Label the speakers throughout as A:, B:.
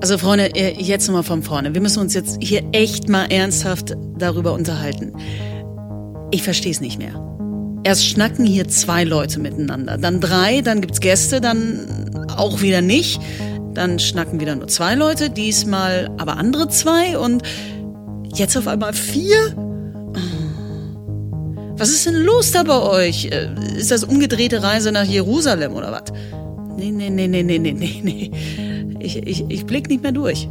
A: Also Freunde, jetzt nochmal von vorne. Wir müssen uns jetzt hier echt mal ernsthaft darüber unterhalten. Ich verstehe es nicht mehr. Erst schnacken hier zwei Leute miteinander, dann drei, dann gibt's Gäste, dann auch wieder nicht. Dann schnacken wieder nur zwei Leute, diesmal aber andere zwei und jetzt auf einmal vier? Was ist denn los da bei euch? Äh, Ist das umgedrehte Reise nach Jerusalem oder was? Nee, nee, nee, nee, nee, nee, nee, nee. Ich, ich, ich blick nicht mehr durch.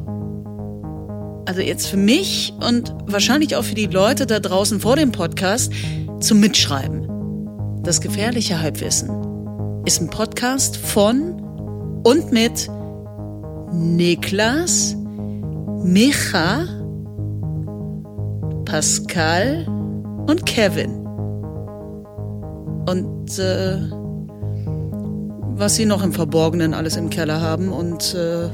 A: Also jetzt für mich und wahrscheinlich auch für die Leute da draußen vor dem Podcast zum Mitschreiben. Das gefährliche Halbwissen ist ein Podcast von und mit Niklas, Micha, Pascal und Kevin. Und äh, was sie noch im Verborgenen alles im Keller haben und äh,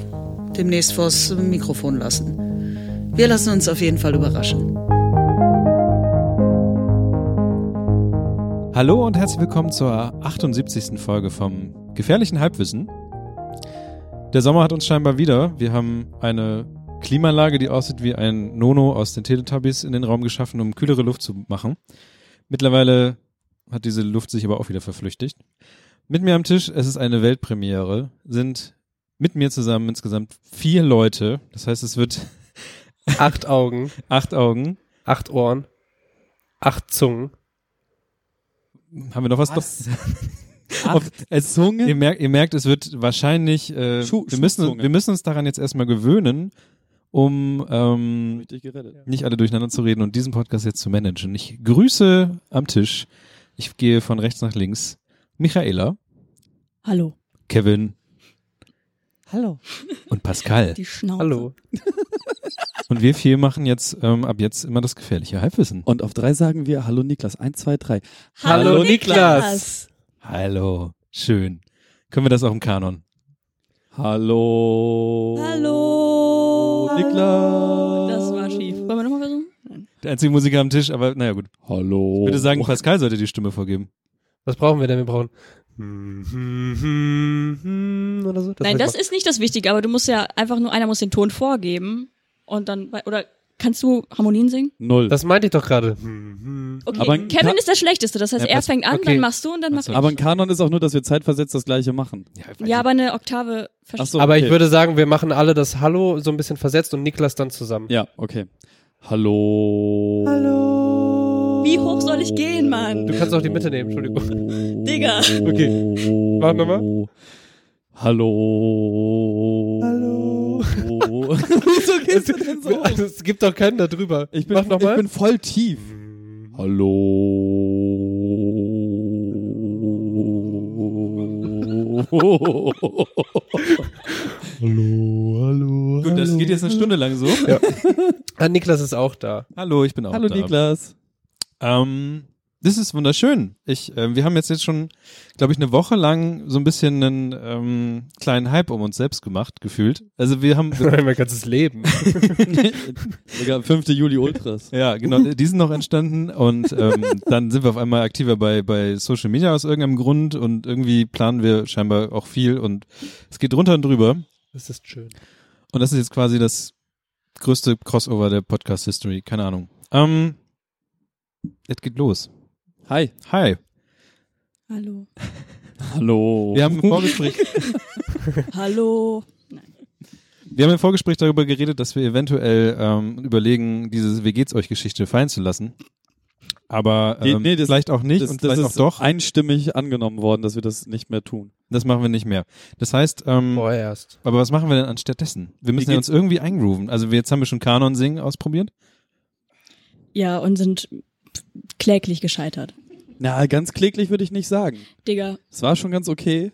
A: demnächst vors Mikrofon lassen. Wir lassen uns auf jeden Fall überraschen.
B: Hallo und herzlich willkommen zur 78. Folge vom gefährlichen Halbwissen. Der Sommer hat uns scheinbar wieder. Wir haben eine Klimaanlage, die aussieht wie ein Nono aus den Teletubbies in den Raum geschaffen, um kühlere Luft zu machen. Mittlerweile hat diese Luft sich aber auch wieder verflüchtigt. Mit mir am Tisch, es ist eine Weltpremiere, sind mit mir zusammen insgesamt vier Leute. Das heißt, es wird
C: Acht Augen,
B: acht Augen.
C: acht Ohren, acht Zungen.
B: Haben wir noch was? Auf-
D: es Zunge?
B: Ihr merkt, ihr merkt, es wird wahrscheinlich. Äh,
D: Schu-
B: wir, müssen,
D: Schuhzunge.
B: wir müssen uns daran jetzt erstmal gewöhnen, um ähm,
D: Richtig gerettet.
B: nicht alle durcheinander zu reden und diesen Podcast jetzt zu managen. Ich grüße am Tisch. Ich gehe von rechts nach links. Michaela,
E: Hallo.
B: Kevin
D: Hallo.
B: und Pascal.
E: Die Schnauze.
C: Hallo.
B: Und wir vier machen jetzt ähm, ab jetzt immer das gefährliche Halbwissen.
D: Und auf drei sagen wir Hallo Niklas. Eins, zwei, drei.
C: Hallo, Hallo, Niklas.
B: Hallo, schön. Können wir das auch im Kanon?
D: Hallo.
E: Hallo.
D: Niklas.
E: Das war schief. Wollen wir nochmal versuchen? Nein.
B: Der einzige Musiker am Tisch, aber naja gut.
D: Hallo.
B: Ich würde sagen, Pascal sollte die Stimme vorgeben.
C: Was brauchen wir denn? Wir brauchen hm, hm, hm, hm, oder so.
E: Nein, das
C: weiß ich
E: ist nicht das Wichtige, aber du musst ja einfach nur, einer muss den Ton vorgeben und dann, oder kannst du Harmonien singen?
D: Null.
C: mal. das meinte ich doch gerade. Hm, hm.
E: Okay,
D: Aber ein
E: Kevin
D: Ka-
E: ist der Schlechteste, das heißt,
B: Ja,
E: er
B: pass-
E: fängt an,
B: okay.
E: dann machst du und dann machst
B: Also,
E: du.
D: Aber ein Kanon ist auch nur, dass wir zeitversetzt das gleiche machen.
E: Ja, aber eine Oktave
D: Ach so,
C: Aber ich
D: okay.
C: würde sagen, wir machen alle das Hallo so ein bisschen versetzt und Niklas dann zusammen.
D: Ja, okay. Hallo. Hallo.
E: Wie hoch soll ich gehen, Mann?
C: Du kannst auch die Mitte nehmen, Entschuldigung.
E: Digga.
C: Okay. Mach nochmal.
D: Hallo. Hallo. Wieso
C: Es,
D: gehst du denn so?
C: also, es gibt doch keinen da drüber.
D: Ich bin,
C: Mach nochmal.
D: ich bin voll tief. Hallo.
B: Gut, das geht jetzt eine Stunde lang so.
C: ah, Niklas ist auch da.
B: Hallo, ich bin auch
D: Hallo
B: da.
D: Niklas.
B: Ähm, das ist wunderschön. Ich, ähm, wir haben jetzt jetzt schon, glaube ich, eine Woche lang so ein bisschen einen ähm, kleinen Hype um uns selbst gemacht, gefühlt. Also wir haben, wir,
C: mein ganzes Leben.
D: Digga, 5. Juli Ultras.
B: ja, genau, die sind noch entstanden und ähm, dann sind wir auf einmal aktiver bei, bei Social Media aus irgendeinem Grund und irgendwie planen wir scheinbar auch viel und es geht runter und drüber.
C: Das ist schön.
B: Und das ist jetzt quasi das größte Crossover der Podcast-History, keine Ahnung. Ähm, es geht los.
D: Hi.
B: Hi.
E: Hallo.
D: Hallo.
B: Wir haben im Vorgespräch
E: Hallo.
B: Wir haben im Vorgespräch darüber geredet, dass wir eventuell ähm, überlegen, diese Wie geht's euch Geschichte fallen zu lassen. Aber
D: Nee,
B: ähm,
D: nee, das-
B: vielleicht auch nicht
D: das,
B: und
D: das
B: vielleicht
D: ist
B: auch doch.
D: einstimmig angenommen worden, dass wir das nicht mehr tun.
B: Das machen wir nicht mehr. Das heißt, ähm,
C: Vorerst.
B: aber was machen wir denn anstattdessen? Wir müssen ja uns
D: geht's-
B: irgendwie eingrooven. Also wir, jetzt haben wir schon Kanon singen ausprobiert.
E: Ja, und sind kläglich gescheitert.
D: Na, ganz kläglich würde ich nicht sagen.
E: Digga,
D: Es war schon ganz okay.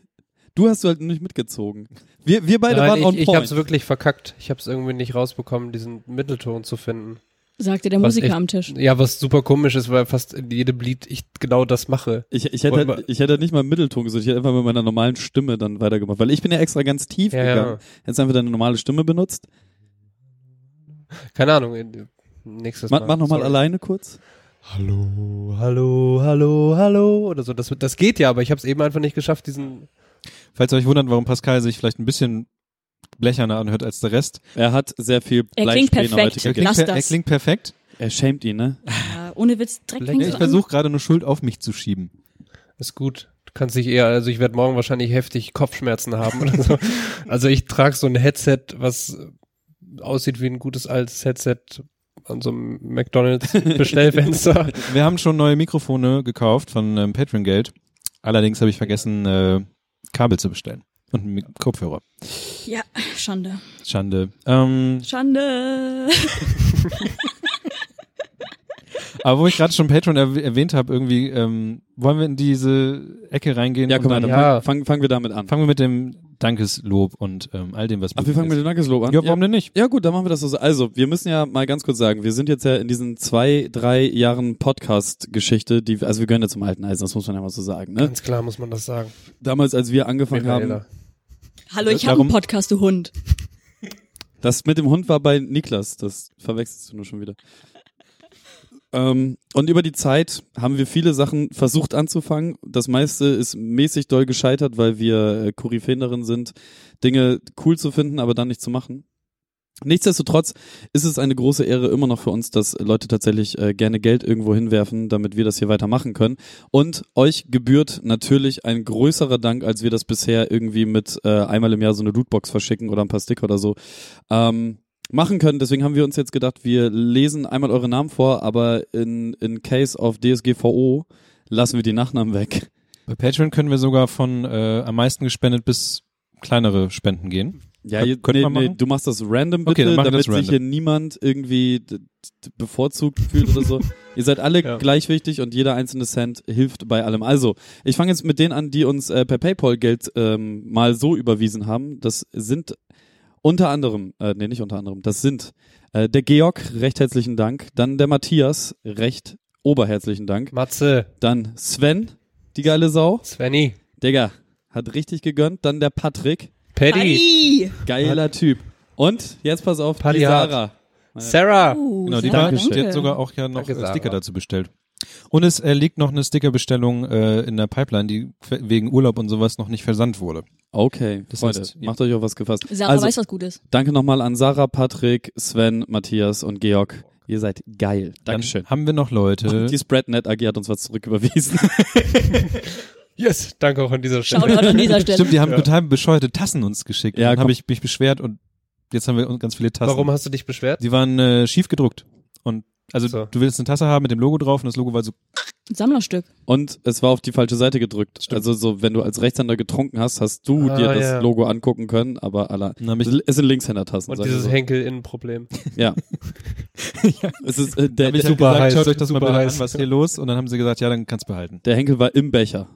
D: Du hast halt nicht mitgezogen. Wir, wir beide
C: Nein,
D: waren
C: ich,
D: on
C: ich
D: point.
C: hab's wirklich verkackt. Ich hab's irgendwie nicht rausbekommen, diesen Mittelton zu finden.
E: sagte der
C: Was
E: Musiker
C: echt-
E: am Tisch.
C: Ja, was super komisch ist, weil fast in jedem Lied ich genau das mache.
D: Ich, ich, hätte
C: Wollen
D: halt,
C: wir-
D: ich hätte halt nicht mal einen Mittelton gesucht, ich hätte einfach mit meiner normalen Stimme dann weitergemacht, weil ich bin ja extra ganz tief
C: Ja, ja.
D: gegangen. Hättest einfach deine normale Stimme benutzt.
C: Keine Ahnung. in- Nächstes
D: Ma,
C: Mal.
D: mach nochmal
C: Sorry.
D: alleine kurz.
C: Hallo, hallo, hallo, hallo. Oder so. Das, das geht ja, aber ich hab's eben einfach nicht geschafft, diesen.
B: Falls ihr euch wundert, warum Pascal sich vielleicht ein bisschen blecherner anhört als der Rest.
D: Er hat sehr viel
E: Er klingt
D: Bleispäne heute
E: perfekt.
B: Er
D: gekriegt.
B: klingt,
E: Lass
B: per, er
E: das.
B: klingt perfekt.
D: Er schämt ihn, ne?
E: Ja, ohne Witz, direkt fängst
B: Ich
E: du an.
B: versuche gerade nur Schuld auf mich zu schieben.
C: Ist gut. Du kannst dich eher, also ich werde morgen wahrscheinlich heftig Kopfschmerzen haben oder so. Also ich trage so ein Headset, was aussieht wie ein gutes altes Headset an so einem McDonalds-Bestellfenster.
B: Wir haben schon neue Mikrofone gekauft von ähm, Patreon-Geld. Allerdings habe ich vergessen, äh, Kabel zu bestellen. Und einen Mik- Kopfhörer.
E: Ja, Schande.
B: Schande. Ähm,
E: Schande.
B: aber wo ich gerade schon Patreon erw erwähnt habe, irgendwie, ähm, wollen wir in diese Ecke reingehen?
D: Ja,
B: und
D: komm mal,
B: dann
D: dann
C: Ja.
D: fangen fang wir damit an.
B: Fangen wir mit dem Dankeslob und ähm, all dem, was
D: Ach, wir fangen mit dem Dankeslob an.
B: Ja, warum denn nicht?
D: Ja gut, dann machen wir das so. Also, wir müssen ja mal ganz kurz sagen, wir sind jetzt ja in diesen zwei, drei Jahren Podcast-Geschichte, die, also wir gehören ja zum alten Eisen, das muss man ja mal so sagen. Ne?
C: Ganz klar muss man das sagen.
D: Damals, als wir angefangen haben,
C: Michaela.
E: Hallo, ich habe
B: Darum-
E: einen Podcast, du Hund.
D: das mit dem Hund war bei Niklas, das verwechselst du nur schon wieder. Ähm, und über die Zeit haben wir viele Sachen versucht anzufangen. Das meiste ist mäßig doll gescheitert, weil wir äh, Koryphäen darin sind, Dinge cool zu finden, aber dann nicht zu machen. Nichtsdestotrotz ist es eine große Ehre immer noch für uns, dass Leute tatsächlich äh, gerne Geld irgendwo hinwerfen, damit wir das hier weitermachen können. Und euch gebührt natürlich ein größerer Dank, als wir das bisher irgendwie mit äh, einmal im Jahr so eine Lootbox verschicken oder ein paar Sticker oder so ähm, machen können. Deswegen haben wir uns jetzt gedacht, wir lesen einmal eure Namen vor, aber in, in Case of DSGVO lassen wir die Nachnamen weg.
B: Bei Patreon können wir sogar von äh, am meisten gespendet bis kleinere Spenden gehen.
D: Ja,
B: Kön-
D: ihr-
B: könnten wir machen?
D: du machst das random
B: Okay,
D: bitte,
B: dann mach ich
D: damit
B: das
D: sich hier niemand irgendwie d- d- bevorzugt fühlt oder so. ihr seid alle
C: Ja.
D: gleich wichtig und jeder einzelne Cent hilft bei allem. Also, ich fange jetzt mit denen an, die uns äh, per PayPal Geld ähm, mal so überwiesen haben. Das sind unter anderem, äh, nee, nicht unter anderem, das sind äh, der Georg, recht herzlichen Dank. Dann der Matthias, recht oberherzlichen Dank.
C: Matze,
D: Dann Sven, die geile Sau.
C: Svenny,
D: Digga, hat richtig gegönnt. Dann der Patrick.
C: Paddy,
E: Hi.
D: Geiler Typ. Und jetzt pass auf,
C: Paddy
D: die Sarah.
C: Sarah.
E: Uh,
B: Genau, die,
E: Sarah,
B: war, die
E: danke.
B: hat sogar auch ja noch
C: Danke,
B: äh,
C: Sarah.
B: Sticker dazu bestellt. Und es äh, liegt noch eine Stickerbestellung äh, in der Pipeline, die f- wegen Urlaub und sowas noch nicht versandt wurde.
D: Okay,
B: Das
D: Freunde,
B: heißt, ja.
D: macht euch auf was gefasst.
E: Sarah
D: also,
E: weiß, was gut ist.
D: danke nochmal an Sarah, Patrick, Sven, Matthias und Georg. Ihr seid geil. Dankeschön.
B: Dann haben wir noch Leute.
D: Die Spreadnet AG hat uns was zurücküberwiesen.
C: Yes, danke auch an dieser
E: Schaut
C: Stelle.
E: an dieser Stelle.
B: Stimmt, die haben total bescheuerte Tassen uns geschickt.
D: Ja,
B: Ja, dann
D: komm.
B: habe ich mich beschwert und jetzt haben wir uns ganz viele Tassen.
C: Warum hast du dich beschwert?
B: Die waren äh, schief gedruckt. Und also
C: So.
B: du willst eine Tasse haben mit dem Logo drauf und das Logo war so
E: Sammlerstück.
D: Und es war auf die falsche Seite gedrückt. Also so, wenn du als Rechtshänder getrunken hast, hast du
C: Ah,
D: dir das
C: ja.
D: Logo angucken können, aber aller.
B: Na, mich-
D: Es sind Linkshänder-Tassen.
C: Und
D: sag ich
C: dieses
D: so.
C: Henkel-Innen-Problem.
D: Ja. Es ist, äh, der,
B: Ich
D: der,
B: habe gesagt,
C: heiß,
B: schaut euch das mal
C: super
B: bitte
C: heiß.
B: an, was hier los? Und dann haben sie gesagt, ja, dann kannst behalten.
D: der Henkel war im Becher.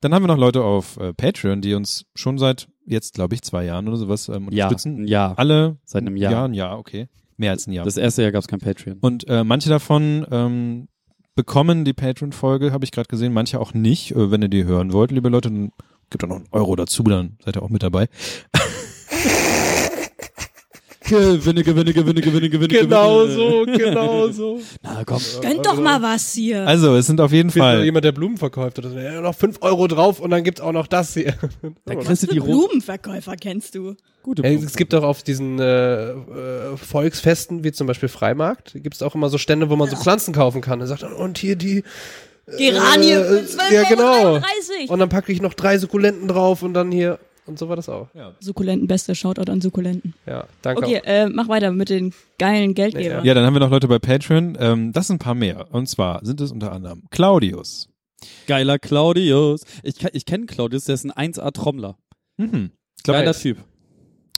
B: Dann haben wir noch Leute auf äh, Patreon, die uns schon seit jetzt, glaube ich, zwei Jahren oder sowas ähm,
D: Ja.
B: unterstützen.
D: Ja.
B: Alle
D: Seit einem Jahr.
B: Ja, ein Jahr, okay. Mehr als ein Jahr.
D: Das erste Jahr gab es kein Patreon.
B: und äh, manche davon ähm, bekommen die Patreon-Folge, habe ich gerade gesehen, manche auch nicht. Äh, wenn ihr die hören wollt, liebe Leute, dann gibt auch noch einen Euro dazu, dann seid ihr auch mit dabei.
D: Gewinne, gewinne, gewinne, gewinne, gewinne.
C: Genau so, genau so.
D: Na komm.
E: Gönnt doch mal was hier.
B: Also, es sind auf jeden
C: Bist du
B: Fall.
C: jemand, der Blumen verkauft oder so? Ja, noch 5 Euro drauf und dann gibt's auch noch das hier.
D: Da kriegst du die rote.
E: Blumenverkäufer kennst du.
D: Gute
C: Ey, es gibt auch auf diesen äh, äh, Volksfesten, wie zum Beispiel Freimarkt, gibt's auch immer so Stände, wo man so Pflanzen kaufen kann. Er sagt, und hier die.
E: Geranie
C: äh,
E: für 12,33
C: ja, genau.
E: Euro.
C: Und dann packe ich noch drei Sukkulenten drauf und dann hier. Und so war das auch.
E: Sukkulenten, beste Shoutout an Sukkulenten.
C: Ja, danke.
E: Okay, äh, mach weiter mit den geilen Geldgebern.
B: Ja, dann haben wir noch Leute bei Patreon. Ähm, das sind ein paar mehr. Und zwar sind es unter anderem Claudius.
D: Geiler Claudius. Ich, ke- ich kenne Claudius, der ist ein 1A-Trommler.
B: Mhm. Ich glaub,
D: Geiler
C: Nice.
D: Typ.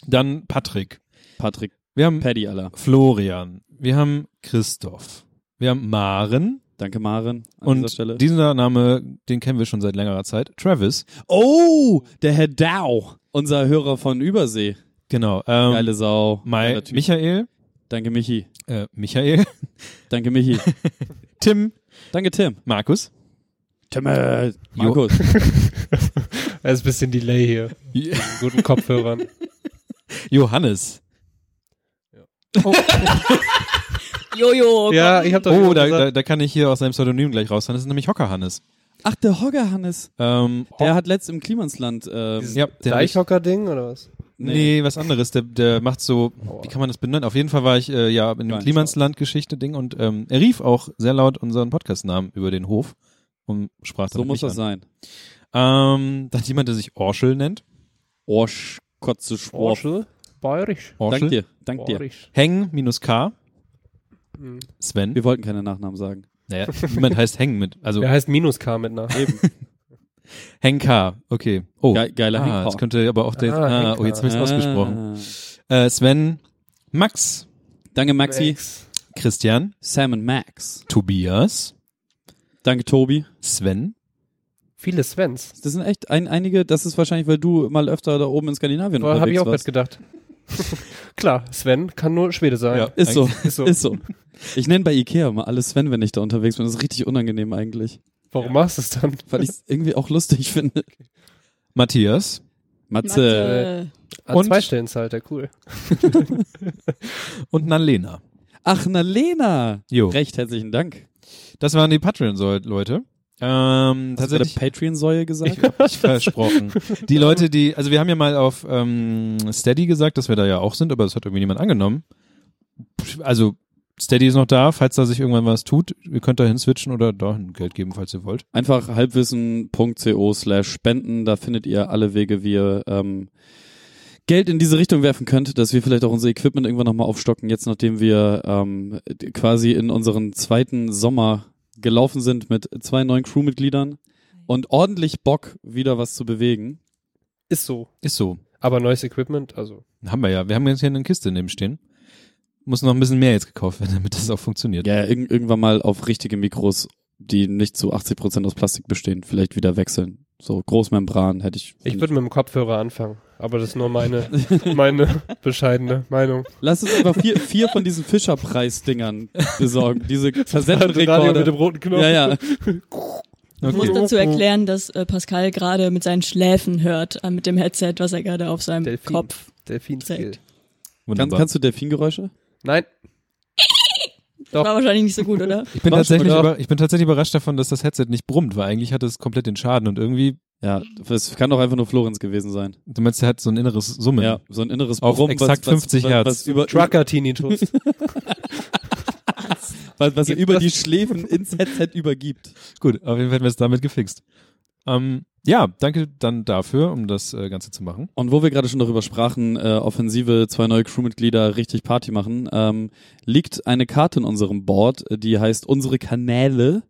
B: Dann Patrick.
D: Patrick
B: Wir haben
D: Paddy, Alter.
B: Florian. Wir haben Christoph. Wir haben Maren.
D: Danke, Maren, an
B: und
D: dieser Stelle.
B: dieser Name, den kennen wir schon seit längerer Zeit. Travis.
D: oh, der Herr Dow. Unser Hörer von Übersee.
B: Genau. Ähm,
D: Geile Sau.
B: Mai,
D: Geiler Typ.
B: Michael.
D: Danke, Michi.
B: Äh, Michael.
D: Danke, Michi.
B: Tim.
D: Danke, Tim.
B: Markus.
D: Timme. Markus.
C: Da ist ein bisschen Delay hier.
B: Ja.
C: Mit Guten Kopfhörern.
B: Johannes.
E: Jojo, komm.
C: ja, ich habe doch
B: Oh,
C: schon
B: da,
C: gesagt,
B: da, da kann ich hier aus seinem Pseudonym gleich raus sein. Das ist nämlich Hocker Hannes.
D: Ach, der Hogger Hannes.
B: Ähm, oh,
D: Der hat letzt im Klimansland. Ähm,
C: dieses
B: ja, der
C: Deichhocker-Ding oder was?
D: Nee.
B: Nee, was anderes. Der, der macht so, wie kann man das benennen? Auf jeden Fall war ich äh, ja in
D: Gar
B: dem
D: nicht
B: Klimansland-Geschichte-Ding und ähm, er rief auch sehr laut unseren Podcast-Namen über den Hof um und sprach dann
D: So
B: mit
D: muss
B: mich
D: das
B: an.
D: sein.
B: Ähm, dann jemand, der sich Orschel nennt.
D: Orsch, Kotze, Schworf.
C: Orschel? Bayerisch.
D: Dank
B: Orschel.
D: dir, Oh, dank dir.
B: Heng minus K.
C: Mhm.
B: Sven.
D: Wir wollten keine Nachnamen sagen.
B: Naja, niemand heißt Heng mit. Also
C: Der heißt Minus K mit nach.
D: Eben.
B: Heng K. Okay. Oh.
D: Ge geiler
B: ah,
D: Henker.
B: das könnte aber auch der.
C: Ah,
B: Ah,
C: Henk
B: oh, jetzt habe ich es
D: Ah.
B: ausgesprochen. Äh, Sven. Max.
D: Danke Maxi.
B: Christian.
D: Sam und Max.
B: Tobias.
D: Danke Tobi.
B: Sven.
C: Viele Svens.
D: Das sind echt ein, einige, das ist wahrscheinlich, weil du mal öfter da oben in Skandinavien
C: Habe
D: unterwegs
C: ich auch gerade
D: warst.
C: gedacht. Klar, Sven kann nur Schwede sein.
B: Ja.
D: Ist so,
C: Ist so.
D: ist so. Ich nenne bei Ikea mal alles Sven, wenn ich da unterwegs bin. Das ist richtig unangenehm eigentlich.
C: Warum machst du es dann?
D: Weil ich es irgendwie auch lustig finde.
B: Matthias.
D: Matze.
C: An
B: Und-
C: Ah, zwei Stellen zahlt er, cool.
B: Und Nalena.
D: Ach, na Lena.
B: Jo.
D: Recht herzlichen Dank.
B: Das waren die Patreon-Leute. Ähm,
D: Hast du
B: tatsächlich
D: gerade Patreon-Säue gesagt?
B: Ich versprochen. Die Leute, die, also wir haben ja mal auf ähm, Steady gesagt, dass wir da ja auch sind, aber das hat irgendwie niemand angenommen. Pff, Also Steady ist noch da, falls da sich irgendwann was tut, ihr könnt da hinswitchen oder dahin Geld geben, falls ihr wollt.
D: Einfach halbwissen.co slash spenden. Da findet ihr alle Wege, wie ihr ähm, Geld in diese Richtung werfen könnt, dass wir vielleicht auch unser Equipment irgendwann nochmal aufstocken. Jetzt, nachdem wir ähm, d- quasi in unseren zweiten Sommer gelaufen sind mit zwei neuen Crewmitgliedern und ordentlich Bock, wieder was zu bewegen.
C: Ist so.
B: Ist so.
C: Aber neues Equipment, also.
B: Haben wir ja. Wir haben jetzt hier eine Kiste neben stehen. Muss noch ein bisschen mehr jetzt gekauft werden, damit das auch funktioniert.
D: Ja, irg irgendwann mal auf richtige Mikros, die nicht zu 80 Prozent aus Plastik bestehen, vielleicht wieder wechseln. So Großmembran hätte ich.
C: Ich würde mit dem Kopfhörer anfangen. Aber das ist nur meine, meine bescheidene Meinung.
D: Lass uns einfach vier, vier von diesen Fischerpreis-Dingern besorgen. Diese
C: Radio Also mit dem
D: Kassettenrekorder.
C: roten Knopf.
D: Ja, ja.
E: Ich muss
B: Okay.
E: dazu erklären, dass äh, Pascal gerade mit seinen Schläfen hört, äh, mit dem Headset, was er gerade auf seinem
C: Delfin.
E: Kopf.
C: Delfinskill.
D: Kann,
B: Wunderbar.
D: kannst du Delfingeräusche?
C: Nein, Doch.
E: War wahrscheinlich nicht so gut, oder?
B: ich, bin
D: Mach's
B: tatsächlich
D: gut, ja.
B: über, ich bin tatsächlich überrascht davon, dass das Headset nicht brummt, weil eigentlich hatte es komplett den Schaden und irgendwie,
D: Ja, es kann doch einfach nur Florenz gewesen sein.
B: du meinst, er hat so ein inneres Summen.
D: Ja, so ein inneres
B: Auf exakt 50
D: was,
B: Hertz.
D: Was über,
C: Trucker-Tinnitus.
D: was, was er
C: Gibt
D: über
C: das-
D: die Schläfen ins Headset übergibt.
B: Gut, auf jeden Fall haben wir es damit gefixt. Ähm, ja, danke dann dafür, um das äh, Ganze zu machen.
D: Und wo wir gerade schon darüber sprachen, äh, Offensive, zwei neue Crewmitglieder richtig Party machen, ähm, liegt eine Karte in unserem Board, äh, die heißt Unsere Kanäle.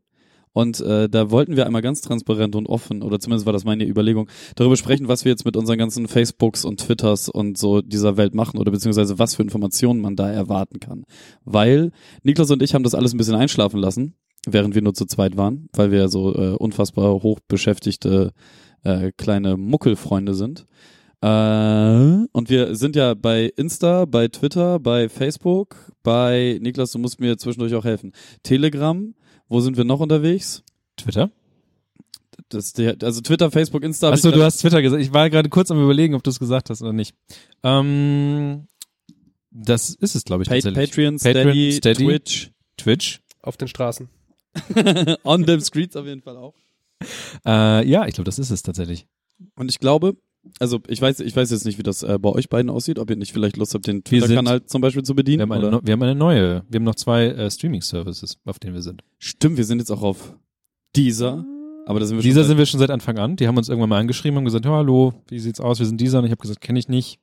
D: Und äh, da wollten wir einmal ganz transparent und offen, oder zumindest war das meine Überlegung, darüber sprechen, was wir jetzt mit unseren ganzen Facebooks und Twitters und so dieser Welt machen oder beziehungsweise was für Informationen man da erwarten kann. Weil Niklas und ich haben das alles ein bisschen einschlafen lassen, während wir nur zu zweit waren, weil wir ja so äh, unfassbar hochbeschäftigte äh, kleine Muckelfreunde sind. Äh, und wir sind ja bei Insta, bei Twitter, bei Facebook, bei Niklas, du musst mir zwischendurch auch helfen. Telegram, wo sind wir noch unterwegs?
B: Twitter?
D: Das, der, also Twitter, Facebook, Insta. hab
B: Achso,
D: ich
B: du
D: grad-
B: hast Twitter gesagt. Ich war gerade kurz am überlegen, ob du es gesagt hast oder nicht. Ähm, das ist es, glaube ich,
D: Pa
B: tatsächlich.
D: Patreon,
B: Patreon,
D: Steady,
B: Steady.
D: Twitch,
B: Twitch.
C: Auf den Straßen.
D: on them streets auf jeden Fall auch.
B: Äh, ja, ich glaube, das ist es tatsächlich.
D: Und ich glaube, also ich weiß, ich weiß jetzt nicht, wie das äh, bei euch beiden aussieht, ob ihr nicht vielleicht Lust habt, den
B: Wir sind-
D: Twitter-Kanal zum Beispiel zu
B: Wir
D: bedienen.
B: haben eine,
D: oder?
B: neu- wir haben eine neue. Wir haben noch zwei äh, Streaming-Services, auf denen wir sind.
D: Stimmt, wir sind jetzt auch auf dieser, aber da sind wir
B: Dieser
D: schon.
B: sind wir schon seit Anfang an. Die haben uns irgendwann mal angeschrieben und gesagt, ja, hallo, wie sieht's aus? Wir sind dieser. Und ich habe gesagt, kenne ich nicht.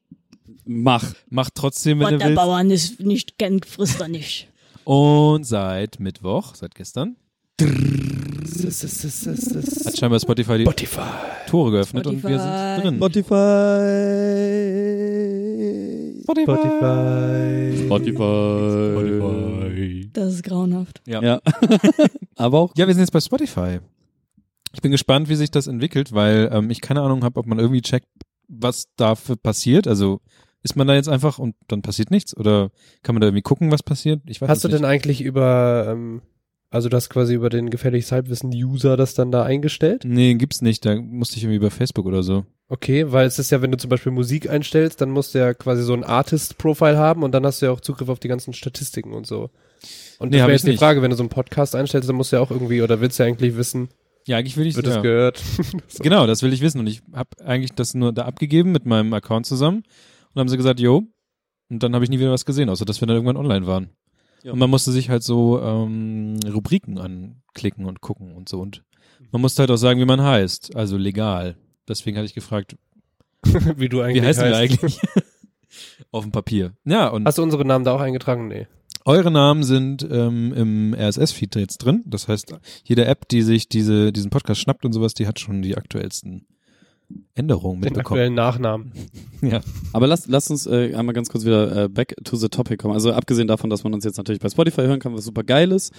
D: Mach.
B: Mach trotzdem, wenn
F: Was
B: du
F: der
B: willst.
F: Bauern ist nicht kennt, frisst er nicht.
B: Und seit Mittwoch, seit gestern, hat scheinbar Spotify die
C: Spotify.
B: Tore geöffnet und wir
E: Spotify.
B: sind drin.
D: Spotify.
C: Spotify.
D: Spotify.
E: Das ist grauenhaft.
D: Ja. Aber auch
B: Ja, wir sind jetzt bei Spotify. Ich bin gespannt, wie sich das entwickelt, weil ähm, ich keine Ahnung habe, ob man irgendwie checkt, was dafür passiert. Also ist man da jetzt einfach und dann passiert nichts oder kann man da irgendwie gucken, was passiert? Ich weiß
C: Hast du
B: es
C: denn
B: nicht.
C: eigentlich über, ähm, also das quasi über den gefährliches Halbwissen-User das dann da eingestellt?
B: Nee, gibt's nicht. Da musste ich irgendwie über Facebook oder so.
C: Okay, weil es ist ja, wenn du zum Beispiel Musik einstellst, dann musst du ja quasi so ein Artist-Profile haben und dann hast du ja auch Zugriff auf die ganzen Statistiken und so. Und
B: Nee,
C: das
B: hab
C: wäre
B: ich
C: jetzt die
B: nicht.
C: Frage, wenn du so einen Podcast einstellst, dann musst du ja auch irgendwie, oder willst du ja eigentlich wissen,
B: Ja, eigentlich will ich
C: wird
B: ja.
C: es gehört?
B: Genau, das will ich wissen und ich habe eigentlich das nur da abgegeben mit meinem Account zusammen haben sie gesagt, jo. Und dann habe ich nie wieder was gesehen, außer dass wir dann irgendwann online waren.
D: Ja.
B: Und man musste sich halt so ähm, Rubriken anklicken und gucken und so. Und man musste halt auch sagen, wie man heißt. Also legal. Deswegen hatte ich gefragt,
C: Wie du eigentlich
B: wie heißen wir
C: heißt.
B: eigentlich? Auf dem Papier. Ja, und
C: Hast du unsere Namen da auch eingetragen? Nee.
B: Eure Namen sind ähm, im RSS-Feed jetzt drin. Das heißt, jede App, die sich diese, diesen Podcast schnappt und sowas, die hat schon die aktuellsten Änderungen
C: Den
B: mitbekommen.
C: aktuellen Nachnamen.
B: Ja.
D: Aber lass, lass uns äh, einmal ganz kurz wieder äh, back to the topic kommen. Also abgesehen davon, dass man uns jetzt natürlich bei Spotify hören kann, was super geil ist,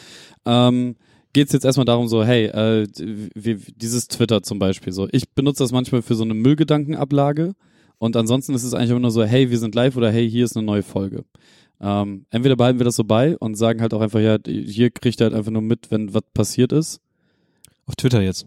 D: ähm, geht es jetzt erstmal darum so, hey, äh, wie, dieses Twitter zum Beispiel so. Ich benutze das manchmal für so eine Müllgedankenablage und ansonsten ist es eigentlich immer nur so, hey, wir sind live oder hey, hier ist eine neue Folge. Ähm, entweder behalten wir das so bei und sagen halt auch einfach, ja, hier kriegt ihr halt einfach nur mit, wenn was passiert ist.
B: Auf Twitter jetzt.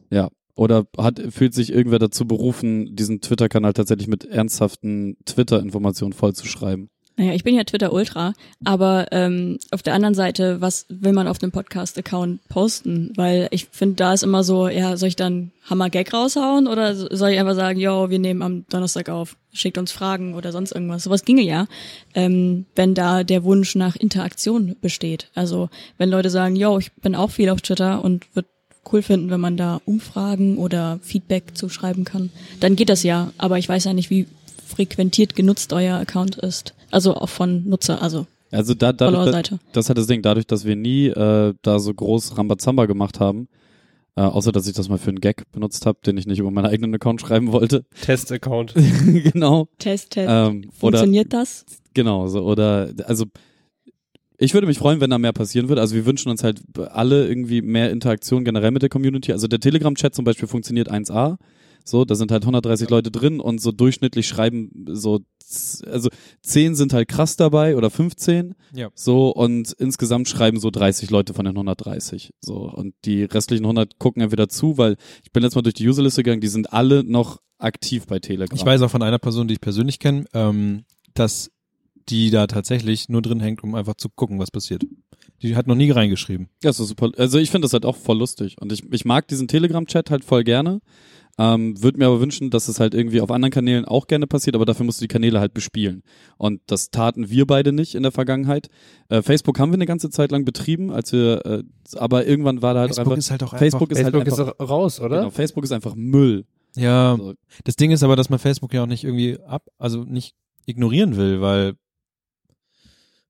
D: Oder hat, fühlt sich irgendwer dazu berufen, diesen Twitter-Kanal tatsächlich mit ernsthaften Twitter-Informationen vollzuschreiben?
E: Naja, ich bin ja Twitter Ultra, aber ähm, auf der anderen Seite, was will man auf einem Podcast-Account posten? Weil ich finde, da ist immer so, ja, soll ich dann Hammer-Gag raushauen oder so- soll ich einfach sagen, yo, wir nehmen am Donnerstag auf, schickt uns Fragen oder sonst irgendwas. Sowas ginge ja, ähm, wenn da der Wunsch nach Interaktion besteht. Also wenn Leute sagen, yo, ich bin auch viel auf Twitter und würde cool finden, wenn man da Umfragen oder Feedback zuschreiben kann, dann geht das ja. Aber ich weiß ja nicht, wie frequentiert genutzt euer Account ist. Also auch von Nutzer, also
D: Also da, dadurch, da,
E: Follower-Seite.
D: das hat das Ding, dadurch, dass wir nie äh, da so groß Rambazamba gemacht haben, äh, außer dass ich das mal für einen Gag benutzt habe, den ich nicht über meinen eigenen Account schreiben wollte.
C: Test-Account.
D: genau.
E: Test, Test.
C: Äh,
D: Ähm, oder
E: Äh, Funktioniert das?
D: Genau, so, oder, also, ich würde mich freuen, wenn da mehr passieren würde. Also, wir wünschen uns halt alle irgendwie mehr Interaktion generell mit der Community. Also, der Telegram-Chat zum Beispiel funktioniert 1A. So, da sind halt 130 Leute drin und so durchschnittlich schreiben so, z- also 10 sind halt krass dabei oder 15.
B: Ja.
D: So, und insgesamt schreiben so 30 Leute von den 130. So, und die restlichen 100 gucken entweder zu, weil ich bin letztes Mal durch die Userliste gegangen, die sind alle noch aktiv bei Telegram.
B: Ich weiß auch von einer Person, die ich persönlich kenne, ähm, dass die da tatsächlich nur drin hängt, um einfach zu gucken, was passiert. Die hat noch nie reingeschrieben.
D: Ja, ist doch super. Also ich finde das halt auch voll lustig. Und ich, ich mag diesen Telegram-Chat halt voll gerne. Ähm, Würde mir aber wünschen, dass es halt irgendwie auf anderen Kanälen auch gerne passiert, aber dafür musst du die Kanäle halt bespielen. Und das taten wir beide nicht in der Vergangenheit. Äh, Facebook haben wir eine ganze Zeit lang betrieben, als wir, äh, aber irgendwann war da halt
B: Facebook
D: einfach.
B: ist halt auch
D: Facebook
B: einfach,
D: ist halt
C: Facebook ist
D: einfach,
C: ra- raus, oder?
D: genau, Facebook ist einfach Müll.
B: Ja,
D: So.
B: das Ding ist aber, dass man Facebook ja auch nicht irgendwie ab, also nicht ignorieren will, weil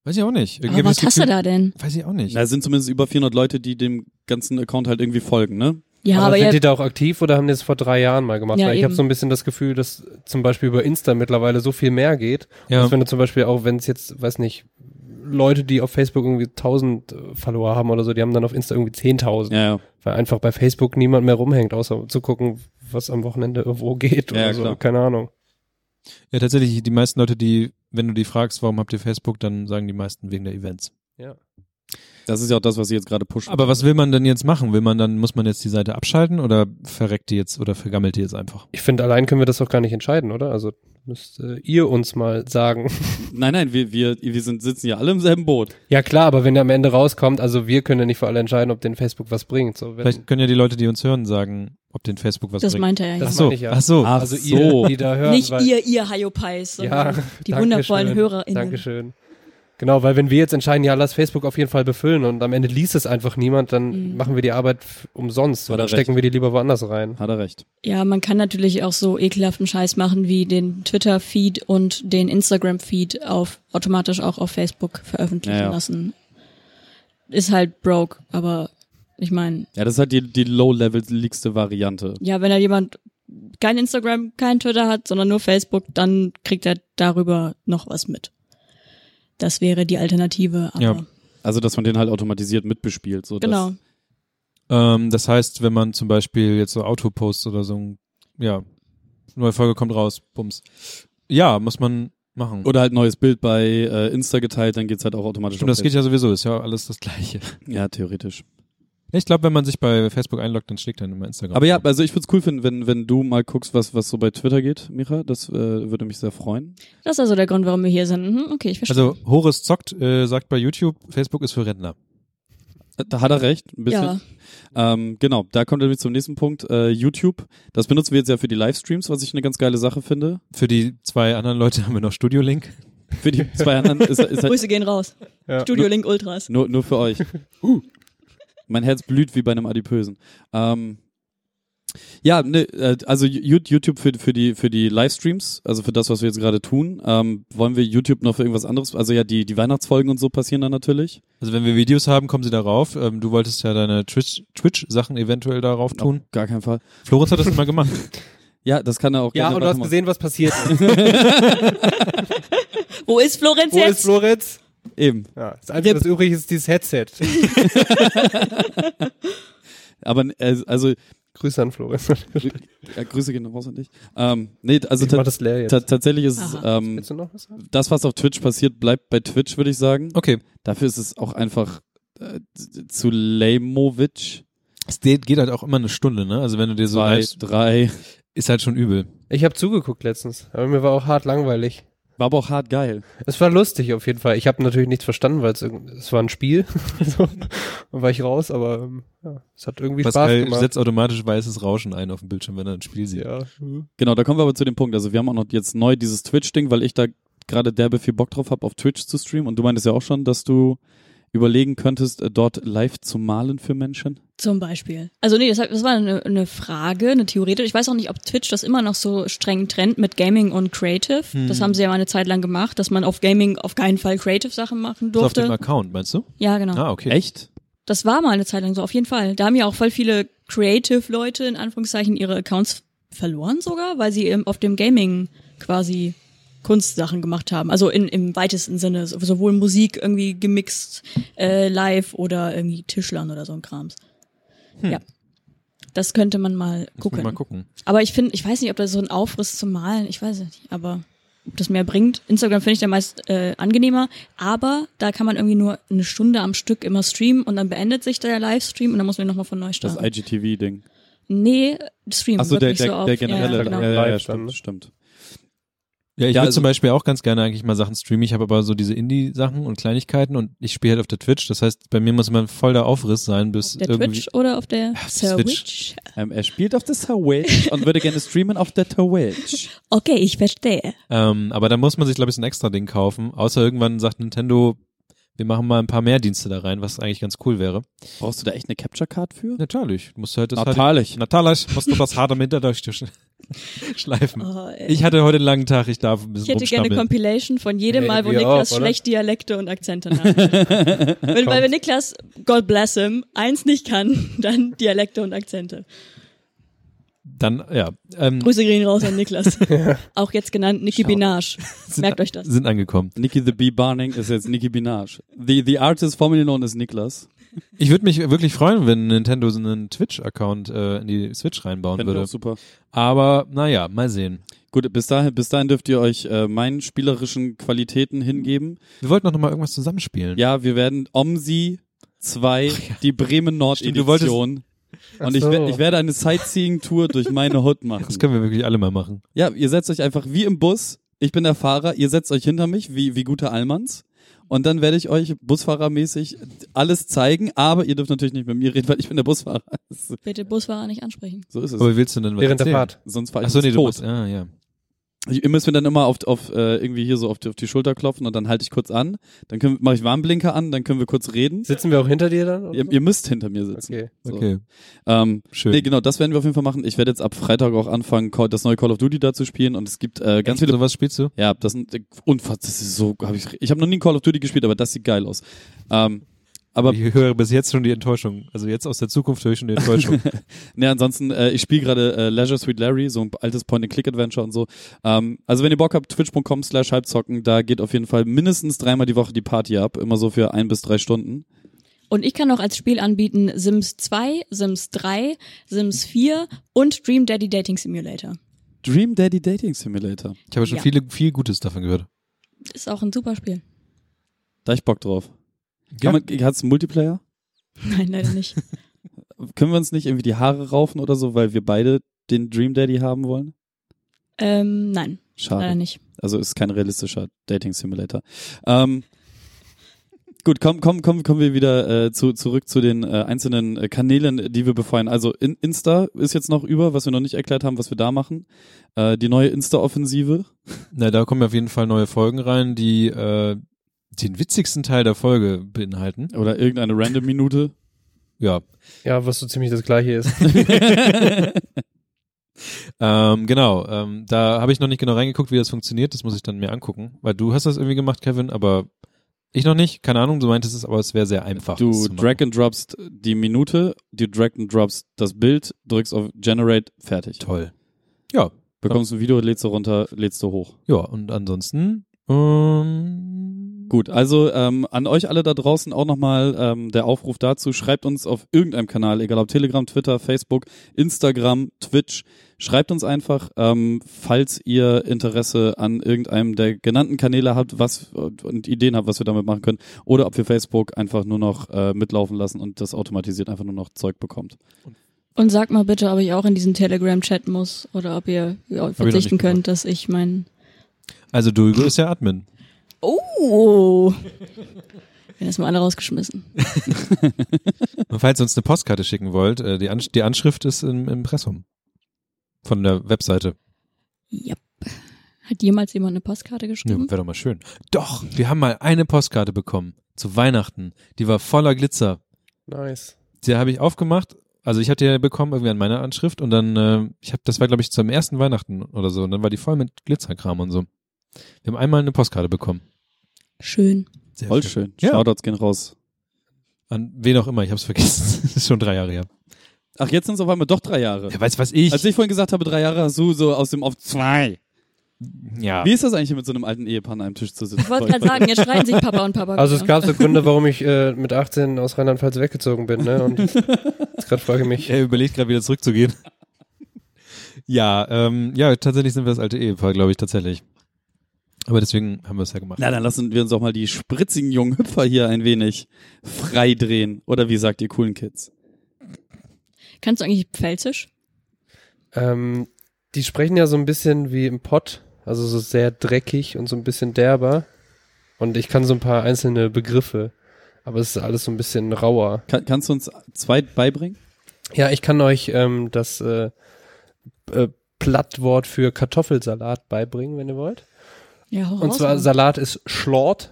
B: weiß ich auch nicht. Irgendwie
E: Aber
B: hab ich
E: was
B: das
E: hast du
B: Gefühl-
E: da denn?
B: Weiß ich auch nicht.
D: Na, es sind zumindest über 400 Leute, die dem ganzen Account halt irgendwie folgen, ne?
E: Ja,
C: aber
E: aber,
C: sind
E: ja,
C: die da auch aktiv oder haben die das vor drei Jahren mal gemacht?
E: Ja,
C: Weil ich habe
E: eben.
C: so ein bisschen das Gefühl, dass zum Beispiel über Insta mittlerweile so viel mehr geht.
B: ja.
C: Dass wenn du zum Beispiel auch, wenn es jetzt, weiß nicht, Leute, die auf Facebook irgendwie 1000 äh, Follower haben oder so, die haben dann auf Insta irgendwie 10.000.
D: Ja, ja.
C: Weil einfach bei Facebook niemand mehr rumhängt, außer zu gucken, was am Wochenende wo geht
D: Ja,
C: oder so.
D: klar.
C: Keine Ahnung.
B: Ja, tatsächlich, die meisten Leute, die, wenn du die fragst, warum habt ihr Facebook, dann sagen die meisten wegen der Events.
D: Das ist ja auch das, was ich jetzt gerade pushen.
B: Aber was will man denn jetzt machen? Will man dann, muss man jetzt die Seite abschalten oder verreckt die jetzt oder vergammelt die jetzt einfach?
C: Ich finde, allein können wir das doch gar nicht entscheiden, oder? Also müsst äh, ihr uns mal sagen.
D: Nein, nein, wir, wir, wir sind, sitzen ja alle im selben Boot.
C: ja klar, aber wenn der am Ende rauskommt, also wir können ja nicht für alle entscheiden, ob den Facebook was bringt. So, wenn,
B: Vielleicht können ja die Leute, die uns hören, sagen, ob den Facebook was
E: das
B: bringt.
E: meinte er ja.
C: Das
B: ach so,
C: meine ich ja.
B: ach so.
D: Ach
C: also
D: so.
C: ihr, die da hören.
E: Nicht
C: weil,
E: ihr, ihr Hajopais,
C: Ja,
E: sondern die
C: Dankeschön.
E: wundervollen HörerInnen.
C: Dankeschön. Genau, weil wenn wir jetzt entscheiden, ja, lass Facebook auf jeden Fall befüllen und am Ende liest es einfach niemand, dann
E: Mhm.
C: machen wir die Arbeit f- umsonst
D: Hat
C: oder
D: er
C: stecken wir die lieber woanders rein.
D: Hat er recht.
E: Ja, man kann natürlich auch so ekelhaften Scheiß machen wie den Twitter-Feed und den Instagram-Feed auf automatisch auch auf Facebook veröffentlichen
D: Ja, ja.
E: lassen. Ist halt broke, aber ich meine,
D: Ja, das ist halt die, die low-level-leakste Variante.
E: ja, wenn da jemand kein Instagram, kein Twitter hat, sondern nur Facebook, dann kriegt er darüber noch was mit. Das wäre die Alternative, aber
B: Ja.
D: Also, dass man den halt automatisiert mitbespielt. So
E: genau.
B: Ähm, das heißt, wenn man zum Beispiel jetzt so Autoposts oder so, ein- ja, neue Folge kommt raus, bums. Ja, muss man machen.
D: Dass, oder halt neues Bild bei äh, Insta geteilt, dann geht's halt auch automatisch
B: Stimmt,
D: auf
B: das geht ja sowieso, ist ja alles das Gleiche.
D: Facebook. Ja, theoretisch.
B: Ich glaube, wenn man sich bei Facebook einloggt, dann schlägt dann immer Instagram.
D: Aber ja, also ich würde es cool finden, wenn, wenn du mal guckst, was, was so bei Twitter geht, Micha. Das äh, würde mich sehr freuen.
E: Das ist also der Grund, warum wir hier sind. Mhm, Okay, ich verstehe.
B: Also Horis zockt, äh, sagt bei YouTube, Facebook ist für Rentner.
D: Da hat er recht, ein bisschen.
E: Ja,
D: Ähm, genau, da kommt er nämlich zum nächsten Punkt. Äh, YouTube, das benutzen wir jetzt ja für die Livestreams, was ich eine ganz geile Sache finde.
B: Für die zwei anderen Leute haben wir noch Studio Link.
D: Für die zwei anderen ist, ist halt
E: Grüße gehen raus.
C: Ja.
E: Studio Link Ultras.
D: nur, nur für euch. Mein Herz blüht wie bei einem Adipösen. Ähm, ja, ne, äh, also Ju- YouTube für, für die für die Livestreams, also für das, was wir jetzt gerade tun, ähm, wollen wir YouTube noch für irgendwas anderes? Also ja, die die Weihnachtsfolgen und so passieren dann natürlich.
B: Also wenn wir Videos haben, kommen sie darauf. Ähm, du wolltest ja deine Twitch- Twitch-Sachen eventuell darauf
D: Auf
B: tun.
D: gar keinen Fall.
B: Florenz hat das immer gemacht.
D: Ja, das kann er auch.
C: Ja,
D: gerne
C: und du hast
D: weitermachen.
C: gesehen, was passiert.
E: Wo ist Florenz
C: Wo
E: jetzt?
C: ist Florenz?
D: Eben.
C: Ja, das Einzige, was übrig ist, dieses Headset.
D: Aber äh, also
C: Grüße an Florenz. Ich
D: ja, Grüße gehen raus an dich. Ähm, nee, also
C: mach
D: ta
C: das leer jetzt.
D: ta tatsächlich ist es,
E: Aha.
D: ähm,
C: Willst du noch was sagen?
D: das, was auf Twitch passiert, bleibt bei Twitch, würde ich sagen.
B: Okay.
D: Dafür ist es auch einfach äh, zu lamovic.
B: Es geht geht halt auch immer eine Stunde, ne? Also wenn du dir so
D: Zwei,
B: live,
D: drei.
B: ist halt schon übel.
C: Ich habe zugeguckt letztens, aber mir war auch hart langweilig.
D: War aber auch hart geil.
C: Es war lustig auf jeden Fall. Ich habe natürlich nichts verstanden, weil es irgend- es war ein Spiel. so, dann war ich raus, aber ähm, ja, es hat irgendwie Spaß
D: äh,
B: Pascal
C: gemacht.
B: setzt automatisch weißes Rauschen ein auf dem Bildschirm, wenn er ein Spiel sieht.
C: ja.
D: Genau, da kommen wir aber zu dem Punkt. Also wir haben auch noch jetzt neu dieses Twitch-Ding, weil ich da gerade derbe viel Bock drauf habe, auf Twitch zu streamen. Und du meintest ja auch schon, dass du überlegen könntest, äh, dort live zu malen für Menschen.
E: Zum Beispiel. Also nee, das, hat- das war eine, eine Frage, eine theoretische. Ich weiß auch nicht, ob Twitch das immer noch so streng trennt mit Gaming und Creative. Das haben sie ja mal eine Zeit lang gemacht, dass man auf Gaming auf keinen Fall Creative-Sachen machen
B: So auf dem
E: durfte.
B: Account, meinst du?
E: Ja, genau.
B: Ah, okay.
D: Echt?
E: Das war mal eine Zeit lang so, auf jeden Fall. Da haben ja auch voll viele Creative-Leute in Anführungszeichen ihre Accounts verloren sogar, weil sie ähm, auf dem Gaming quasi Kunstsachen gemacht haben. Also in, im weitesten Sinne, so- sowohl Musik irgendwie gemixt äh, live oder irgendwie Tischlern oder so ein Krams. Ja. Das könnte man mal
B: Hm. Muss man
E: gucken.
B: Mal gucken.
E: Aber ich finde, ich weiß nicht, ob das so ein Aufriss zum Malen, ich weiß es nicht, aber ob das mehr bringt. Instagram finde ich da meist äh, angenehmer, aber da kann man irgendwie nur eine Stunde am Stück immer streamen und dann beendet sich der Livestream und dann muss man nochmal von neu
D: Das
E: starten.
D: IGTV-Ding.
E: nee, Stream.
D: Achso, der,
E: wirklich
D: der,
E: so auf,
D: der generelle.
E: Ja,
D: Ja,
E: genau.
D: ja, ja,
C: Live dann, ne?
D: stimmt, stimmt.
B: Ja, ich
D: Ja,
B: würde
D: also-
B: zum Beispiel auch ganz gerne eigentlich mal Sachen streamen. Ich habe aber so diese Indie-Sachen und Kleinigkeiten und ich spiele halt auf der Twitch. Das heißt, bei mir muss man voll der Aufriss sein, bis
E: Der
B: irgendwie.
E: Twitch oder auf der
B: auf der Switch.
E: Switch?
D: Ähm, er spielt auf der Twitch und würde gerne streamen auf der Twitch.
E: Okay, ich verstehe.
B: Ähm, aber da muss man sich, glaube ich, so ein extra Ding kaufen. Außer irgendwann sagt Nintendo, wir machen mal ein paar mehr Dienste da rein, was eigentlich ganz cool wäre.
D: Brauchst du da echt eine Capture Card für?
B: Natürlich. Musst du halt das halt,
D: Natürlich.
B: natürlich musst du das hart am Hinterdurch schleifen.
E: Oh, ey.
B: Ich hatte heute einen langen Tag, ich darf ein bisschen
E: ich hätte gerne eine
B: rumstammeln.
E: Compilation von jedem
C: Nee,
E: Mal, wo
C: wir
E: Niklas
C: auch, oder?
E: schlecht Dialekte und Akzente nachmacht. Wenn, weil wenn Niklas, God bless him, eins nicht kann, dann Dialekte und Akzente.
B: Dann, ja. Ähm,
E: Grüße gehen raus an Niklas. Auch jetzt genannt Nicki Minaj. Merkt euch das.
B: Sind angekommen.
D: Nikki the Bee Barning ist jetzt Nicki Minaj. The, the artist formerly known as Niklas.
B: Ich würde mich wirklich freuen, wenn Nintendo so einen Twitch-Account äh, in die Switch reinbauen
D: Fänd ich auch
B: würde.
D: super.
B: Aber naja, mal sehen.
D: Gut, bis dahin, bis dahin dürft ihr euch äh, meinen spielerischen Qualitäten hingeben.
B: Wir wollten doch nochmal irgendwas zusammenspielen.
D: Ja, wir werden Omsi 2, die Bremen Nord
B: Stimmt, du wolltest-
D: Edition. Und
C: Ach
D: ich,
C: so.
D: wer- ich werde eine Sightseeing-Tour durch meine Hood machen.
B: Das können wir wirklich alle mal machen.
D: Ja, ihr setzt euch einfach wie im Bus. Ich bin der Fahrer, ihr setzt euch hinter mich, wie, wie gute Allmanns. Und dann werde ich euch busfahrermäßig alles zeigen, aber ihr dürft natürlich nicht mit mir reden, weil ich bin der Busfahrer.
E: Bitte Busfahrer nicht ansprechen.
D: So ist es.
B: Aber wie willst du denn was
C: Während der
B: erzählen?
C: Fahrt.
D: Sonst fahre ich
B: Achso, nee, du
D: tot.
B: machst, ah, ja.
D: Ich, ihr müsst mir dann immer auf, auf äh, irgendwie hier so auf die, auf die Schulter klopfen und dann halte ich kurz an. Dann können- mache ich Warnblinker an, dann können wir kurz reden.
C: Sitzen wir auch hinter dir dann? oder
D: Ihr, ihr müsst hinter mir
C: so?
D: sitzen.
C: Okay.
D: So.
B: Okay,
D: Ähm,
B: schön.
D: Nee, genau, das werden wir auf jeden Fall machen. Ich werde jetzt ab Freitag auch anfangen, Call- das neue Call of Duty da zu spielen und es gibt äh, ganz
B: Echt,
D: viele.
B: sowas spielst du?
D: Ja, das sind äh, unfassbar. Das ist so. Hab ich ich habe noch nie ein Call of Duty gespielt, aber das sieht geil aus. Ähm, aber
B: Ich höre bis jetzt schon die Enttäuschung. Also jetzt aus der Zukunft höre ich schon die Enttäuschung.
D: Ne, ansonsten, äh, ich spiele gerade äh, Leisure Suite Larry, so ein altes Point-and-Click-Adventure und so. Ähm, also wenn ihr Bock habt, twitch.com slash halbzocken, da geht auf jeden Fall mindestens dreimal die Woche die Party ab, immer so für ein bis drei Stunden.
E: Und ich kann auch als Spiel anbieten Sims 2, Sims 3, Sims 4 und Dream Daddy Dating Simulator.
D: Dream Daddy Dating Simulator.
B: Ich habe schon
E: Ja.
B: viele, viel Gutes davon gehört.
E: Ist auch ein super Spiel.
D: Da hab ich Bock drauf.
B: Ja.
D: Kann man, hat's einen Multiplayer?
E: Nein, leider nicht.
D: Können wir uns nicht irgendwie die Haare raufen oder so, weil wir beide den Dream Daddy haben wollen?
E: ähm, nein, leider
D: Schade.
E: nicht.
D: Also ist kein realistischer Dating Simulator. Ähm, Gut, komm, komm, komm, kommen wir wieder äh, zu, zurück zu den äh, einzelnen äh, Kanälen, die wir befeuern. Also in, Insta ist jetzt noch über, was wir noch nicht erklärt haben, was wir da machen. Äh, die neue Insta-Offensive.
B: Na, da kommen auf jeden Fall neue Folgen rein, die äh, den witzigsten Teil der Folge beinhalten.
D: Oder irgendeine random Minute.
B: Ja.
C: Ja, was so ziemlich das gleiche ist.
B: Ähm, genau, ähm, da habe ich noch nicht genau reingeguckt, wie das funktioniert. Das muss ich dann mir angucken. Weil du hast das irgendwie gemacht, Kevin, aber ich noch nicht. Keine Ahnung, du meintest es, aber es wäre sehr einfach. Oh, das
D: Du
B: zu machen.
D: drag and dropst die Minute, du drag and dropst das Bild, drückst auf Generate, fertig.
B: Toll. Ja,
D: Bekommst ein Video, lädst du runter, lädst du hoch.
B: ja, und ansonsten, ähm,
D: Gut, also ähm, an euch alle da draußen auch nochmal ähm, der Aufruf dazu. Schreibt uns auf irgendeinem Kanal, egal ob Telegram, Twitter, Facebook, Instagram, Twitch. Schreibt uns einfach, ähm, falls ihr Interesse an irgendeinem der genannten Kanäle habt, was äh, und Ideen habt, was wir damit machen können, oder ob wir Facebook einfach nur noch äh, mitlaufen lassen und das automatisiert einfach nur noch Zeug bekommt.
E: Und sag mal bitte, ob ich auch in diesen Telegram-Chat muss oder ob ihr ja, verzichten
B: nicht gemacht.
E: könnt, dass ich meinen.
B: also Dulgo ist ja Admin.
E: Oh! Bin erstmal alle rausgeschmissen.
B: Und falls ihr uns eine Postkarte schicken wollt, äh, die, Ansch die Anschrift ist im Impressum. Von der Webseite.
E: Yep. Hat jemals jemand eine Postkarte
B: Ja,
E: geschrieben?
B: wäre doch mal schön. Doch, wir haben mal eine Postkarte bekommen. Zu Weihnachten. Die war voller Glitzer.
C: nice.
B: die habe ich aufgemacht. Also ich hatte ja bekommen irgendwie an meiner Anschrift und dann, äh, ich habe, das war glaube ich zum ersten Weihnachten oder so und dann war die voll mit Glitzerkram und so. Wir haben einmal eine Postkarte bekommen.
E: Schön.
B: Sehr
D: Voll schön.
B: Ja.
D: Shoutouts gehen raus.
B: An wen auch immer, ich habe es vergessen. Das ist schon drei Jahre her. Also
D: Ach, jetzt sind es auf einmal doch drei Jahre.
B: Wer weiß, was ich.
D: Als ich vorhin gesagt habe, drei Jahre, hast du so aus dem auf zwei.
B: ja.
D: Wie ist das eigentlich, mit so einem alten Ehepaar an einem Tisch zu sitzen?
E: Ich wollte gerade sagen, jetzt streiten sich Papa und Papa.
C: Also es
E: wieder.
C: gab so Gründe, warum ich äh, mit 18 aus Rheinland-Pfalz weggezogen bin, ne? Und jetzt gerade frage mich.
B: Er überlegt gerade äh, wieder zurückzugehen. ja, ähm, ja, tatsächlich sind wir das alte Ehepaar, glaube ich, tatsächlich. Aber deswegen haben wir es ja gemacht.
D: Na, dann lassen wir uns auch mal die spritzigen jungen Hüpfer hier ein wenig frei drehen. Oder wie sagt ihr coolen Kids?
E: Kannst du eigentlich Pfälzisch?
C: Ähm, die sprechen ja so ein bisschen wie im Pott, also so sehr dreckig und so ein bisschen derber. Und ich kann so ein paar einzelne Begriffe, aber es ist alles so ein bisschen rauer.
D: Kann, kannst du uns zwei beibringen?
C: Ja, ich kann euch ähm, das äh, äh, Plattwort für Kartoffelsalat beibringen, wenn ihr wollt.
E: Ja, hau
C: Und
E: raus,
C: zwar
E: Mann.
C: Salat ist Schlort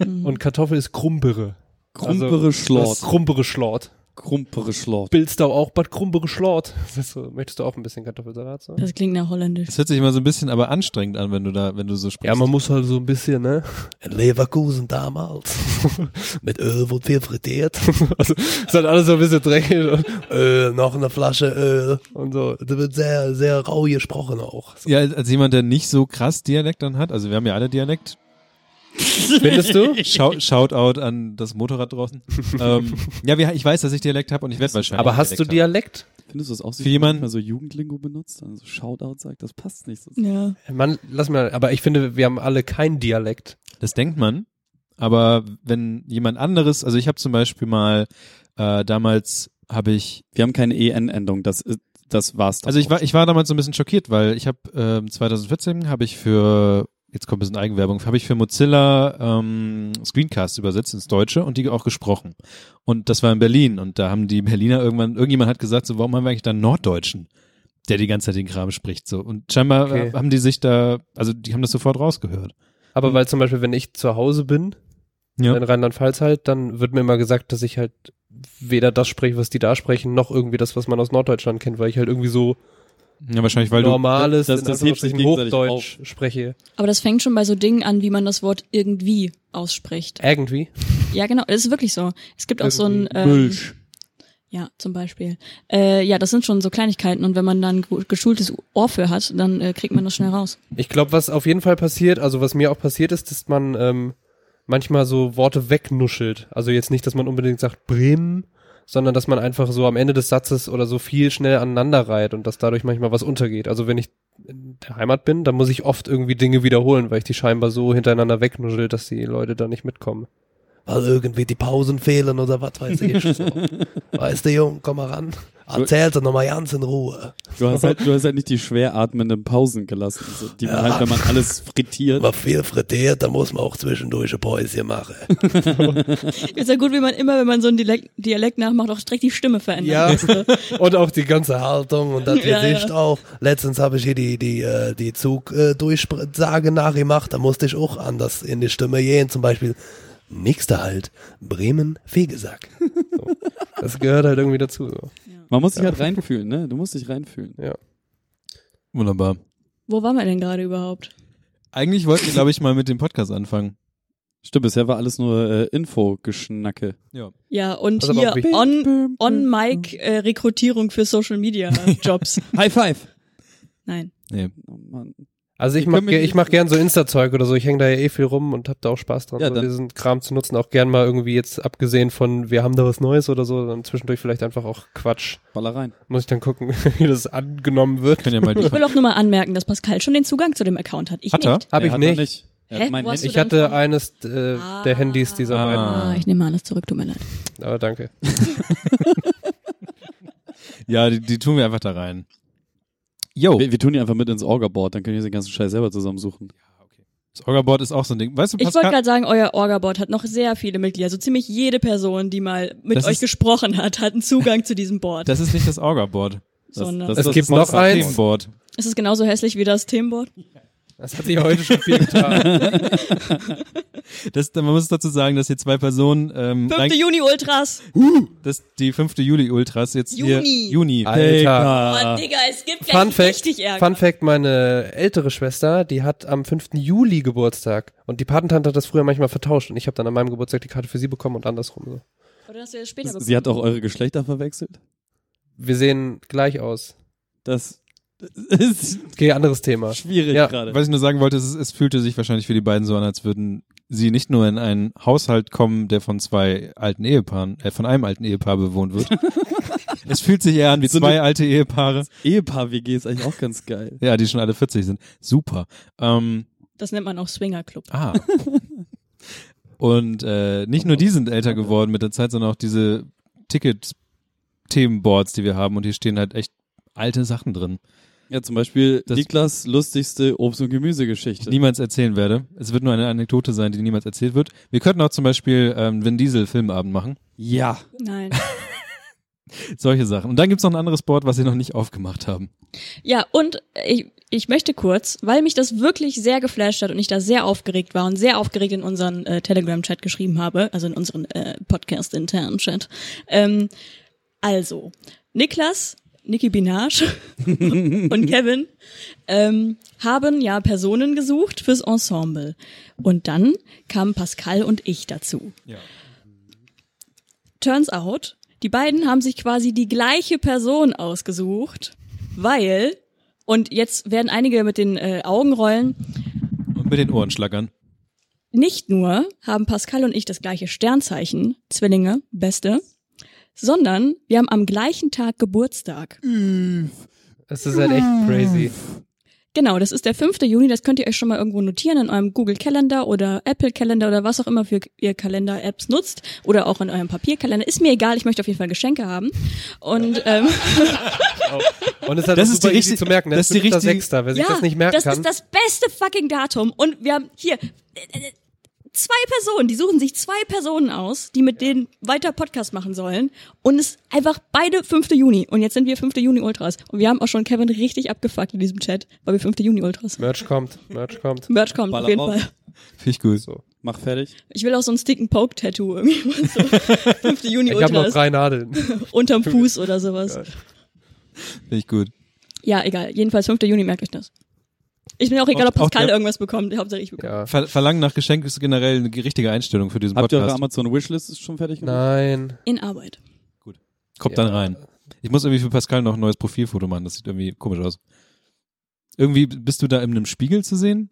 E: Oh, Mhm.
C: und Kartoffel ist Krumpere.
B: Also,
D: Krumpere Schlort.
C: Krumpere Schlort.
D: Krumpere Schlort.
C: Bildst du auch Bad Krumpere Schlort? Das ist so, möchtest du auch ein bisschen Kartoffelsalat so?
E: Das klingt nach Holländisch.
B: Es hört sich immer so ein bisschen aber anstrengend an, wenn du da, wenn du so sprichst.
G: Ja, man muss halt so ein bisschen, ne? In Leverkusen damals. Mit Öl wurde viel frittiert.
C: Also, ist halt alles so ein bisschen dreckig und,
G: Öl, noch eine Flasche Öl.
C: und so.
G: Da wird sehr, sehr rau gesprochen auch.
B: Ja, als, als jemand, der nicht so krass Dialekt dann hat, also wir haben ja alle Dialekt.
C: Findest du?
B: Schau, Shoutout an das Motorrad draußen. ähm, ja, wir, ich weiß, dass ich Dialekt habe und ich werde wahrscheinlich.
C: Aber hast du
B: haben.
C: Dialekt?
D: Findest du das auch so,
B: Für jemanden-
D: wenn man so Jugendlingo benutzt, dann so Shoutout sagt, das passt nicht. Das
E: Ja.
C: Mann, lass mal, aber ich finde, wir haben alle keinen Dialekt.
B: Das denkt man. Aber wenn jemand anderes, also ich habe zum Beispiel mal äh, damals habe ich,
D: Wir haben keine EN-Endung, das, ist- das war's dann.
B: also ich
D: auch.
B: war, ich war damals so ein bisschen schockiert, weil ich habe ähm, 2014 habe ich für jetzt kommt ein bisschen Eigenwerbung, habe ich für Mozilla ähm, Screencast übersetzt ins Deutsche und die auch gesprochen. Und das war in Berlin und da haben die Berliner irgendwann, irgendjemand hat gesagt, so warum haben wir eigentlich da einen Norddeutschen, der die ganze Zeit den Kram spricht so. Und scheinbar
C: Okay.
B: äh, haben die sich da, also die haben das sofort rausgehört.
C: Aber weil zum Beispiel, wenn ich zu Hause bin,
B: Ja.
C: in Rheinland-Pfalz halt, dann wird mir immer gesagt, dass ich halt weder das spreche, was die da sprechen, noch irgendwie das, was man aus Norddeutschland kennt, weil ich halt irgendwie so
B: Ja, wahrscheinlich, weil du
C: normales,
D: das-
C: in
D: das hebt sich
C: Anführungsstrichen
D: gegenseitig
C: Hochdeutsch spreche.
E: Aber das fängt schon bei so Dingen an, wie man das Wort irgendwie ausspricht.
C: Irgendwie.
E: Ja, genau, das ist wirklich so. Es gibt auch so ein.
C: Äh. Irgendwie.
E: Ähm, ja, zum Beispiel. Äh, ja, das sind schon so Kleinigkeiten und wenn man dann gu- geschultes Ohr für hat, dann äh, kriegt man das schnell raus.
C: Ich glaube, was auf jeden Fall passiert, also was mir auch passiert ist, dass man ähm, manchmal so Worte wegnuschelt. Also jetzt nicht, dass man unbedingt sagt Bremen, sondern dass man einfach so am Ende des Satzes oder so viel schnell aneinander reiht und dass dadurch manchmal was untergeht. Also wenn ich in der Heimat bin, dann muss ich oft irgendwie Dinge wiederholen, weil ich die scheinbar so hintereinander wegnuschel, dass die Leute da nicht mitkommen.
G: Weil irgendwie die Pausen fehlen oder was weiß ich. So. Weißt du, Jung, komm mal ran. Erzähl's doch nochmal ganz in Ruhe.
D: Du hast halt, du hast halt nicht die schwer atmenden Pausen gelassen, so, die man
G: Ja.
D: halt, wenn man alles frittiert.
G: Wenn viel frittiert, dann muss man auch zwischendurch ein Päuschen machen.
E: Ist ja gut, wie man immer, wenn man so einen Dialekt, Dialekt nachmacht, auch direkt die Stimme verändert.
C: Ja.
G: Und auch die ganze Haltung und das
E: Ja,
G: Gesicht
E: ja.
G: auch. Letztens habe ich hier die, die, äh, die Zugdurchsage nachgemacht. Da musste ich auch anders in die Stimme gehen. Zum Beispiel, nächster Halt, Bremen, Fegesack.
C: Das gehört halt irgendwie dazu. So.
D: Man muss sich halt reinfühlen, ne? Du musst dich reinfühlen.
B: Wunderbar.
E: Wo waren wir denn gerade überhaupt?
B: Eigentlich wollten wir, glaube ich, mal mit dem Podcast anfangen.
D: Stimmt, bisher war alles nur äh, Info-Geschnacke.
E: Ja, und
C: Das ist aber
E: hier
C: auch wichtig.
E: on, on Mic äh, Rekrutierung für Social Media Jobs.
D: High five!
E: Nein.
D: Oh Mann.
C: Also ich
D: Wir
C: mach,
D: können mit-
C: ge- ich mach gern so Insta-Zeug oder so. Ich hänge da ja eh viel rum und hab da auch Spaß dran,
D: Ja,
C: so
D: dann-
C: diesen Kram zu nutzen. Auch gern mal irgendwie jetzt abgesehen von, wir haben da was Neues oder so, dann zwischendurch vielleicht einfach auch Quatsch.
D: Baller rein.
C: Muss ich dann gucken, wie das angenommen wird.
B: Können ja mal die
E: Ich will auch nur mal anmerken, dass Pascal schon den Zugang zu dem Account hat. Ich
B: Hat er?
E: nicht.
C: Hab
D: Nee,
C: ich
D: hat er
C: nicht.
D: Er
E: Hä?
D: hat mein
E: Wo hast
D: Handy.
E: du
C: Ich
E: denn
C: hatte
E: von-
C: eines äh, der Handys dieser
B: Ah.
E: Ah, ich nehme alles zurück, tut mir leid.
C: beiden. Aber danke.
B: Ja, die, die tun wir einfach da rein. Yo,
D: Wir, wir tun die einfach mit ins Orga-Board, dann können wir den ganzen Scheiß selber zusammensuchen.
B: das Orga-Board ist auch so ein Ding. Weißt du,
E: Ich wollte
B: Pascal,
E: gerade sagen, euer Orga-Board hat noch sehr viele Mitglieder. So ziemlich jede Person, die mal mit
B: Das
E: euch
B: ist-
E: gesprochen hat, hat einen Zugang zu diesem Board.
B: das ist nicht das Orga-Board.
E: sondern
D: das-
C: Es gibt noch
B: Das
C: eins.
B: Themenboard.
E: ist es genauso hässlich wie das Themenboard?
C: Das hat sich heute schon viel getan.
B: Das, man muss dazu sagen, dass hier zwei Personen, ähm,
E: 5.
B: rein,
E: Juni Ultras.
B: dass die 5. Juli Ultras jetzt hier,
E: Juni.
B: Juni.
C: Alter.
D: Ah.
E: Oh, Digga, es gibt gleich
C: Fun Fact,
E: richtig Ärger.
C: Fun Fact, meine ältere Schwester, die hat am 5. Juli Geburtstag. Und die Patentante hat das früher manchmal vertauscht. Und ich habe dann an meinem Geburtstag die Karte für sie bekommen und andersrum. So.
E: Oder hast du das später bekommen?
D: Sie hat auch eure Geschlechter verwechselt.
C: Wir sehen gleich aus.
D: Das ist
C: Okay, anderes Thema.
D: schwierig
C: Ja,
D: gerade.
B: Was ich nur sagen wollte, es, ist- es fühlte sich wahrscheinlich für die beiden so an, als würden sie nicht nur in einen Haushalt kommen, der von zwei alten Ehepaaren, äh, von einem alten Ehepaar bewohnt wird. es fühlt sich eher an wie
D: So
B: zwei
D: eine-
B: alte Ehepaare.
D: Ehepaar-WG ist eigentlich auch ganz geil.
B: Ja, die schon alle 40 sind. Super. Ähm,
E: Das nennt man auch Swingerclub.
B: ah. Und äh, nicht nur die sind älter geworden mit der Zeit, sondern auch diese Ticket-Themenboards, die wir haben. Und hier stehen halt echt alte Sachen drin,
D: Ja, zum Beispiel
B: Das-
D: Niklas lustigste Obst- und
B: die ich
D: Gemüsegeschichte.
B: niemals erzählen werde. Es wird nur eine Anekdote sein, die niemals erzählt wird. Wir könnten auch zum Beispiel ähm, Vin Diesel-Filmabend machen.
D: Ja.
E: Nein.
B: Solche Sachen. Und dann gibt's noch ein anderes Board, was sie noch nicht aufgemacht haben.
E: Ja, und äh, ich, ich möchte kurz, weil mich das wirklich sehr geflasht hat und ich da sehr aufgeregt war und sehr aufgeregt in unseren äh, Telegram-Chat geschrieben habe, also in unseren äh, Podcast-internen Chat. Ähm, also, Niklas, Niki Binage und Kevin ähm, haben ja Personen gesucht fürs Ensemble. Und dann kamen Pascal und ich dazu.
B: Ja.
E: Turns out, die beiden haben sich quasi die gleiche Person ausgesucht, weil, und jetzt werden einige mit den äh, Augen rollen,
B: Und mit den Ohren schlackern.
E: nicht nur haben Pascal und ich das gleiche Sternzeichen, Zwillinge, Beste, sondern wir haben am gleichen Tag Geburtstag.
C: Das ist halt echt
E: Hm.
C: crazy.
E: Genau, das ist der 5. Juni, das könnt ihr euch schon mal irgendwo notieren in eurem Google Calendar oder Apple Calendar oder was auch immer für ihr Kalender-Apps nutzt oder auch in eurem Papierkalender. Ist mir egal, ich möchte auf jeden Fall Geschenke haben. Und ähm,
C: Und es ist halt
B: Das
C: auch
B: ist
C: super
B: die
C: easy
B: richtige-
C: zu merken.
B: das ist die
C: der
B: richtige-
C: Sechster. Wer sich das nicht merken
E: das
C: kann.
E: ist das beste fucking Datum. Und wir haben hier äh, äh, zwei Personen, die suchen sich zwei Personen aus, die mit denen weiter Podcast machen sollen. Und es ist einfach beide 5. Juni. Und jetzt sind wir 5. Juni Ultras. Und wir haben auch schon Kevin richtig abgefuckt in diesem Chat, weil wir 5. Juni Ultras.
C: Merch kommt, Merch kommt.
E: Merch kommt
D: Baller
E: auf jeden
D: auf.
E: Fall.
B: Finde ich gut.
C: So.
D: Mach fertig.
E: Ich will auch so ein Stick and Poke Tattoo irgendwie. So 5. Juni
C: Ich habe noch
E: Ultras
C: drei Nadeln.
E: unterm Fuß oder sowas.
B: Finde ich gut.
E: Ja, egal. Jedenfalls 5. Juni merkt euch das. Ich bin auch egal, ob
B: Auch- auch
E: Pascal
B: der-
E: irgendwas bekommt. Hauptsache ich bekomme.
C: Ja.
B: Ver Verlangen nach Geschenk ist generell eine richtige Einstellung für diesen
D: Habt ihr eure
B: Podcast.
D: Amazon-Wishlist schon fertig gemacht?
C: Nein.
E: In Arbeit.
B: Kommt dann
C: Ja.
B: rein. Ich muss irgendwie für Pascal noch ein neues Profilfoto machen. Das sieht irgendwie komisch aus. Irgendwie bist du da in einem Spiegel zu sehen?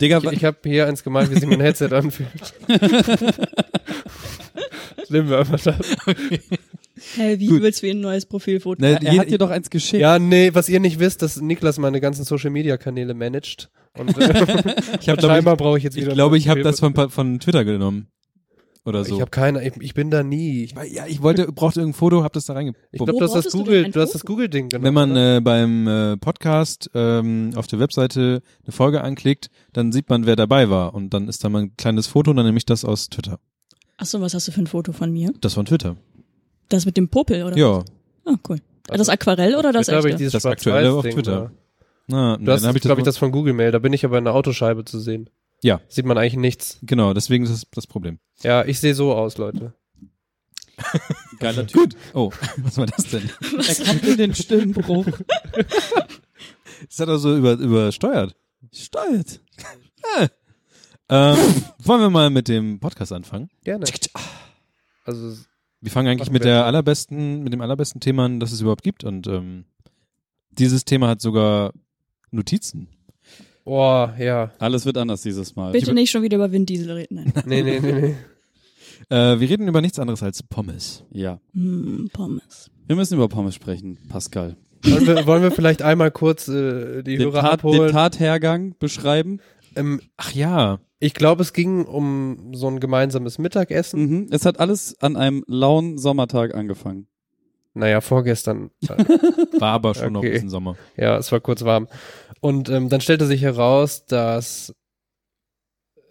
D: Digga,
C: Ich, ich habe hier eins gemalt, wie sich mein Headset anfühlt. Nehmen wir einfach das.
E: Hä, Äh, wie
B: Gut.
E: willst du ihr ein neues Profilfoto?
B: Ne,
D: er
B: je-
D: hat dir doch eins geschickt.
C: Ja, nee, was ihr nicht wisst, dass Niklas meine ganzen Social Media Kanäle managt. Und äh,
B: ich hab, glaub,
C: scheinbar brauche ich jetzt
B: ich,
C: wieder.
B: ich glaube,
C: ein
B: ich habe
C: Profil-
B: das von, Pa- von Twitter genommen. oder so.
C: Ich habe keine, ich, ich bin da nie. Ich,
B: Weil, ja, ich wollte, brauchte irgendein Foto, hab das da reingepumpt.
C: glaube, du hast das
E: brauchtest du
C: Google,
E: denn ein
C: du hast
E: Foto?
C: das Google-Ding genommen.
B: Wenn man
C: oder?
B: äh, beim äh, Podcast ähm, auf der Webseite eine Folge anklickt, dann sieht man, wer dabei war. Und dann ist da mal ein kleines Foto und dann nehme ich das aus Twitter.
E: Achso, was hast du für ein Foto von mir?
B: Das von Twitter.
E: Das mit dem Popel, oder?
B: Ja.
E: Ah, cool. das Aquarell oder das
C: Twitter hab Also, ich
E: echte?
C: dieses
B: Das aktuelle auf
C: Schwarz-Weiß-Ding
B: Twitter.
C: da.
B: Na,
C: Du hast,
B: dann hab ich das,
C: glaube ich, das von Google Mail. Da bin ich aber in der Autoscheibe zu sehen.
B: Ja.
C: Sieht man eigentlich nichts.
B: Genau, deswegen ist das das Problem.
C: Ja, ich sehe so aus, Leute.
D: Geiler Typ.
B: Oh, was war das denn?
D: Erkannt ihr den Stimmbruch?
B: Das hat er so über, übersteuert.
D: Steuert.
B: Ähm, wollen wir mal mit dem Podcast anfangen?
C: Gerne. Also,
B: Wir fangen eigentlich
C: Machen
B: mit
C: wir.
B: der allerbesten, mit dem allerbesten Thema an, das es überhaupt gibt. Und ähm, dieses Thema hat sogar Notizen.
C: oh, ja.
D: Alles wird anders dieses Mal.
E: Bitte nicht schon wieder über Winddiesel reden. Nein.
C: Nee, nee, nee, nee.
B: Äh, wir reden über nichts anderes als Pommes.
D: Ja.
E: Hm, Pommes.
D: Wir müssen über Pommes sprechen, Pascal.
C: Wollen wir, wollen wir vielleicht einmal kurz äh, die
D: Den,
C: Hörer
D: Tat, den
C: abholen?
D: Tathergang beschreiben.
C: Ähm,
B: Ach ja,
C: ich glaube, es ging um so ein gemeinsames Mittagessen.
D: Mhm. Es hat alles an einem lauen Sommertag angefangen.
C: Naja, vorgestern.
B: war aber schon noch ein
C: Okay.
B: bisschen Sommer.
C: Ja, es war kurz warm. Und ähm, dann stellte sich heraus, dass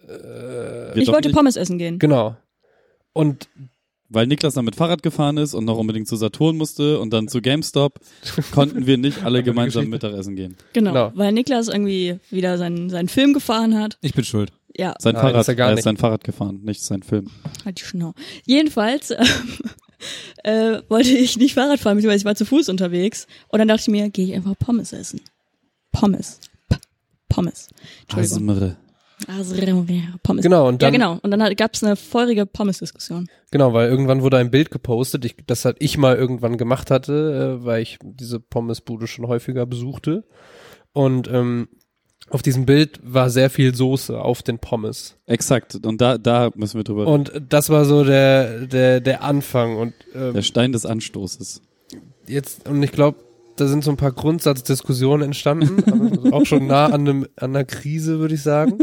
C: äh,
D: Wir
E: ich
D: doch
E: wollte
D: nicht-
E: Pommes essen gehen.
C: genau. Und
D: Weil Niklas dann mit Fahrrad gefahren ist und noch unbedingt zu Saturn musste und dann zu GameStop, konnten wir nicht alle gemeinsam Mittagessen gehen.
E: Genau,
C: Genau.
E: Weil Niklas irgendwie wieder seinen, seinen Film gefahren hat.
B: Ich bin schuld.
E: Ja,
D: Sein
C: Nein,
D: Fahrrad,
C: ist er gar
D: er ist
C: nicht.
D: sein Fahrrad gefahren, nicht sein Film.
E: halt die Schnau. Jedenfalls ähm, äh, wollte ich nicht Fahrrad fahren, beziehungsweise ich war zu Fuß unterwegs. Und dann dachte ich mir, gehe ich einfach Pommes essen. Pommes. P Pommes. Entschuldigung.
D: Asmere.
E: Also, Pommes.
C: genau, und
E: Ja,
C: dann
E: genau. Und dann gab es eine feurige Pommes-Diskussion.
C: Genau, weil irgendwann wurde ein Bild gepostet, ich, das halt ich mal irgendwann gemacht hatte, äh, weil ich diese Pommesbude schon häufiger besuchte. Und ähm, auf diesem Bild war sehr viel Soße auf den Pommes.
D: Exakt. Und da, da müssen wir drüber.
C: Und das war so der, der, der Anfang. Und ähm,
D: der Stein des Anstoßes.
C: jetzt, und ich glaube, da sind so ein paar Grundsatzdiskussionen entstanden, also auch schon nah an, einem, an einer Krise, würde ich sagen.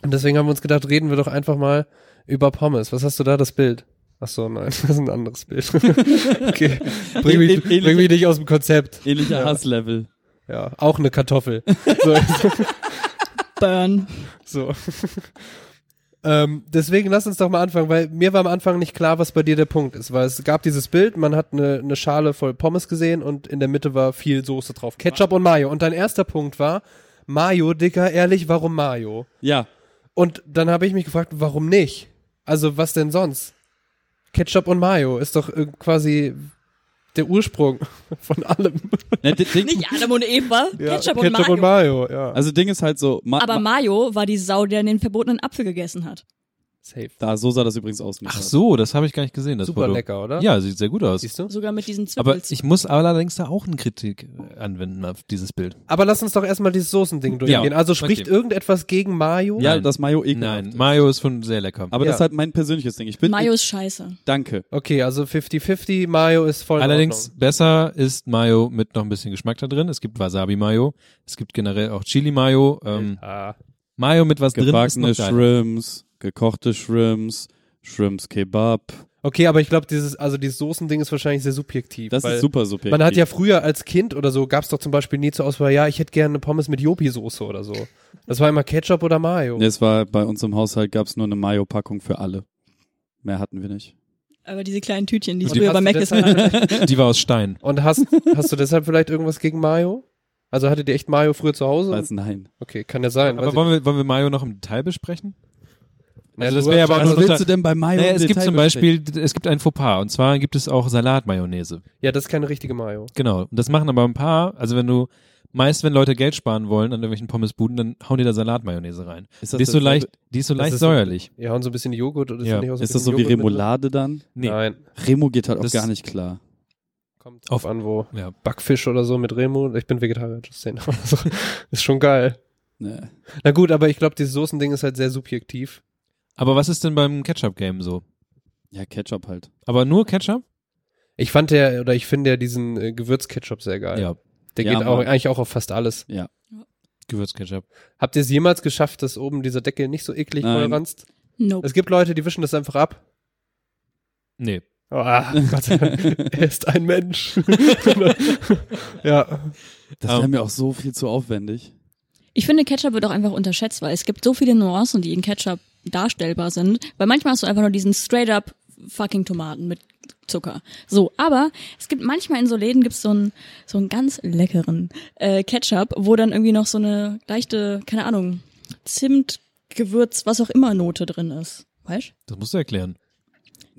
C: Und deswegen haben wir uns gedacht, reden wir doch einfach mal über Pommes. Was hast du da, das Bild? Ach so, nein, das ist ein anderes Bild. okay. Bring mich,
D: Ähnliche-
C: bring mich nicht aus dem Konzept.
D: Ähnlicher Hasslevel.
C: Ja, auch eine Kartoffel. So,
E: Burn.
C: so. Ähm, deswegen lass uns doch mal anfangen, weil mir war am Anfang nicht klar, was bei dir der Punkt ist, weil es gab dieses Bild, man hat eine, eine Schale voll Pommes gesehen und in der Mitte war viel Soße drauf. Ketchup und Mayo. Und dein erster Punkt war, Mayo, Dicker, ehrlich, warum Mayo?
D: Ja.
C: Und dann habe ich mich gefragt, warum nicht? Also was denn sonst? Ketchup und Mayo ist doch äh, quasi der Ursprung von allem.
D: Ne, d- Ding,
E: Nicht Adam und Eva,
C: Ja,
E: Ketchup, und Mayo.
C: und Mayo, ja.
D: also Ding ist halt so. Ma,
E: Aber
D: ma,
E: Mayo war die Sau, der den verbotenen Apfel gegessen hat.
C: Safe.
D: da, so sah das übrigens aus.
B: Ach
D: Niklas.
B: so, das habe ich gar nicht gesehen, das
C: Super
B: Foto.
C: lecker, oder?
B: Ja, sieht sehr gut aus.
C: Siehst du?
E: Sogar mit diesen Zwiebeln.
B: Aber ich muss allerdings da auch eine Kritik äh, anwenden auf dieses Bild.
C: Aber lass uns doch erstmal dieses Soßending durchgehen. also spricht
B: okay.
C: irgendetwas gegen Mayo?
D: Ja,
B: Nein.
D: das Mayo ekelhaft.
B: Nein, Mayo ist schon sehr lecker.
D: Aber das
C: Ja.
D: ist halt mein persönliches Ding. Ich bin.
E: Mayo ist scheiße.
D: danke.
C: Okay, also 50-50, Mayo ist voll in
B: Allerdings
C: Ordnung.
B: besser ist Mayo mit noch ein bisschen Geschmack da drin. Es gibt Wasabi-Mayo, es gibt generell auch Chili-Mayo. Ähm,
C: Ah,
B: Mayo mit was drin ist
D: Gebackene
B: noch geil.
D: Shrimps, gekochte Shrimps, Shrimps Kebab.
C: Okay, aber ich glaube, dieses, also dieses Soßending ist wahrscheinlich sehr subjektiv.
D: Das
C: weil
D: ist super subjektiv.
C: Man hat ja früher als Kind oder so, gab es doch zum Beispiel nie zur Auswahl, ja, ich hätte gerne eine Pommes mit Jopi-Soße oder so. Das war immer Ketchup oder Mayo.
D: Nee, Es war bei uns im Haushalt gab es nur eine Mayo-Packung für alle. Mehr hatten wir nicht.
E: Aber diese kleinen Tütchen, die es
C: Und
E: früher
C: hast
E: bei
C: du
E: Mac ist.
C: deshalb-
B: Die war aus Stein.
C: Und hast, hast du deshalb vielleicht irgendwas gegen Mayo? Also hattet ihr echt Mayo früher zu Hause?
D: Als nein.
C: okay, kann ja sein.
B: Aber
C: weiß
B: wollen wir, wollen wir Mayo noch im Detail besprechen?
C: ich-
B: also das
C: du
B: wär ja
C: hast-
B: aber
C: also,
B: nur- willst du
D: denn bei Mayo?
B: Naja, es gibt zum Beispiel, es gibt ein Fauxpas und zwar gibt es auch Salatmayonnaise.
C: Ja, das ist keine richtige Mayo.
B: Genau. Und das machen aber ein paar, also wenn du, meist wenn Leute Geld sparen wollen an irgendwelchen Pommesbuden, dann hauen die da Salatmayonnaise rein.
D: Ist
B: Die ist so leicht, die ist so
C: Das
B: leicht
C: ist-
B: säuerlich.
C: Ja, und so ein bisschen Joghurt oder
B: Ja.
C: nicht auch ein
D: Ist das
C: bisschen
D: so wie
C: Joghurt mit drin?
D: Remoulade dann?
B: Nee.
C: Nein.
D: Remo geht halt auch
B: Das-
D: gar nicht klar.
C: Kommt drauf
B: Auf-
C: an, wo.
B: Ja.
C: Backfisch oder so mit Remo. Ich bin Vegetarier, Justin. Also, ist schon geil.
D: Nee.
C: Na gut, aber ich glaube, dieses Soßending ist halt sehr subjektiv.
B: Aber was ist denn beim Ketchup-Game so?
D: Ja, Ketchup halt.
B: Aber nur Ketchup?
C: Ich fand der, oder ich finde ja diesen äh, Gewürzketchup sehr geil.
B: Ja,
C: Der
D: Ja,
C: geht auch,
D: Mann.
C: eigentlich auch auf fast alles.
B: Gewürzketchup.
C: Habt ihr es jemals geschafft, dass oben dieser Deckel nicht so eklig
D: Nein.
C: voll ranzt?
E: Nope.
C: Es gibt Leute, die wischen das einfach ab.
B: Nee.
C: Oh, ah, Gott sei Dank. er ist ein Mensch. ja.
D: Das wäre mir auch so viel zu aufwendig.
E: Ich finde, Ketchup wird auch einfach unterschätzt, weil es gibt so viele Nuancen, die in Ketchup darstellbar sind. Weil manchmal hast du einfach nur diesen straight up fucking Tomaten mit Zucker. So, aber es gibt manchmal in so Läden gibt's so einen so einen ganz leckeren äh, Ketchup, wo dann irgendwie noch so eine leichte, keine Ahnung, Zimt, Gewürz, was auch immer Note drin ist. Weißt?
B: Das musst du erklären.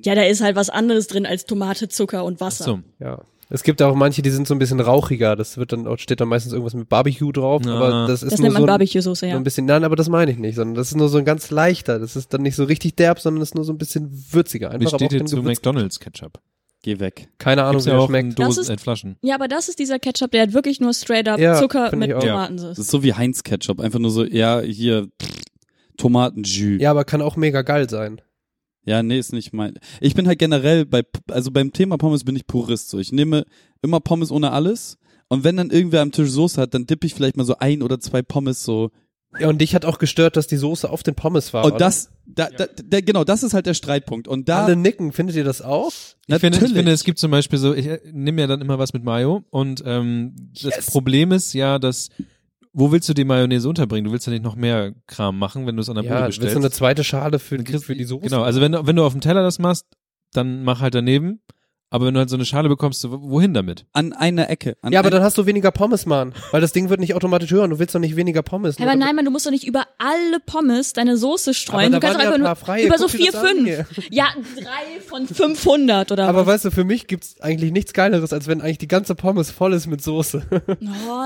E: Ja, da ist halt was anderes drin als Tomate, Zucker und Wasser.
B: So.
C: ja. Es gibt auch manche, die sind so ein bisschen rauchiger. Das wird dann, auch- steht dann meistens irgendwas mit Barbecue drauf.
B: Ja.
C: Aber das ist
E: Das
C: nur
E: nennt man
C: so ein,
E: Barbecue-Soße,
C: So
E: ja.
C: ein bisschen, nein, aber das meine ich nicht, sondern das ist nur so ein ganz leichter. Das ist dann nicht so richtig derb, sondern ist nur so ein bisschen würziger.
B: Wie
C: Einfach aber
B: steht
C: auch
B: hier
C: den
B: zu
C: Gewürz-
B: McDonalds Ketchup?
D: Geh weg.
C: Keine Ahnung,
B: Gibt's
C: wie
B: ja
C: der
B: auch in
C: schmeckt.
E: Das
B: Dosen,
E: ist-
B: in Flaschen.
E: Ja, aber das ist dieser Ketchup, der hat wirklich nur straight up
C: Ja,
E: Zucker
C: find ich
E: mit
C: auch.
B: Ja.
E: Tomatensauce.
D: Das ist so wie Heinz Ketchup. Einfach nur so, ja, hier, pff, Tomatenjus.
C: Ja, aber kann auch mega geil sein.
D: Ja, nee, ist nicht mein. Ich bin halt generell bei, also beim Thema Pommes bin ich Purist. So, ich nehme immer Pommes ohne alles. Und wenn dann irgendwer am Tisch Soße hat, dann dippe ich vielleicht mal so ein oder zwei Pommes so.
C: Ja, und dich hat auch gestört, dass die Soße auf den Pommes
B: Oh,
C: war.
D: Und
C: oder?
D: das, da, da, da, genau, das ist halt der Streitpunkt. Und da,
C: Alle nicken, findet ihr das auch?
B: Ich finde, ich
D: Natürlich.
B: finde, es gibt zum Beispiel so, ich äh, nehme ja dann immer was mit Mayo und ähm, das Problem ist ja, dass, wo willst du die Mayonnaise unterbringen? Du willst ja nicht noch mehr Kram machen, wenn du es an der Bude
C: Ja, willst
B: bestellst.
C: du eine zweite Schale für,
B: Dann kriegst-
C: für die Soße?
B: Genau, also wenn, du- wenn du auf dem Teller das machst, dann mach halt daneben. Aber wenn du halt so eine Schale bekommst, so, wohin damit?
D: an einer Ecke. An
C: Ja, aber
D: einer-
C: dann hast du weniger Pommes, Mann. Weil das Ding wird nicht automatisch hören. Du willst doch nicht weniger Pommes. ne?
E: Hey, aber nein, man, du musst doch nicht über alle Pommes deine Soße streuen.
C: Aber da
E: du kannst doch
C: waren ja
E: einfach
C: ein
E: nur
C: paar freie.
E: über
C: Guck
E: so
C: dir
E: vier,
C: das an hier.
E: fünf. Ja, drei von 500 oder
C: aber
E: was.
C: weißt du, für mich gibt's eigentlich nichts Geileres, als wenn eigentlich die ganze Pommes voll ist mit Soße.
E: Oh,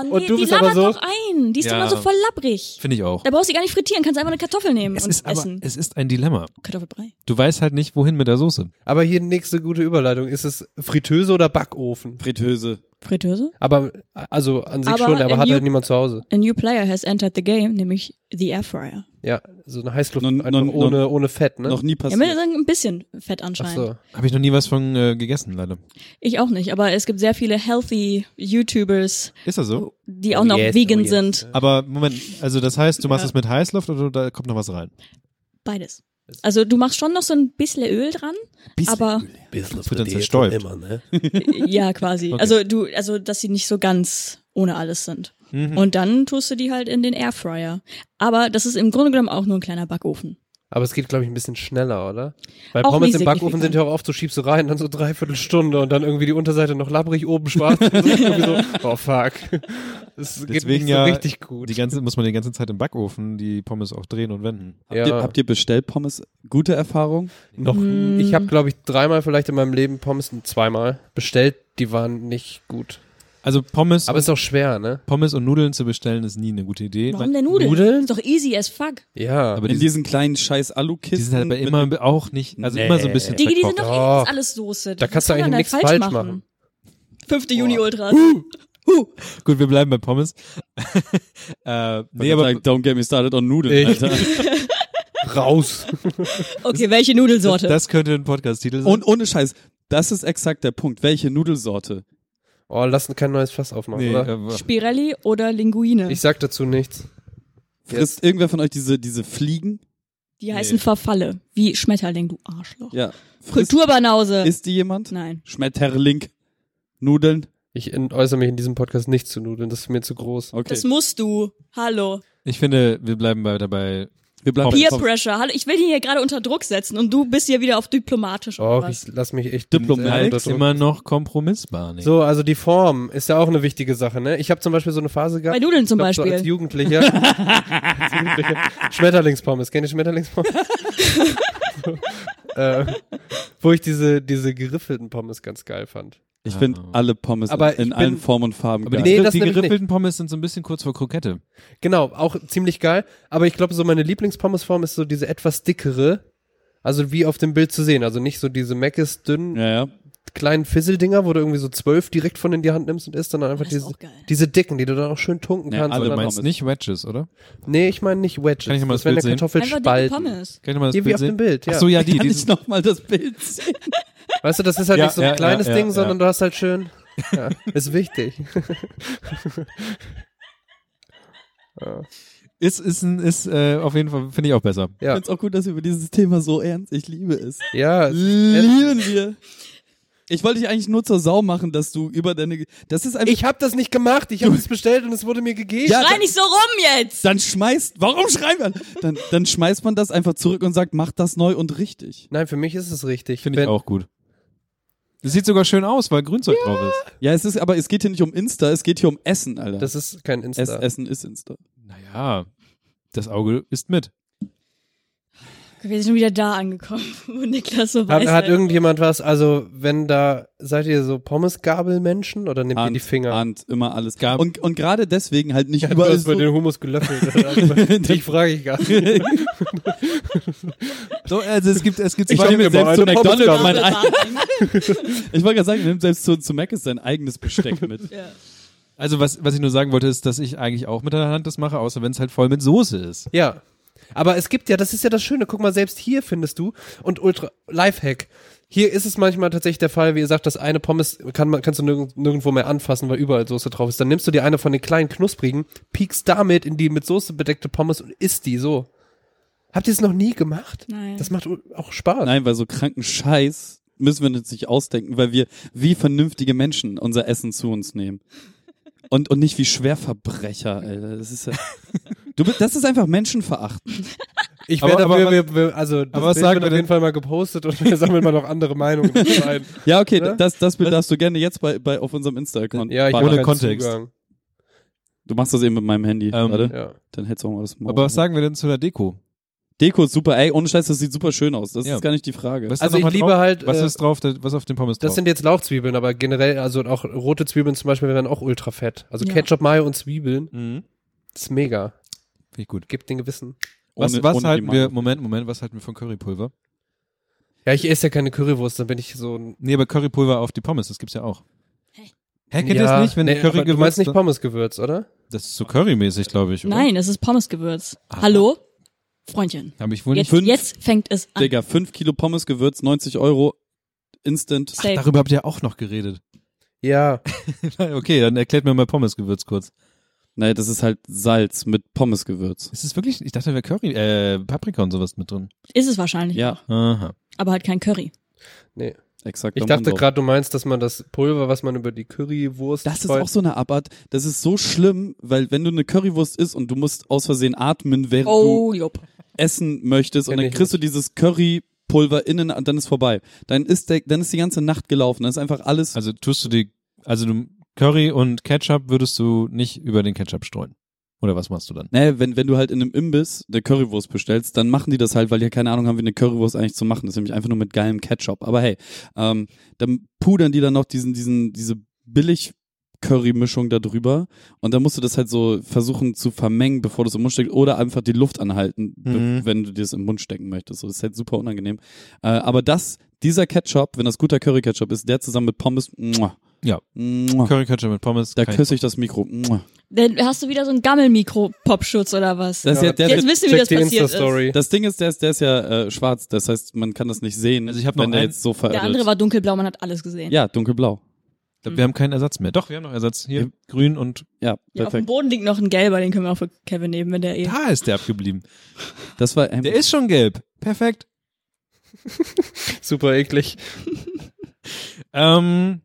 E: nee,
C: Und du
E: die
C: bist aber
E: labert
C: so-
E: doch ein. Die ist
B: Ja.
E: immer so voll labbrig.
B: Finde ich auch.
E: Da brauchst du die gar nicht frittieren, kannst einfach eine Kartoffel nehmen
B: Es
E: und
B: ist aber,
E: essen.
B: es ist ein Dilemma.
E: Kartoffelbrei.
B: Du weißt halt nicht, wohin mit der Soße.
C: Aber hier nächste gute Überleitung. Ist es Fritteuse oder Backofen?
D: Fritteuse.
E: Fritteuse?
C: Aber, also an sich
E: Aber
C: schon, aber
E: in
C: hat
E: Ju-
C: halt niemand zu Hause.
E: A new player has entered the game, nämlich the Airfryer.
C: Ja, so eine Heißluft
D: Nun-
C: einfach
D: nun-
C: ohne, ohne Fett, ne?
D: Noch nie
E: Ja, mit
D: passiert.
E: ein bisschen Fett
C: Ach
E: anscheinend.
C: so.
B: Habe ich noch nie was von äh, gegessen, leider.
E: Ich auch nicht, aber es gibt sehr viele healthy YouTubers,
B: Ist das so?
E: die auch noch
C: Oh, yes,
E: vegan
C: oh yes.
E: sind.
B: Aber Moment, also das heißt, du machst
E: Ja.
B: es mit Heißluft oder da kommt noch was rein?
E: Beides. Also du machst schon noch so ein bisschen Öl dran, aber
G: Bisschen
B: wird dann
G: frittiert und
B: zerstäubt.
G: Immer, ne?
E: ja, quasi.
B: Okay.
E: Also du, also dass sie nicht so ganz ohne alles sind.
C: Hm.
B: Mhm.
E: Und dann tust du die halt in den Airfryer. Aber das ist im Grunde genommen auch nur ein kleiner Backofen.
C: Aber es geht, glaube ich, ein bisschen schneller, oder? Weil
E: Auch
C: Pommes
E: nicht
C: im Backofen
E: signifikant.
C: sind ja auch oft, du schiebst du rein, dann so dreiviertel Stunde und dann irgendwie die Unterseite noch labbrig, oben schwarz. Und so, irgendwie so, oh fuck. Das geht
B: Deswegen
C: nicht so
B: ja
C: richtig gut.
B: Die ganze, muss man die ganze Zeit im Backofen die Pommes auch drehen und wenden.
D: Habt, ihr,
C: ja.
D: habt ihr bestellt Pommes? Gute Erfahrung?
C: noch,
E: Mm.
C: ich habe, glaube ich, dreimal vielleicht in meinem Leben Pommes, zweimal bestellt, die waren nicht gut.
B: Also Pommes,
C: Aber ist auch schwer, ne?
B: Pommes und Nudeln zu bestellen ist nie eine gute Idee.
E: Warum
B: weil,
E: denn Nudeln?
C: Nudeln?
E: Ist doch easy as fuck.
C: Ja.
B: aber
D: In
B: die,
D: diesen kleinen scheiß Alukisten.
B: die sind halt aber
D: mit-
B: immer auch nicht, also immer so ein bisschen
E: Digi, die sind
B: verkocht.
E: doch
C: Oh.
E: eh ist alles Soße.
C: Da
E: Was
C: kannst du
E: kann man
C: eigentlich
E: denn
C: nichts falsch machen. Uh!
E: 5. Juni Ultras.
B: Gut, wir bleiben bei Pommes. äh, nee,
D: Ich
B: aber
D: sag, don't get me started on Nudeln,
C: Ich-
D: Alter.
C: raus.
E: Okay, welche
B: das,
E: Nudelsorte?
B: das könnte ein Podcast-Titel sein.
D: Und ohne Scheiß, das ist exakt der Punkt. Welche Nudelsorte?
C: Oh, lassen kein neues Fass aufmachen,
B: nee,
C: oder?
B: äh,
E: Spirelli oder Linguine?
C: Ich sag dazu nichts.
D: Frisst irgendwer von euch diese, diese Fliegen?
E: die heißen Verfalle. Wie Schmetterling, du Arschloch.
D: Ja. Frisst,
E: Kulturbanause.
D: Ist die jemand?
E: Nein.
D: Schmetterling. Nudeln.
C: Ich in, äußere mich in diesem Podcast nicht zu Nudeln, das ist mir zu groß.
D: Okay.
E: Das musst du. Hallo.
B: ich finde, wir bleiben bei, dabei.
D: Wir bleiben
B: Pommes.
E: Peer
D: bei
E: Pressure. Hallo, ich will ihn hier gerade unter Druck setzen und du bist hier wieder auf diplomatisch.
C: Oh,
E: oder was?
C: ich lass mich echt
D: Diplomatisch.
C: sehr unter
B: Alex
C: Druck.
B: immer noch kompromissbar. Nick.
C: So, also die Form ist ja auch eine wichtige Sache, ne? Ich habe zum Beispiel so eine Phase gehabt.
E: Bei Nudeln zum
C: ich glaub, So als
E: Beispiel.
C: Jugendlicher. als Jugendlicher. Schmetterlingspommes. Kennt ihr Schmetterlingspommes? so, äh, wo ich diese, diese geriffelten Pommes ganz geil fand.
D: Ich finde
B: Ah.
D: alle Pommes
C: Aber ich
D: in
C: bin-
D: allen Formen und Farben
B: aber die,
D: geil.
C: Nee,
B: nee,
C: das
B: die
C: nämlich
B: geriffelten Pommes sind so ein bisschen kurz vor Krokette.
C: Genau, auch ziemlich geil. Aber ich glaube, so meine Lieblingspommesform ist so diese etwas dickere. Also wie auf dem Bild zu sehen. Also nicht so diese Meckes dünn,
D: ja, ja.
C: kleinen Fizzle-Dinger, wo du irgendwie so zwölf direkt von in die Hand nimmst und isst, sondern einfach
E: Das ist
C: diese,
E: auch geil.
C: diese dicken, die du dann auch schön tunken
D: Ja,
C: kannst.
D: alle
C: und
B: Du
C: dann
B: meinst
D: Pommes.
B: nicht Wedges, oder?
C: Nee, ich meine nicht Wedges.
B: Kann ich noch mal das
C: wären
B: Bild
C: ja
B: sehen?
E: Einfach dicke
C: Kartoffelspalten.
E: Pommes.
B: Kann ich nochmal das
C: Hier
B: Bild
C: wie auf
B: sehen?
C: dem Bild, ja.
B: Ach so, ja, die.
D: Kann
B: die
D: ich
B: sind,
D: nochmal das Bild sehen?
C: Weißt du, das ist halt
B: Ja,
C: nicht so ein
B: ja,
C: kleines
B: ja, ja,
C: Ding,
B: ja.
C: sondern du hast halt schön. Ja, ist wichtig.
B: Ist, ist, ein- ist äh, auf jeden Fall, finde ich auch besser.
C: Ja.
D: Ich finde es auch gut, dass wir über dieses Thema so ernst. Ich liebe es.
C: Ja,
D: Lieben wir. Ich wollte dich eigentlich nur zur Sau machen, dass du über deine. Das ist einfach.
C: ich habe das nicht gemacht. Ich habe es bestellt und es wurde mir gegeben.
D: Ja,
E: Schrei nicht so rum jetzt!
D: dann schmeißt. Warum schreien wir? Dann, dann schmeißt man das einfach zurück und sagt, mach das neu und richtig.
C: Nein, für mich ist es richtig.
B: Finde ich
C: Wenn-
B: auch gut. Das sieht sogar schön aus, weil Grünzeug drauf ist.
D: Ja, es ist, aber es geht hier nicht um Insta, es geht hier um Essen, Alter.
C: Das ist kein Insta.
D: es, Essen ist Insta.
B: Naja, das Auge ist mit.
E: Wir sind schon wieder da angekommen, wo Niklas so
C: Hat,
E: weiß.
C: hat irgendjemand was, also wenn da, seid ihr so Pommesgabelmenschen oder nehmt ihr
D: Ahnt,
C: die Finger?
D: ahnt immer alles.
B: Gab-
D: Und, und gerade deswegen halt nicht
C: Ja, du
D: überall.
C: hast bei
D: So,
C: den Humus gelöffelt. Oder? Dich frage ich gar nicht.
B: So, also es gibt, es gibt
C: Ich
B: zwei
C: hab mir
B: Mittel-
C: mal
D: selbst zu
C: eine
D: McDonalds.
C: Pommesgabel.
D: Mein, ei- ich wollte gerade sagen, er nimmt selbst zu, zu Mac ist sein eigenes Besteck mit.
E: ja.
B: Also was, was ich nur sagen wollte, ist, dass ich eigentlich auch mit der Hand das mache, außer wenn es halt voll mit Soße ist.
C: Ja. Aber es gibt ja, das ist ja das Schöne, guck mal, selbst hier findest du und Ultra Lifehack. Hier ist es manchmal tatsächlich der Fall, wie ihr sagt, das eine Pommes kann, man- kannst du nirg nirgendwo mehr anfassen, weil überall Soße drauf ist. Dann nimmst du dir eine von den kleinen knusprigen, piekst damit in die mit Soße bedeckte Pommes und isst die so. Habt ihr es noch nie gemacht?
E: Nein.
C: Das macht auch Spaß.
D: Nein, weil so kranken Scheiß müssen wir uns nicht ausdenken, weil wir wie vernünftige Menschen unser Essen zu uns nehmen. Und, und nicht wie Schwerverbrecher, Alter. Das ist ja. Du, bist- das ist einfach Menschenverachten.
C: Ich
B: Aber-
C: werde aber,
B: aber
C: wir, wir, also das
B: aber was
C: Bild
B: sagen
C: wird
B: wir
C: auf
B: denn?
C: jeden Fall mal gepostet und wir sammeln mal noch andere Meinungen mit ein.
D: Ja, okay,
C: Oder?
D: das, das Bild darfst du gerne jetzt bei, bei, auf unserem Insta-Account.
C: Ja, ich
D: packen.
C: hab
B: Ohne
C: keinen
B: Kontext.
C: Zugang.
D: Du machst das eben mit meinem Handy,
B: Ähm,
D: warte.
C: Ja.
D: Dann hältst du auch mal das Maul.
B: Aber
C: Mhm.
B: was sagen wir denn zu der Deko?
D: Deko ist super, ey, ohne Scheiß, das sieht super schön aus. Das
B: Ja.
D: ist gar nicht die Frage.
B: Was ist da noch
C: Also ich
B: mal
C: liebe
B: drauf?
C: halt,
B: Was
C: äh,
B: ist drauf, da- was auf dem Pommes
C: Das
B: drauf?
C: sind jetzt Lauchzwiebeln, aber generell, also und auch rote Zwiebeln zum Beispiel wären auch ultra fett. Also
E: Ja.
C: Ketchup, Mayo und Zwiebeln,
B: mhm.
C: ist mega.
B: Finde ich gut.
C: Gibt den Gewissen.
D: Ohne-
B: Was, was
D: ohne die
B: halten
D: Marke.
B: wir, Moment, Moment, was halten wir von Currypulver?
C: Ja, ich esse ja keine Currywurst, dann bin ich so ein.
B: Nee, aber Currypulver auf die Pommes, das gibt's ja auch. Hä, kennt ihr
C: ja,
B: das nicht? Wenn
C: nee,
B: Curry
C: aber du meinst
B: gewürzt-
C: nicht Pommesgewürz, oder?
B: Das ist so currymäßig, glaube ich. Oder?
E: Nein, es ist Pommesgewürz. Hallo? Freundchen.
B: Hab ich wohl nicht.
E: Jetzt,
D: fünf.
E: jetzt fängt es an.
D: Digga, 5 Kilo Pommes Gewürz, 90 Euro, Instant.
E: Safe.
B: Darüber habt ihr auch noch geredet.
C: Ja.
B: okay, dann erklärt mir mal Pommesgewürz kurz.
D: Naja, das ist halt Salz mit Pommes Gewürz.
B: Ist es wirklich? Ich dachte, da wäre Curry, äh, Paprika und sowas mit drin.
E: Ist es wahrscheinlich,
D: Ja,
B: Aha.
E: aber halt kein Curry.
C: Nee.
D: exakt.
C: Ich
D: am
C: dachte
D: Anlauf.
C: gerade, du meinst, dass man das Pulver, was man über die Currywurst.
D: Das ist
C: streut-
D: auch so eine Abart. Das ist so schlimm, weil wenn du eine Currywurst isst und du musst aus Versehen atmen, während
E: Oh, jupp.
D: du essen möchtest und
C: Kenn
D: dann
C: ich
D: kriegst du dieses Currypulver innen und dann ist vorbei. Dann ist der, dann ist die ganze Nacht gelaufen. Dann ist einfach alles.
B: Also tust du die, also du, Curry und Ketchup würdest du nicht über den Ketchup streuen. Oder was machst du dann?
D: Ne, wenn, wenn du halt in einem Imbiss eine Currywurst bestellst, dann machen die das halt, weil die ja keine Ahnung haben, wie eine Currywurst eigentlich zu machen. Das ist nämlich einfach nur mit geilem Ketchup. Aber hey, ähm, dann pudern die dann noch diesen, diesen, diese billig Curry-Mischung da drüber und dann musst du das halt so versuchen zu vermengen, bevor du es im Mund steckst oder einfach die Luft anhalten, be-
B: Mhm.
D: wenn du dir es im Mund stecken möchtest. So, das ist halt super unangenehm. Äh, aber das, dieser Ketchup, wenn das guter Curry-Ketchup ist, der zusammen mit Pommes, mua,
B: Ja.
D: mua,
B: Curry, Ketchup mit Pommes.
D: da
B: kein-
D: küsse ich das Mikro. Mua.
E: Dann hast du wieder so einen Gammelmikro-Popschutz oder was?
D: Das ist ja, der,
E: Jetzt
D: der,
E: wissen wir, wie
C: Check
E: das
C: die
E: passiert ist.
C: Insta-Story.
D: Das Ding ist, der ist, der ist ja äh, schwarz, das heißt, man kann das nicht sehen,
B: Also ich hab noch
D: wenn der
B: einen.
D: jetzt so
E: Der
D: verirrt.
E: andere war dunkelblau, man hat alles gesehen.
D: ja, dunkelblau.
B: Ich glaub, Wir haben keinen Ersatz mehr. Doch, wir haben noch Ersatz. Hier,
D: Ja.
B: grün und
D: Ja,
E: Ja, auf dem
D: perfekt.
E: Boden liegt noch ein gelber, den können wir auch für Kevin nehmen, wenn der eh.
B: da ist der abgeblieben.
D: das war ähm,
B: Der ist schon gelb. Perfekt.
C: Super eklig.
B: Ähm,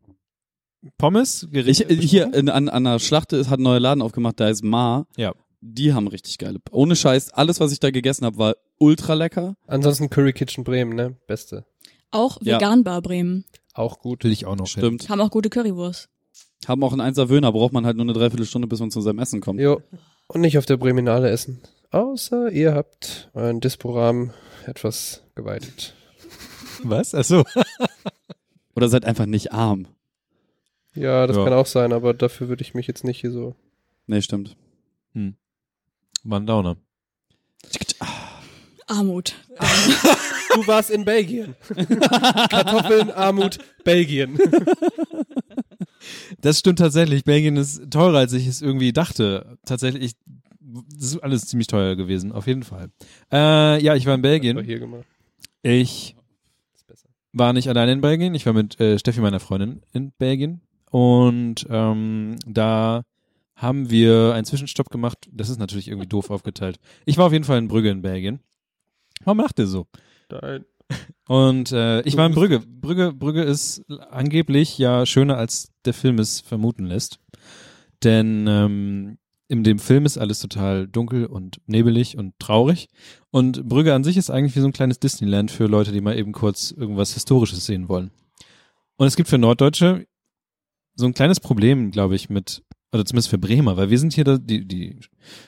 B: Pommes, Gericht.
D: ich, äh, hier in, an, an der Schlachte ist, hat ein neuer Laden aufgemacht, da ist Ma.
B: Ja.
D: Die haben richtig geile. Ohne Scheiß, alles, was ich da gegessen habe, war ultra lecker.
C: Ansonsten Curry Kitchen Bremen, ne? Beste.
E: Auch
D: Ja.
E: Veganbar Bremen.
C: Auch gut.
B: Will ich auch noch. hin.
D: Stimmt.
E: Haben auch gute Currywurst.
D: Haben auch einen Einser Wöhner, braucht man halt nur eine Dreiviertelstunde, bis man zu seinem Essen kommt.
C: Jo. Und nicht auf der Breminale essen. Außer ihr habt euren Disporam etwas geweitet.
B: Was? Achso.
D: Oder seid einfach nicht arm.
C: Ja, das
B: Ja.
C: kann auch sein, aber dafür würde ich mich jetzt nicht hier so.
D: Nee, stimmt.
B: War ein Downer.
E: Armut.
C: Du warst in Belgien. Kartoffeln, Armut, Belgien.
B: Das stimmt tatsächlich. Belgien ist teurer, als ich es irgendwie dachte. Tatsächlich, ich, das ist alles ziemlich teuer gewesen, auf jeden Fall. Äh, ja, ich war in
C: Aber
B: Belgien.
C: hier gemacht.
B: Ich
C: Ist besser.
B: war nicht alleine in Belgien. Ich war mit äh, Steffi, meiner Freundin, in Belgien. Und ähm, da haben wir einen Zwischenstopp gemacht. Das ist natürlich irgendwie doof aufgeteilt. Ich war auf jeden Fall in Brügge in Belgien. Warum macht ihr so?
C: Nein.
B: Und äh, ich war in Brügge. Brügge. Brügge ist angeblich ja schöner, als der Film es vermuten lässt. Denn ähm, in dem Film ist alles total dunkel und nebelig und traurig. Und Brügge an sich ist eigentlich wie so ein kleines Disneyland für Leute, die mal eben kurz irgendwas Historisches sehen wollen. Und es gibt für Norddeutsche so ein kleines Problem, glaube ich, mit, oder zumindest für Bremer, weil wir sind hier da, die, die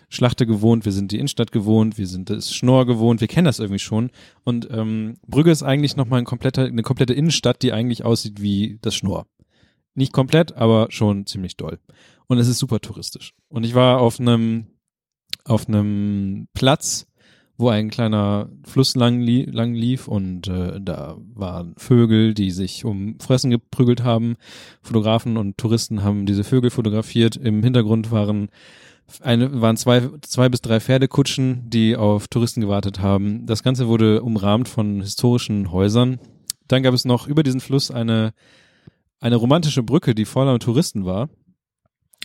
B: Schlachte gewohnt, wir sind die Innenstadt gewohnt, wir sind das Schnorr gewohnt, wir kennen das irgendwie schon. Und ähm, Brügge ist eigentlich nochmal ein kompletter, eine komplette Innenstadt, die eigentlich aussieht wie das Schnorr. Nicht komplett, aber schon ziemlich doll. Und es ist super touristisch. Und ich war auf einem auf einem Platz, wo ein kleiner Fluss lang, li lang lief und äh, da waren Vögel, die sich um Fressen geprügelt haben. Fotografen und Touristen haben diese Vögel fotografiert. Im Hintergrund waren eine, waren zwei, zwei bis drei Pferdekutschen, die auf Touristen gewartet haben. Das Ganze wurde umrahmt von historischen Häusern. Dann gab es noch über diesen Fluss eine, eine romantische Brücke, die voller Touristen war.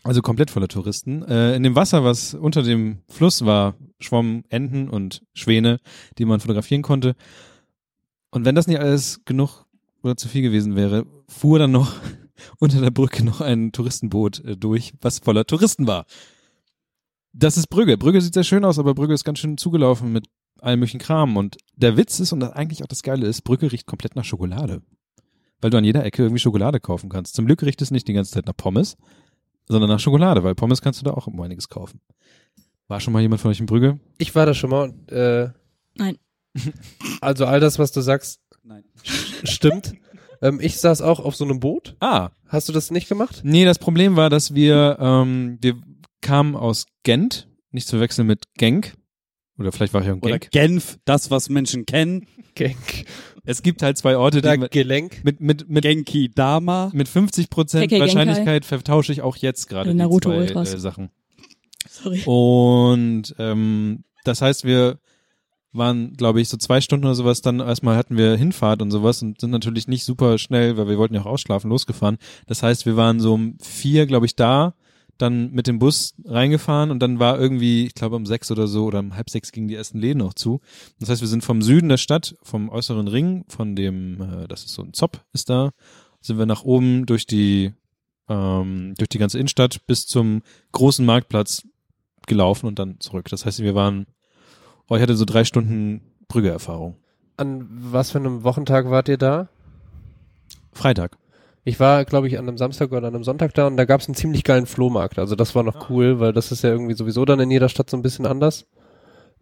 B: Also komplett voller Touristen. Äh, in dem Wasser, was unter dem Fluss war, schwommen Enten und Schwäne, die man fotografieren konnte. Und wenn das nicht alles genug oder zu viel gewesen wäre, fuhr dann noch unter der Brücke noch ein Touristenboot äh, durch, was voller Touristen war. Das ist Brügge. Brügge sieht sehr schön aus, aber Brügge ist ganz schön zugelaufen mit allem möglichen Kram. Und der Witz ist, und das eigentlich auch das Geile ist, Brügge riecht komplett nach Schokolade. Weil du an jeder Ecke irgendwie Schokolade kaufen kannst. Zum Glück riecht es nicht die ganze Zeit nach Pommes, sondern nach Schokolade, weil Pommes kannst du da auch immer einiges kaufen. War schon mal jemand von euch in Brügge?
C: Ich war da schon mal und, äh,
E: Nein.
C: Also all das, was du sagst,
D: Nein.
C: stimmt. ähm, ich saß auch auf so einem Boot.
B: Ah,
C: Hast du das nicht gemacht?
B: Nee, das Problem war, dass wir, ähm, wir kamen aus Gent, nicht zu wechseln mit Genk. Oder vielleicht war ich auch in
D: Oder
B: Genk.
D: Genf, das, was Menschen kennen.
C: Genk.
B: Es gibt halt zwei Orte,
C: Oder
B: die mit,
C: Gelenk.
B: mit, mit, mit,
D: Genki Dama.
B: mit 50 Prozent
E: Tekkai
B: Wahrscheinlichkeit vertausche ich auch jetzt gerade die
E: Naruto
B: zwei
E: Ultras.
B: äh, Sachen.
E: Sorry.
B: Und ähm, das heißt, wir waren, glaube ich, so zwei Stunden oder sowas, dann erstmal hatten wir Hinfahrt und sowas und sind natürlich nicht super schnell, weil wir wollten ja auch ausschlafen, losgefahren. Das heißt, wir waren so um vier, glaube ich, da, dann mit dem Bus reingefahren und dann war irgendwie, ich glaube, um sechs oder so oder um halb sechs gingen die ersten Läden auch zu. Das heißt, wir sind vom Süden der Stadt, vom äußeren Ring, von dem, äh, das ist so ein Zopp, ist da, sind wir nach oben durch die, ähm, durch die ganze Innenstadt bis zum großen Marktplatz gelaufen und dann zurück. Das heißt, wir waren, oh, ich hatte so drei Stunden Brügge-Erfahrung.
C: An was für einem Wochentag wart ihr da?
B: Freitag.
C: Ich war, glaube ich, an einem Samstag oder an einem Sonntag da und da gab es einen ziemlich geilen Flohmarkt. Also das war
B: Ah.
C: noch cool, weil das ist ja irgendwie sowieso dann in jeder Stadt so ein bisschen anders.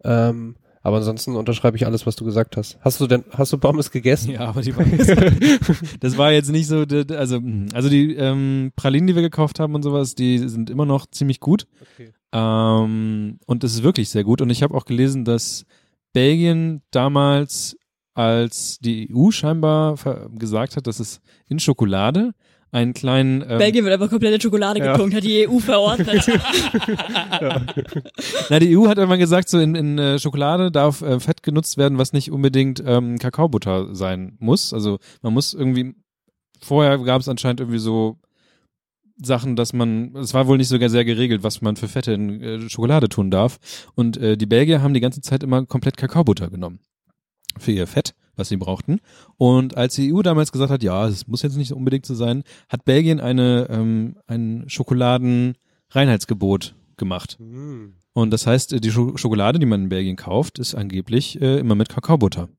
C: Ähm, aber ansonsten unterschreibe ich alles, was du gesagt hast. Hast du denn, hast du Pommes gegessen?
B: Ja, aber die waren Das war jetzt nicht so, d- d- also, mh. also die ähm, Pralinen, die wir gekauft haben und sowas, die sind immer noch ziemlich gut.
C: Okay.
B: Ähm, und es ist wirklich sehr gut. Und ich habe auch gelesen, dass Belgien damals, als die EU scheinbar ver- gesagt hat, dass es in Schokolade einen kleinen ähm,
E: Belgien wird einfach komplette Schokolade
C: Ja.
E: getunkt, hat die EU verordnet.
B: Na, die EU hat irgendwann gesagt, so in, in äh, Schokolade darf äh, Fett genutzt werden, was nicht unbedingt ähm, Kakaobutter sein muss. Also man muss irgendwie, vorher gab es anscheinend irgendwie so Sachen, dass man, es war wohl nicht sogar sehr geregelt, was man für Fette in äh, Schokolade tun darf. Und äh, die Belgier haben die ganze Zeit immer komplett Kakaobutter genommen für ihr Fett, was sie brauchten. Und als die EU damals gesagt hat, ja, es muss jetzt nicht unbedingt so sein, hat Belgien eine, ähm, ein Schokoladen-Reinheitsgebot gemacht.
C: Hm.
B: Und das heißt, äh, die Scho- Schokolade, die man in Belgien kauft, ist angeblich äh, immer mit Kakaobutter.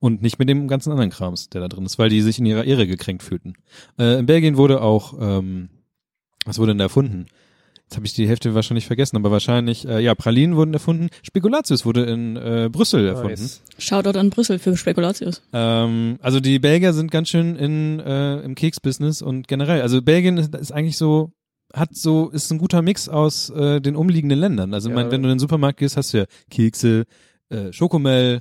B: Und nicht mit dem ganzen anderen Krams, der da drin ist, weil die sich in ihrer Ehre gekränkt fühlten. Äh, in Belgien wurde auch, ähm, was wurde denn da erfunden? Jetzt habe ich die Hälfte wahrscheinlich vergessen, aber wahrscheinlich, äh, ja, Pralinen wurden erfunden. Spekulatius wurde in äh, Brüssel
C: Oh,
B: erfunden.
C: Nice.
E: Shoutout an Brüssel für Spekulatius.
B: Ähm, also die Belgier sind ganz schön in, äh, im Keksbusiness und generell. Also Belgien ist, ist eigentlich so, hat so, ist ein guter Mix aus äh, den umliegenden Ländern. Also ich
C: Ja.
B: mein, wenn du in den Supermarkt gehst, hast du ja Kekse, äh, Schokomel,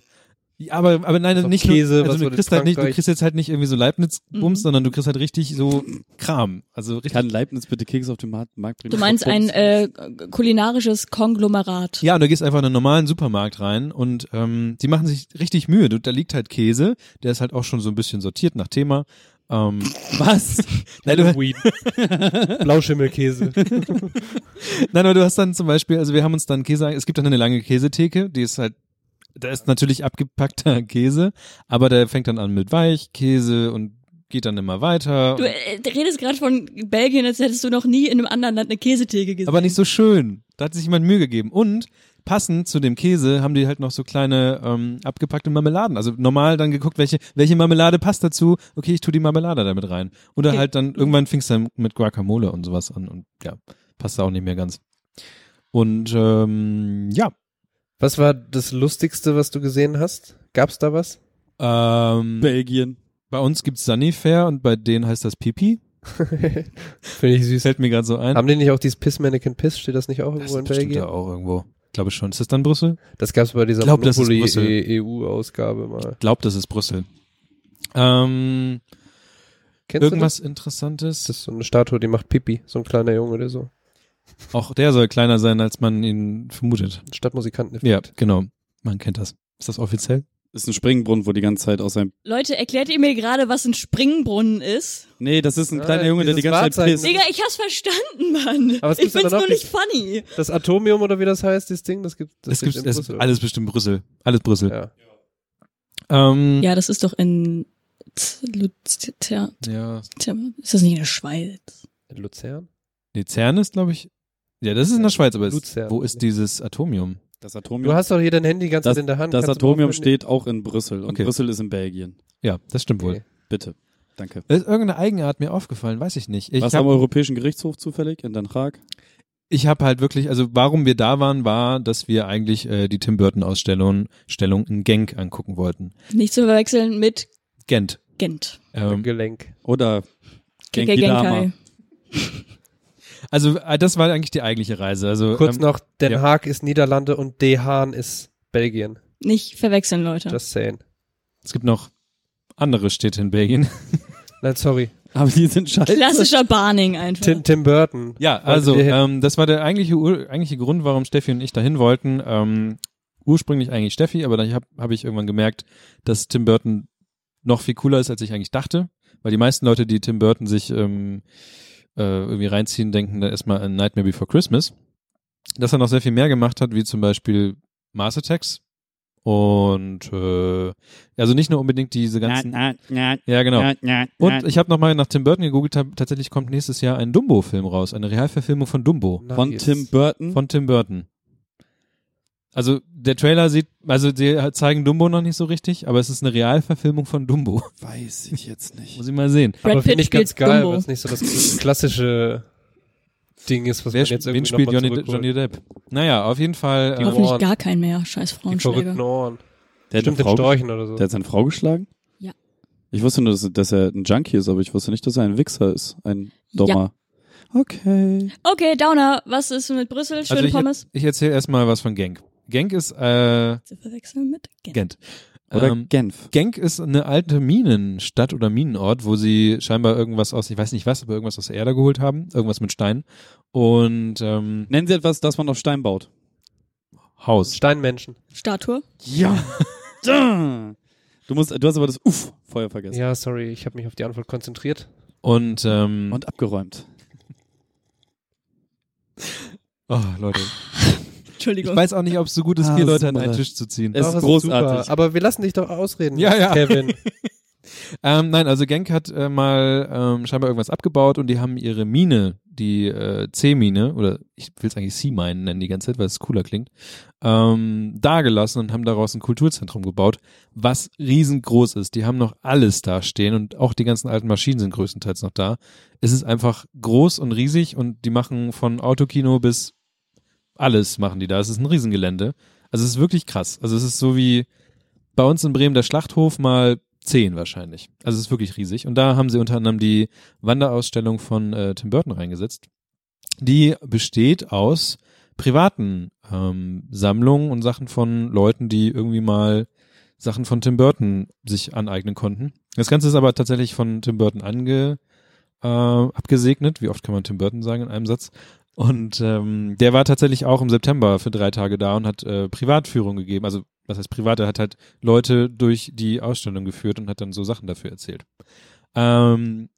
B: ja, aber, aber nein,
C: Also
B: nicht
C: Käse,
B: nur,
C: was
B: also du
C: wurde in
B: kriegst halt nicht, du
C: Frankreich?
B: kriegst jetzt halt nicht irgendwie so Leibniz-Bums,
E: Mhm.
B: sondern du kriegst halt richtig so Kram. Also richtig.
D: Kann Leibniz bitte Keks auf den Mar- Markt bringen?
E: Du meinst ein
D: Popos.
E: äh, kulinarisches Konglomerat.
B: Ja, und du gehst einfach in einen normalen Supermarkt rein und ähm, die machen sich richtig Mühe. Du, da liegt halt Käse, der ist halt auch schon so ein bisschen sortiert nach Thema. Ähm,
D: Was?
B: nein, du,
C: Weed. Blauschimmelkäse.
B: nein, aber du hast dann zum Beispiel, also wir haben uns dann Käse, es gibt dann eine lange Käsetheke, die ist halt, da ist natürlich abgepackter Käse, aber der fängt dann an mit Weichkäse und geht dann immer weiter.
E: Du äh, redest gerade von Belgien, als hättest du noch nie in einem anderen Land eine Käsetheke gesehen.
B: aber nicht so schön. Da hat sich jemand Mühe gegeben. Und passend zu dem Käse haben die halt noch so kleine ähm, abgepackte Marmeladen. Also normal dann geguckt, welche, welche Marmelade passt dazu. Okay, ich tue die Marmelade damit rein. Oder
E: Okay.
B: halt dann irgendwann fing es dann mit Guacamole und sowas an und ja, passt da auch nicht mehr ganz. Und ähm, ja,
C: Was war das Lustigste, was du gesehen hast? Gab's da was? Mhm.
B: ähm,
D: Belgien.
B: bei uns gibt's Sunny Fair und bei denen heißt das Pipi.
C: Finde ich süß.
B: Fällt mir gerade so ein.
C: Haben die nicht auch dieses Piss Mannequin Piss? Steht das nicht auch
B: das
C: irgendwo in
B: ist bestimmt
C: Belgien?
B: da auch irgendwo. Ich glaube schon. Ist das dann Brüssel?
C: Das gab's bei dieser E-
B: Ich glaub, das ist Brüssel.
C: Monopoly-EU-Ausgabe mal.
B: Glaubt, das ist Brüssel. Ähm,
C: Kennst
B: irgendwas
C: du
B: Interessantes?
C: das? Das ist so eine Statue, die macht Pipi. So ein kleiner Junge oder so.
B: Auch der soll kleiner sein, als man ihn vermutet.
C: Stadtmusikanten.
B: Ja, genau. Man kennt das. Ist das offiziell?
D: Ist ein Springbrunnen, wo die ganze Zeit aus seinem.
E: Leute, erklärt ihr mir gerade, was ein Springbrunnen ist?
D: Nee, das ist ein
C: Ah,
D: kleiner Junge, der die
C: dieses
D: ganze Zeit
C: Wahrzeichen.
D: pisst.
E: Digga, ich hab's verstanden, Mann.
C: Aber es
E: ich
C: gibt's ja
E: find's
C: dann
E: nur
C: auch
E: nicht funny.
C: Das Atomium oder wie das heißt, dieses Ding, das gibt
B: Das,
C: gibt's
B: gibt's,
C: in
B: das
C: Brüssel.
B: alles bestimmt Brüssel. Alles Brüssel.
C: ja.
B: Ähm,
E: Ja, das ist doch in... Luzern.
B: ja.
E: Ist das nicht in der Schweiz?
C: In Luzern?
B: Luzern ist, glaube ich. Ja, das ist in der Schweiz, aber ist,
C: Luzern.
B: wo ist dieses Atomium?
D: Das Atomium,
C: Du hast doch hier dein Handy die ganze
D: das,
C: Zeit in der Hand.
D: das
C: Kannst du mal
D: Atomium
C: aufnehmen?
D: steht auch in Brüssel. Und
B: Okay.
D: Brüssel ist in Belgien.
B: Ja, das stimmt wohl.
C: Okay.
D: Bitte. Danke.
B: Ist irgendeine Eigenart mir aufgefallen, weiß ich nicht. Ich
D: Was
B: hab-
D: am Europäischen Gerichtshof zufällig in Den Haag?
B: ich habe halt wirklich, also warum wir da waren, war, dass wir eigentlich äh, die Tim Burton Ausstellung Stellung in Genk angucken wollten.
E: Nicht zu verwechseln mit
B: Gent.
E: Gent.
B: Ähm,
C: Gelenk.
D: Oder Genki
E: Genki
D: Dama.
E: Genkai.
B: also äh, das war eigentlich die eigentliche Reise. Also
C: Kurz
B: ähm,
C: noch, Den
B: ja.
C: Haag ist Niederlande und De Haan ist Belgien.
E: Nicht verwechseln, Leute.
C: Just saying.
B: es gibt noch andere Städte in Belgien.
C: Nein, sorry.
D: Aber die sind scheiße.
E: Klassischer Barning einfach.
C: Tim, Tim Burton.
B: Ja,
C: Wollten
B: also
C: wir hin.
B: ähm, das war der eigentliche, Ur- eigentliche Grund, warum Steffi und ich dahin wollten. Ähm, ursprünglich eigentlich Steffi, aber dann habe hab ich irgendwann gemerkt, dass Tim Burton noch viel cooler ist, als ich eigentlich dachte. Weil die meisten Leute, die Tim Burton sich ähm, äh, irgendwie reinziehen, denken da erstmal an Nightmare Before Christmas. Dass er noch sehr viel mehr gemacht hat, wie zum Beispiel Mars Attacks. Und äh, also nicht nur unbedingt diese ganzen. ja, genau. Und ich habe nochmal nach Tim Burton gegoogelt, hab, tatsächlich kommt nächstes Jahr ein Dumbo-Film raus, eine Realverfilmung ähm, von Dumbo.
C: Nice.
D: Von Tim Burton.
B: Von Tim Burton. Also der Trailer sieht, also sie zeigen Dumbo noch nicht so richtig, aber es ist eine Realverfilmung von Dumbo.
D: Weiß ich jetzt nicht.
B: Muss ich mal sehen.
E: Brad
C: Aber
E: Pitt
C: finde ich ganz
E: spielt
C: geil,
E: Dumbo.
C: weil es nicht so das klassische Ding ist, was
B: Wer
C: man jetzt
B: sp- wen
C: irgendwie
B: spielt
C: noch mal
B: Johnny,
C: zurückholt.
B: Johnny Depp? Naja, auf jeden Fall. äh,
C: Die Rolle.
E: Hoffentlich
C: Ohren.
E: gar keinen mehr. Scheiß
C: Die verrückten
E: Frauenschläger.
C: Ohren.
D: Der hat, eine
C: Stimmt, den
D: Frau, der
C: Storchen oder so.
D: hat seine Frau geschlagen?
E: Ja.
D: Ich wusste nur, dass, dass er ein Junkie ist, aber ich wusste nicht, dass er ein Wichser ist. Ein Dommer. Okay.
E: Okay, Downer, was ist mit Brüssel? Schöne
B: Also ich,
E: Pommes.
B: ich erzähle erstmal was von Genk. Genk ist äh,
E: Zu verwechseln mit Gent.
B: Gent.
D: Oder
B: Ähm,
D: Genf.
B: Genk ist eine alte Minenstadt oder Minenort, wo sie scheinbar irgendwas aus, ich weiß nicht was, aber irgendwas aus der Erde geholt haben, irgendwas mit Stein und ähm,
D: Nennen Sie etwas, das man auf Stein baut.
B: Haus.
C: Steinmenschen.
E: Statue.
D: Ja. du, musst, du hast aber das Uff vorher vergessen.
C: Ja, sorry, ich habe mich auf die Antwort konzentriert.
B: Und, ähm,
D: Und abgeräumt.
B: oh, Leute, ich
E: Entschuldigung.
B: weiß auch nicht, ob es so gut ist,
D: Ah,
B: vier
D: das
B: Leute
D: ist
B: an einen
D: mal-
B: Tisch zu ziehen.
D: Es
C: Doch,
D: ist
C: das
D: großartig.
C: super. Aber wir lassen dich doch ausreden,
B: Ja, ja.
C: Kevin.
B: Ähm, nein, also Genk hat äh, mal ähm, scheinbar irgendwas abgebaut und die haben ihre Mine, die äh, C-Mine, oder ich will es eigentlich C-Mine nennen die ganze Zeit, weil es cooler klingt, ähm, dagelassen und haben daraus ein Kulturzentrum gebaut, was riesengroß ist. Die haben noch alles da stehen und auch die ganzen alten Maschinen sind größtenteils noch da. Es ist einfach groß und riesig und die machen von Autokino bis alles machen die da. Es ist ein Riesengelände. Also es ist wirklich krass. Also es ist so wie bei uns in Bremen der Schlachthof mal zehn wahrscheinlich. Also es ist wirklich riesig. Und da haben sie unter anderem die Wanderausstellung von äh, Tim Burton reingesetzt. Die besteht aus privaten ähm, Sammlungen und Sachen von Leuten, die irgendwie mal Sachen von Tim Burton sich aneignen konnten. Das Ganze ist aber tatsächlich von Tim Burton ange äh, abgesegnet. Wie oft kann man Tim Burton sagen in einem Satz? Und ähm, der war tatsächlich auch im September für drei Tage da und hat äh, Privatführung gegeben. Also was heißt privat? Er hat halt Leute durch die Ausstellung geführt und hat dann so Sachen dafür erzählt. Ähm,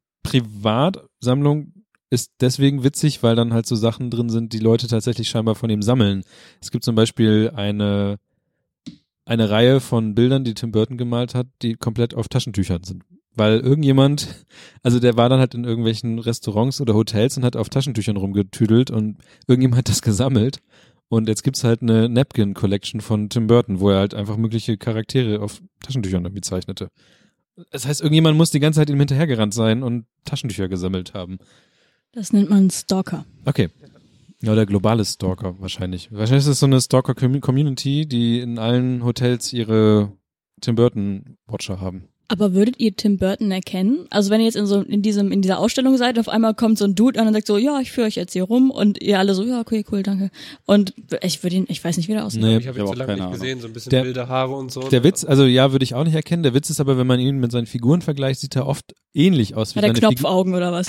B: Privatsammlung ist deswegen witzig, weil dann halt so Sachen drin sind, die Leute tatsächlich scheinbar von ihm sammeln. Es gibt zum Beispiel eine, eine Reihe von Bildern, die Tim Burton gemalt hat, die komplett auf Taschentüchern sind. Weil irgendjemand, also der war dann halt in irgendwelchen Restaurants oder Hotels und hat auf Taschentüchern rumgetüdelt und irgendjemand hat das gesammelt. Und jetzt gibt's halt eine Napkin Collection von Tim Burton, wo er halt einfach mögliche Charaktere auf Taschentüchern irgendwie zeichnete. Das heißt, irgendjemand muss die ganze Zeit ihm hinterhergerannt sein und Taschentücher gesammelt haben.
E: Das nennt man Stalker.
B: Okay. Ja, der globale Stalker wahrscheinlich. Wahrscheinlich ist es so eine Stalker-Community, die in allen Hotels ihre Tim Burton-Watcher haben.
E: Aber würdet ihr Tim Burton erkennen? Also wenn ihr jetzt in so in diesem in dieser Ausstellung seid, auf einmal kommt so ein Dude an und sagt so, ja, ich führe euch jetzt hier rum und ihr alle so, ja, okay, cool, danke. Und ich würde ihn, ich weiß nicht, wie der aussieht.
B: Nee,
C: ich habe ihn
D: hab
C: so
D: auch
C: lange
D: keine
C: nicht
D: Ahnung.
C: gesehen, so ein bisschen
B: Der-
C: wilde Haare und so.
B: Der Witz, also ja, würde ich auch nicht erkennen. Der Witz ist aber, wenn man ihn mit seinen Figuren vergleicht, sieht er oft ähnlich aus wie
E: Hat er
B: seine Figur.
E: Knopfaugen oder was?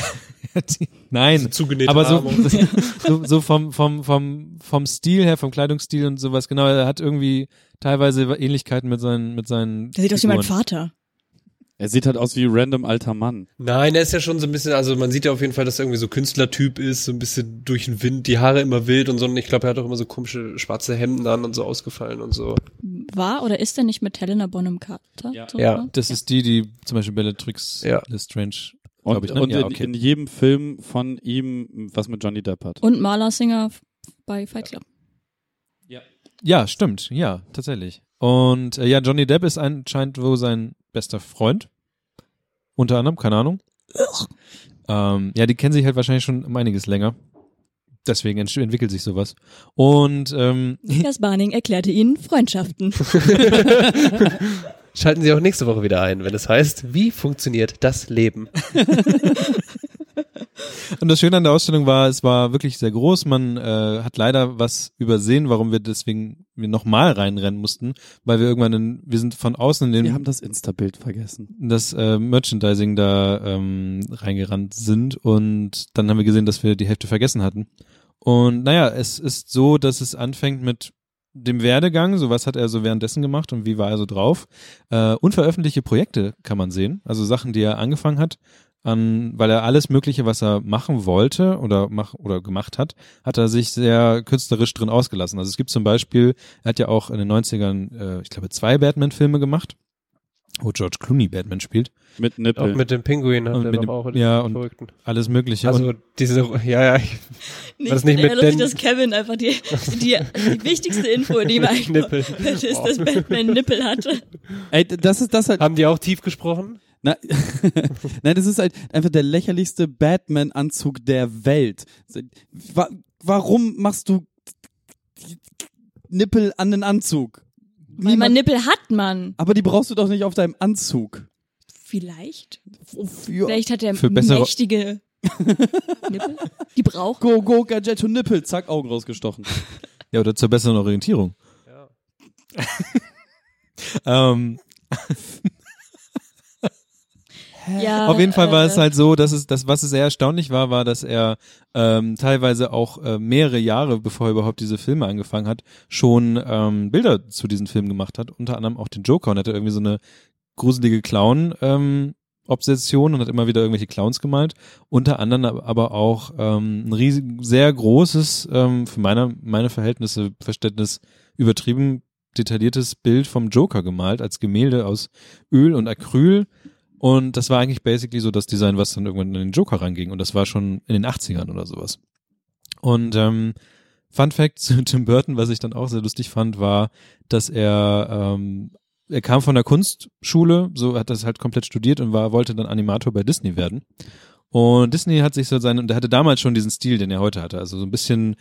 B: Nein,
C: zugenähte
B: aber
C: Arme. und-
B: so, so, so vom, vom, vom, vom Stil her, vom Kleidungsstil und sowas, genau, er hat irgendwie teilweise Ähnlichkeiten mit seinen, mit seinen.
E: Der sieht aus wie mein
B: Figuren.
E: Vater.
D: Er sieht halt aus wie random alter Mann.
C: Nein, er ist ja schon so ein bisschen, also man sieht ja auf jeden Fall, dass er irgendwie so Künstlertyp ist, so ein bisschen durch den Wind, die Haare immer wild und so. Und ich glaube, er hat auch immer so komische schwarze Hemden an und so ausgefallen und so.
E: War oder ist er nicht mit Helena Bonham Carter?
D: Ja.
E: zusammen?
C: Ja.
B: Das ist die, die zum Beispiel Bellatrix
C: Ja.
B: Lestrange,
D: Und,
B: glaube ich, ne?
D: und
B: ja,
D: in,
B: okay.
D: in jedem Film von ihm was mit Johnny Depp hat.
E: Und Marla Singer f- bei Fight Club.
B: ja, stimmt, ja, tatsächlich. Und äh, ja, Johnny Depp ist anscheinend wohl sein bester Freund. Unter anderem, keine Ahnung. Ähm, ja, die kennen sich halt wahrscheinlich schon um einiges länger. Deswegen ent entwickelt sich sowas. Und ähm,
E: Niklas Barning erklärte ihnen Freundschaften.
C: Schalten Sie auch nächste Woche wieder ein, wenn es heißt, wie funktioniert das Leben?
B: Und das Schöne an der Ausstellung war, es war wirklich sehr groß. Man äh, hat leider was übersehen, warum wir deswegen wir nochmal reinrennen mussten, weil wir irgendwann, in, wir sind von außen in den
D: Wir haben das Insta-Bild vergessen.
B: das äh, Merchandising da ähm, reingerannt sind und dann haben wir gesehen, dass wir die Hälfte vergessen hatten. Und naja, es ist so, dass es anfängt mit dem Werdegang, so was hat er so währenddessen gemacht und wie war er so drauf. Äh, unveröffentlichte Projekte kann man sehen, also Sachen, die er angefangen hat, an, weil er alles Mögliche, was er machen wollte oder, mach, oder gemacht hat, hat er sich sehr künstlerisch drin ausgelassen. Also es gibt zum Beispiel, er hat ja auch in den 90ern, äh, ich glaube, zwei Batman-Filme gemacht wo George Clooney Batman spielt.
D: Mit Nippel.
C: Auch mit dem Pinguin hat
B: Äh, Und
C: er
B: mit
C: doch
B: dem-
C: auch den
B: ja, und-
C: Verrückten.
B: Alles Mögliche.
C: Also
B: und
C: diese, ja, ja, ich, Was nicht mit
E: erinnert mich,
C: den-
E: dass Kevin einfach die, die, die wichtigste Info, die mir
C: Nippel.
E: eigentlich ist, dass Batman Nippel hatte.
D: Ey, d- das ist das halt.
C: haben die auch tief gesprochen?
D: Na, Nein, das ist halt einfach der lächerlichste Batman-Anzug der Welt. Wa warum machst du Nippel an den Anzug?
E: Weil man
D: Niemand-
E: Nippel hat, man.
D: aber die brauchst du doch nicht auf deinem Anzug.
E: Vielleicht.
D: Wofür?
E: Vielleicht hat er
B: Für bessere-
E: mächtige Nippel. Die braucht.
D: Go, go, Gadget und Nippel. Zack, Augen rausgestochen.
B: ja, oder zur besseren Orientierung. ähm,
E: Ja,
B: auf jeden Fall war
E: äh,
B: es halt so, dass es das, was sehr erstaunlich war, war, dass er ähm, teilweise auch äh, mehrere Jahre, bevor er überhaupt diese Filme angefangen hat, schon ähm, Bilder zu diesen Filmen gemacht hat. Unter anderem auch den Joker und hatte irgendwie so eine gruselige Clown. Ähm, Obsession und hat immer wieder irgendwelche Clowns gemalt. Unter anderem ab- aber auch ähm, ein riesig, sehr großes, ähm, für meine, meine Verhältnisse, Verständnis übertrieben detailliertes Bild vom Joker gemalt, als Gemälde aus Öl und Acryl. Und das war eigentlich basically so das Design, was dann irgendwann in den Joker reinging. Und das war schon in den 80ern oder sowas. Und ähm, Fun Fact zu Tim Burton, was ich dann auch sehr lustig fand, war, dass er ähm, er kam von der Kunstschule, so hat das halt komplett studiert und war wollte dann Animator bei Disney werden. Und Disney hat sich so seinen und er hatte damals schon diesen Stil, den er heute hatte, also so ein bisschen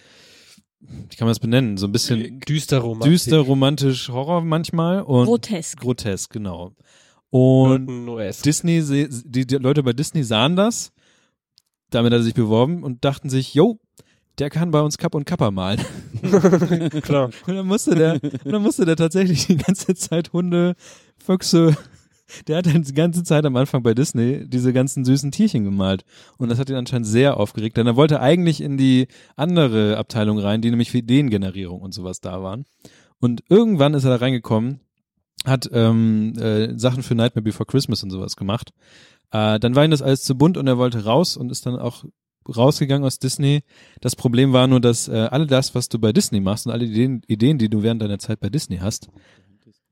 B: wie kann man das benennen, so ein bisschen
C: Düster romantisch.
B: Äh, düster, romantisch, Horror manchmal und
E: grotesk.
B: grotesk genau. Und
C: US.
B: Disney, se- die, die Leute bei Disney sahen das, damit hat er sich beworben und dachten sich, yo, der kann bei uns Kapp und Kappa malen.
C: Klar.
B: Und dann musste der, und dann musste der tatsächlich die ganze Zeit Hunde, Füchse, der hat dann die ganze Zeit am Anfang bei Disney diese ganzen süßen Tierchen gemalt. Und das hat ihn anscheinend sehr aufgeregt, denn er wollte eigentlich in die andere Abteilung rein, die nämlich für Ideengenerierung und sowas da waren. Und irgendwann ist er da reingekommen hat ähm, äh, Sachen für Nightmare Before Christmas und sowas gemacht. Äh, dann war ihm das alles zu bunt und er wollte raus und ist dann auch rausgegangen aus Disney. Das Problem war nur, dass äh, alle das, was du bei Disney machst und alle Ideen, Ideen, die du während deiner Zeit bei Disney hast,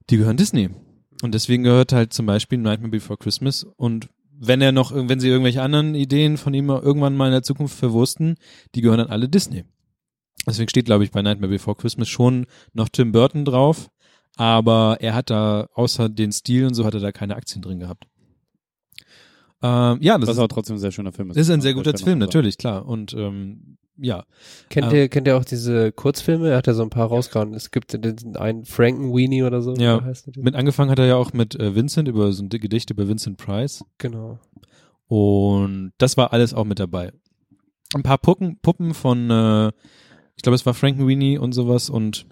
B: die gehören Disney. Und deswegen gehört halt zum Beispiel Nightmare Before Christmas und wenn er noch, wenn sie irgendwelche anderen Ideen von ihm irgendwann mal in der Zukunft verwursten, die gehören dann alle Disney. Deswegen steht, glaube ich, bei Nightmare Before Christmas schon noch Tim Burton drauf, aber er hat da, außer den Stil und so, hat er da keine Aktien drin gehabt. Ähm, ja, das
D: Was
B: ist,
D: aber trotzdem ein sehr schöner Film
B: das ist ein sehr guter
D: Das kann
B: Film,
D: man sagen.
B: natürlich, klar. Und ähm, ja,
C: Kennt,
B: Ah.
C: ihr, kennt ihr auch diese Kurzfilme? Er hat ja so ein paar rausgehauen. Es gibt den, einen Frankenweenie oder so.
B: Ja.
C: wie Heißt der?
B: mit angefangen hat er ja auch mit äh, Vincent über so ein Gedicht über Vincent Price.
C: genau.
B: Und das war alles auch mit dabei. Ein paar Pucken, Puppen von, äh, ich glaube, es war Frankenweenie und sowas und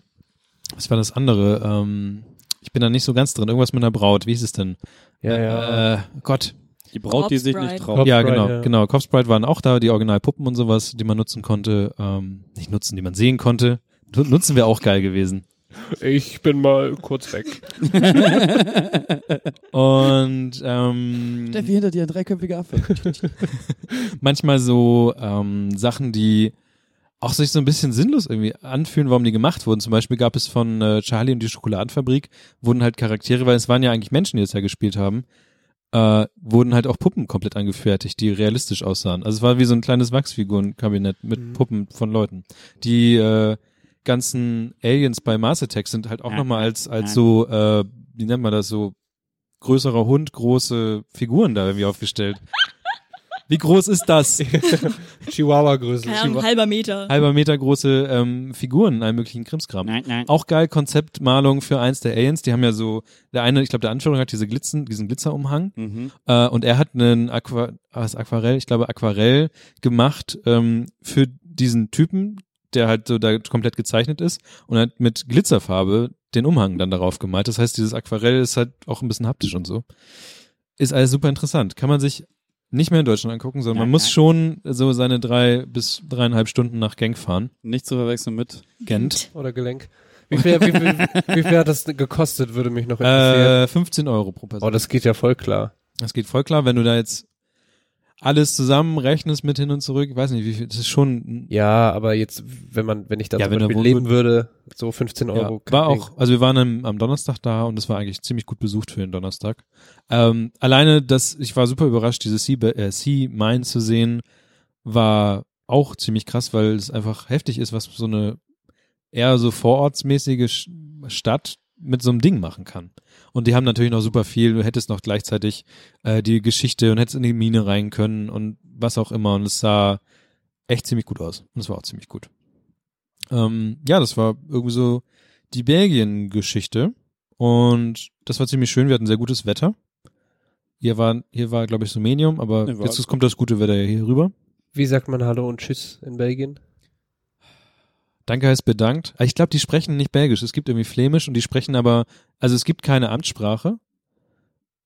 B: was war das andere? Ähm, ich bin da nicht so ganz drin. Irgendwas mit einer Braut. Wie hieß es denn?
C: Ja, ja.
B: Äh, Gott.
D: Die Braut, die sich nicht
E: Corpse
D: traut.
C: Bride.
B: ja,
C: Bride,
B: genau,
C: ja.
B: genau. Cops Bride waren auch da, die Originalpuppen und sowas, die man nutzen konnte. Ähm, nicht nutzen, die man sehen konnte. Nu- Nutzen wäre auch geil gewesen.
C: Ich bin mal kurz weg.
B: Und ähm,
D: Steffi hinter dir, ein dreiköpfiger Affe.
B: manchmal so ähm, Sachen, die auch sich so ein bisschen sinnlos irgendwie anfühlen, warum die gemacht wurden. Zum Beispiel gab es von äh, Charlie und die Schokoladenfabrik, wurden halt Charaktere, weil es waren ja eigentlich Menschen, die das ja gespielt haben, äh, wurden halt auch Puppen komplett angefertigt, die realistisch aussahen. Also es war wie so ein kleines Wachsfigurenkabinett mit
H: Mhm.
B: Puppen von Leuten. Die äh, ganzen Aliens bei Mars Attack sind halt auch
H: Ja.
B: nochmal als, als
H: Ja.
B: so, äh, wie nennt man das, so größerer Hund, große Figuren da irgendwie aufgestellt. Wie groß ist das?
C: Chihuahua-Größe.
E: Keine Ahnung, halber Meter.
B: halber Meter große ähm, Figuren in allen möglichen Krimskram.
H: Nein, nein.
B: Auch geil, Konzeptmalung für eins der Aliens. Die haben ja so, der eine, ich glaube, der Anführung hat diese Glitzen, diesen Glitzerumhang.
D: mhm.
B: Äh, und er hat einen Aqua, ah, was Aquarell, ich glaube Aquarell gemacht ähm, für diesen Typen, der halt so da komplett gezeichnet ist und hat mit Glitzerfarbe den Umhang dann darauf gemalt. Das heißt, dieses Aquarell ist halt auch ein bisschen haptisch und so. Ist alles super interessant. Kann man sich nicht mehr in Deutschland angucken, sondern
H: Nein,
B: man muss
H: nein.
B: schon so seine drei bis dreieinhalb Stunden nach Genk fahren.
D: Nicht zu verwechseln mit.
B: Gent.
C: Oder Gelenk. Wie viel, wie, viel, wie viel hat das gekostet, würde mich noch interessieren.
B: Äh, 15 Euro pro Person.
C: oh, das geht ja voll klar.
B: Das geht voll klar, wenn du da jetzt alles zusammenrechnest mit hin und zurück. Ich weiß nicht, wie viel. Das ist schon
C: Ja, aber jetzt, wenn man, wenn ich da
B: Ja,
C: zum
B: wenn er
C: Beispiel
B: wohnt-
C: leben würde, so 15
B: Ja,
C: Euro. kein
B: war
C: Ding.
B: auch, also wir waren am, am Donnerstag da und es war eigentlich ziemlich gut besucht für den Donnerstag. Ähm, alleine, das, ich war super überrascht, diese Sea, Ba- äh, sea Mine zu sehen, war auch ziemlich krass, weil es einfach heftig ist, was so eine eher so vorortsmäßige Sch- Stadt mit so einem Ding machen kann. Und die haben natürlich noch super viel, du hättest noch gleichzeitig äh, die Geschichte und hättest in die Mine rein können und was auch immer. Und es sah echt ziemlich gut aus. Und es war auch ziemlich gut. Ähm, ja, das war irgendwie so die Belgien-Geschichte. Und das war ziemlich schön. Wir hatten sehr gutes Wetter. Hier war, hier war glaube ich, so Medium, aber
D: Ja, war-
B: jetzt kommt das gute Wetter hier rüber.
C: Wie sagt man Hallo und Tschüss in Belgien?
B: Danke heißt bedankt. Aber Ich glaube, die sprechen nicht Belgisch. Es gibt irgendwie Flämisch und die sprechen aber, also es gibt keine Amtssprache,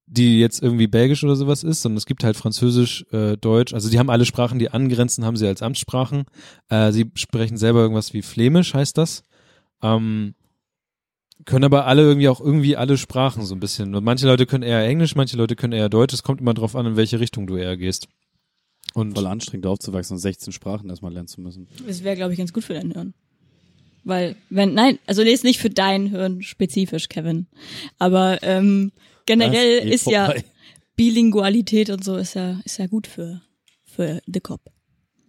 B: die jetzt irgendwie Belgisch oder sowas ist, sondern es gibt halt Französisch, äh, Deutsch. Also die haben alle Sprachen, die angrenzen, haben sie als Amtssprachen. Äh, sie sprechen selber irgendwas wie Flämisch, heißt das. Ähm, können aber alle irgendwie auch irgendwie alle Sprachen so ein bisschen. Und Manche Leute können eher Englisch, manche Leute können eher Deutsch. Es kommt immer drauf an, in welche Richtung du eher gehst. Und
D: Voll anstrengend aufzuwachsen und 16 Sprachen erstmal lernen zu müssen.
E: Das wäre, glaube ich, ganz gut für dein Hirn. Weil, wenn, nein, also lese nicht für dein Hirn spezifisch, Kevin. Aber ähm, generell
D: Das geht
E: ist ja
D: vorbei.
E: Bilingualität und so ist ja, ist ja gut für, für The Cop.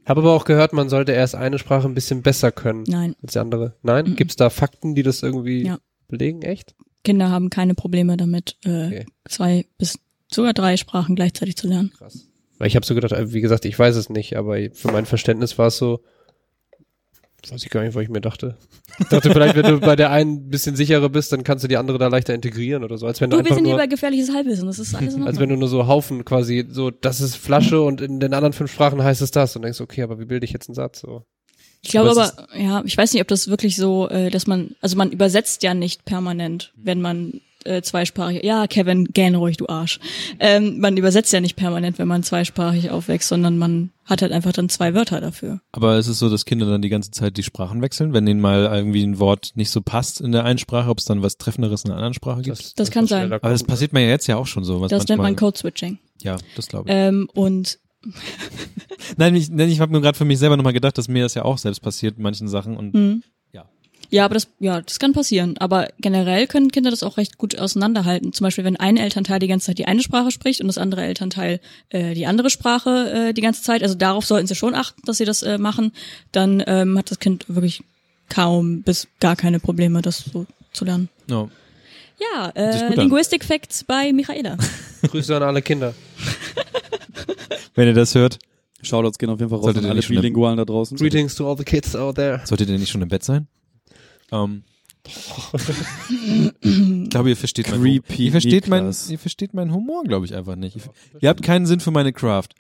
C: Habe aber auch gehört, man sollte erst eine Sprache ein bisschen besser können
E: Nein,
C: als die andere. Nein?
E: Mhm.
C: Gibt's da Fakten, die das irgendwie
E: Ja.
C: belegen? Echt?
E: Kinder haben keine Probleme damit, äh,
C: Okay.
E: zwei bis sogar drei Sprachen gleichzeitig zu lernen.
C: Krass. Weil ich habe so gedacht, äh, wie gesagt, ich weiß es nicht, aber für mein Verständnis war es so, weiß ich gar nicht, was ich mir dachte. Ich dachte vielleicht, wenn du bei der einen ein bisschen sicherer bist, dann kannst du die andere da leichter integrieren oder so. Als wenn du,
E: Du, wir
C: einfach
E: sind hier
C: nur,
E: bei gefährliches Halbwissen, das ist alles in
C: als
E: Ordnung.
C: wenn du nur so Haufen quasi, so, das ist Flasche und in den anderen fünf Sprachen heißt es das und denkst, okay, aber wie bilde ich jetzt einen Satz? So.
E: Ich glaube
C: Aber
E: aber,
C: es
E: ja, ich weiß nicht, ob das wirklich so, äh, dass man, also man übersetzt ja nicht permanent, wenn man äh, zweisprachig. Ja, Kevin, gähn ruhig, du Arsch. Ähm, man übersetzt ja nicht permanent, wenn man zweisprachig aufwächst, sondern man hat halt einfach dann zwei Wörter dafür.
B: Aber ist es so, dass Kinder dann die ganze Zeit die Sprachen wechseln, wenn denen mal irgendwie ein Wort nicht so passt in der einen Sprache, ob es dann was Treffenderes in der anderen Sprache gibt?
E: Das kann sein.
B: Aber das passiert mir ja jetzt ja auch schon so. Was
E: Das nennt
B: manchmal-
E: man Code-Switching.
B: Ja, das glaube ich.
E: Ähm, und
B: Nein, ich, nein, ich habe nur gerade für mich selber nochmal gedacht, dass mir das ja auch selbst passiert in manchen Sachen. Und
E: Hm. Ja, aber das, ja, das kann passieren. Aber generell können Kinder das auch recht gut auseinanderhalten. Zum Beispiel, wenn ein Elternteil die ganze Zeit die eine Sprache spricht und das andere Elternteil äh, die andere Sprache äh, die ganze Zeit. Also darauf sollten sie schon achten, dass sie das äh, machen. Dann ähm, hat das Kind wirklich kaum bis gar keine Probleme, das so zu lernen.
B: ja.
E: Ja,
B: Hört sich
E: äh,
B: gut an.
E: Linguistic Facts bei Michaela.
C: Grüße an alle Kinder.
B: wenn ihr das hört,
D: Shoutouts gehen auf jeden Fall raus
B: Solltet
D: an
B: ihr
D: alle
B: nicht schlimm-
D: Bilingualen da draußen.
C: Greetings to all the kids out there.
B: solltet ihr nicht schon im Bett sein? Ähm, ich glaube, ihr versteht meinen Humor.
D: Creepy
B: Ihr versteht, mein,
D: Niklas.
B: ihr versteht meinen Humor, glaube ich, einfach nicht. Ihr, ihr habt keinen Sinn für meine Craft.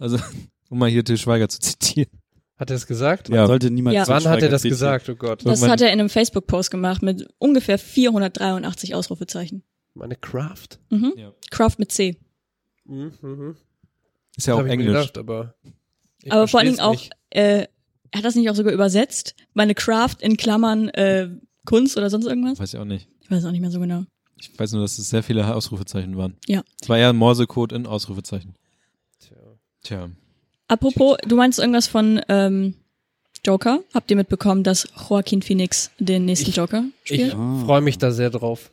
B: Also, um mal hier Til Schweiger zu zitieren.
C: Hat er es gesagt?
D: Man Sollte niemand
E: Ja.
D: zu
C: Wann hat er
D: Schweiger
C: das
D: zitieren.
C: gesagt? Oh Gott.
E: Das
B: Irgendwann-
E: hat er in einem Facebook-Post gemacht mit ungefähr 483 Ausrufezeichen.
C: Meine Craft.
E: Mhm.
B: Ja.
E: Craft mit C.
C: Mhm, mhm.
B: Ist ja
C: Hab
B: auch
C: ich mir
B: Englisch.
C: Gedacht, aber ich
E: aber vor allen
C: versteh's
E: Dingen auch,
C: nicht.
E: äh, er hat das nicht auch sogar übersetzt? Meine Craft in Klammern äh, Kunst oder sonst irgendwas?
B: Weiß ich auch nicht.
E: Ich weiß auch nicht mehr so genau.
B: Ich weiß nur, dass es sehr viele Ausrufezeichen waren.
E: Ja.
B: Es war ja Morsecode in Ausrufezeichen.
C: Tja.
B: Tja.
E: Apropos, du meinst irgendwas von ähm, Joker? Habt ihr mitbekommen, dass Joaquin Phoenix den nächsten
C: Ich-
E: Joker
C: Ich
E: spielt?
D: Ah.
C: freue mich da sehr drauf.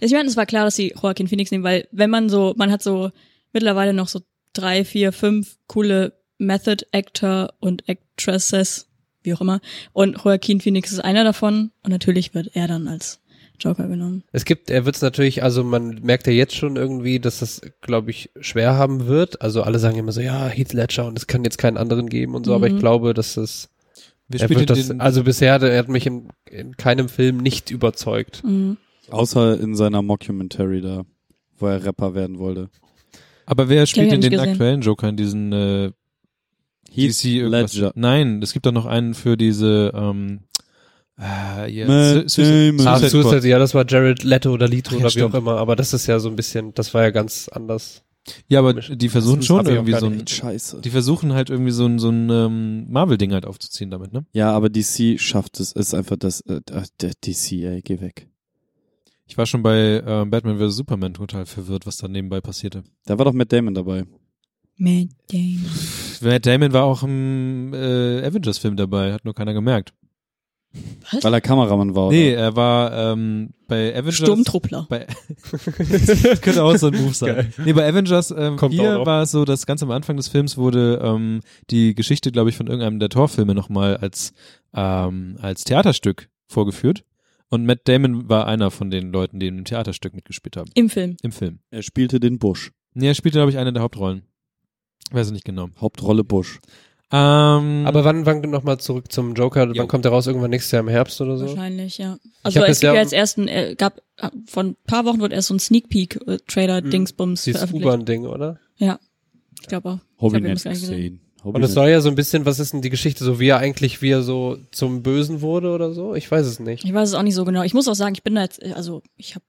E: Ich meine, es war klar, dass sie Joaquin Phoenix nehmen, weil wenn man so, man hat so mittlerweile noch so drei, vier, fünf coole Method Actor und Actresses, wie auch immer. Und Joaquin Phoenix ist einer davon und natürlich wird er dann als Joker genommen.
C: Es gibt, er wird es natürlich, also man merkt ja jetzt schon irgendwie, dass das, glaube ich, schwer haben wird. Also alle sagen immer so, ja, Heath Ledger und es kann jetzt keinen anderen geben und so, aber ich
E: Mhm.
C: glaube, dass das,
B: Wer
C: er
B: spielt
C: wird
B: denn
C: das,
B: den-
C: also bisher, hat er er hat mich in, in keinem Film nicht überzeugt.
E: Mhm.
D: Außer in seiner Mockumentary da, wo er Rapper werden wollte.
B: aber wer
E: hab
B: spielt denn
E: nicht
B: den
E: gesehen.
B: aktuellen Joker in diesen äh,
D: Heath
B: DC irgendwas?
D: Ledger.
B: Nein, es gibt doch noch einen für diese ähm, äh, yeah,
D: Matt
B: Su- Suicide-
D: Damon.
C: Ah,
B: Suicide Squad.
C: Suicide, ja, das war Jared Leto oder Leto
B: Ach ja,
C: oder wie
B: stimmt.
C: auch immer, aber das ist ja so ein bisschen, das war ja ganz anders.
B: Ja, aber
C: Komisch.
B: die versuchen
C: Das
B: schon
C: hab ich auch
B: irgendwie
C: gar
B: so ein,
D: Echt scheiße.
B: die versuchen halt irgendwie so ein so ein ähm, Marvel Ding halt aufzuziehen damit, ne?
D: Ja, aber DC schafft es. Ist einfach das. Äh, äh, der DC, ey, geh weg.
B: Ich war schon bei ähm, Batman vs Superman total verwirrt, was da nebenbei passierte.
D: Da war doch Matt Damon dabei.
E: Mad Game.
B: Matt Damon war auch im äh, Avengers Film dabei, hat nur keiner gemerkt.
E: Was?
D: Weil er Kameramann war.
B: Nee,
D: Oder?
B: er war ähm, bei Avengers
E: Sturmtruppler.
B: Bei könnte auch so ein Move sein. Nee, bei Avengers ähm,
C: Kommt auch
B: 4
C: noch.
B: war es so, dass ganz am Anfang des Films wurde ähm, die Geschichte, glaube ich, von irgendeinem der Torfilme nochmal als, ähm, als Theaterstück vorgeführt. Und Matt Damon war einer von den Leuten, die in dem Theaterstück mitgespielt haben.
E: Im Film.
B: Im Film.
D: Er spielte den Busch.
B: Nee, er spielte, glaube ich, eine der Hauptrollen. Weiß ich nicht genau.
D: Hauptrolle Busch.
B: Ähm,
C: Aber wann, wann nochmal zurück zum Joker,
B: Jo.
C: wann kommt er raus? Irgendwann nächstes Jahr im Herbst oder so?
E: Wahrscheinlich, ja.
C: Ich
E: Also
C: hab
E: es
C: bisher-
E: gibt ja jetzt erst einen, äh, gab äh, von ein paar Wochen wurde erst so ein Sneak Peek äh, Trailer
C: Mhm.
E: Dingsbums
C: Dieses
E: veröffentlicht.
C: U-Bahn-Ding, oder?
E: Ich glaube auch.
D: Hobby
E: Ich hab ihn
D: nicht
E: bisher gesehen.
D: gesehen. Hab
C: Und
D: ihn
C: es soll ja so ein bisschen, was ist denn die Geschichte, so wie er eigentlich, wie er so zum Bösen wurde oder so? Ich weiß es nicht.
E: Ich weiß es auch nicht so genau. Ich muss auch sagen, ich bin da jetzt, äh, also ich habe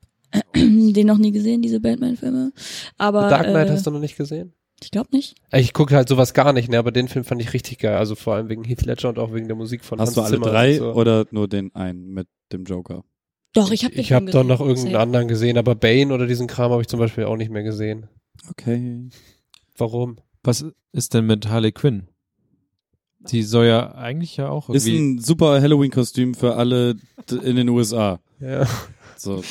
E: den noch nie gesehen, diese Batman-Filme. Aber
C: The Dark Knight
E: äh,
C: hast du noch nicht gesehen?
E: ich glaube nicht.
C: Ich gucke halt sowas gar nicht, ne, aber den Film fand ich richtig geil. Also vor allem wegen Heath Ledger und auch wegen der Musik von
D: Hast du
C: Hans
D: alle
C: Zimmer
D: drei
C: und so.
D: oder nur den einen mit dem Joker?
E: Doch, ich habe
C: Ich habe doch noch irgendeinen anderen gesehen, aber Bane oder diesen Kram habe ich zum Beispiel auch nicht mehr gesehen.
D: Okay.
C: Warum?
B: was ist denn mit Harley Quinn? Die soll ja eigentlich ja auch
D: Ist
B: irgendwie.
D: ein super Halloween-Kostüm für alle d- in den USA.
C: Ja.
D: So.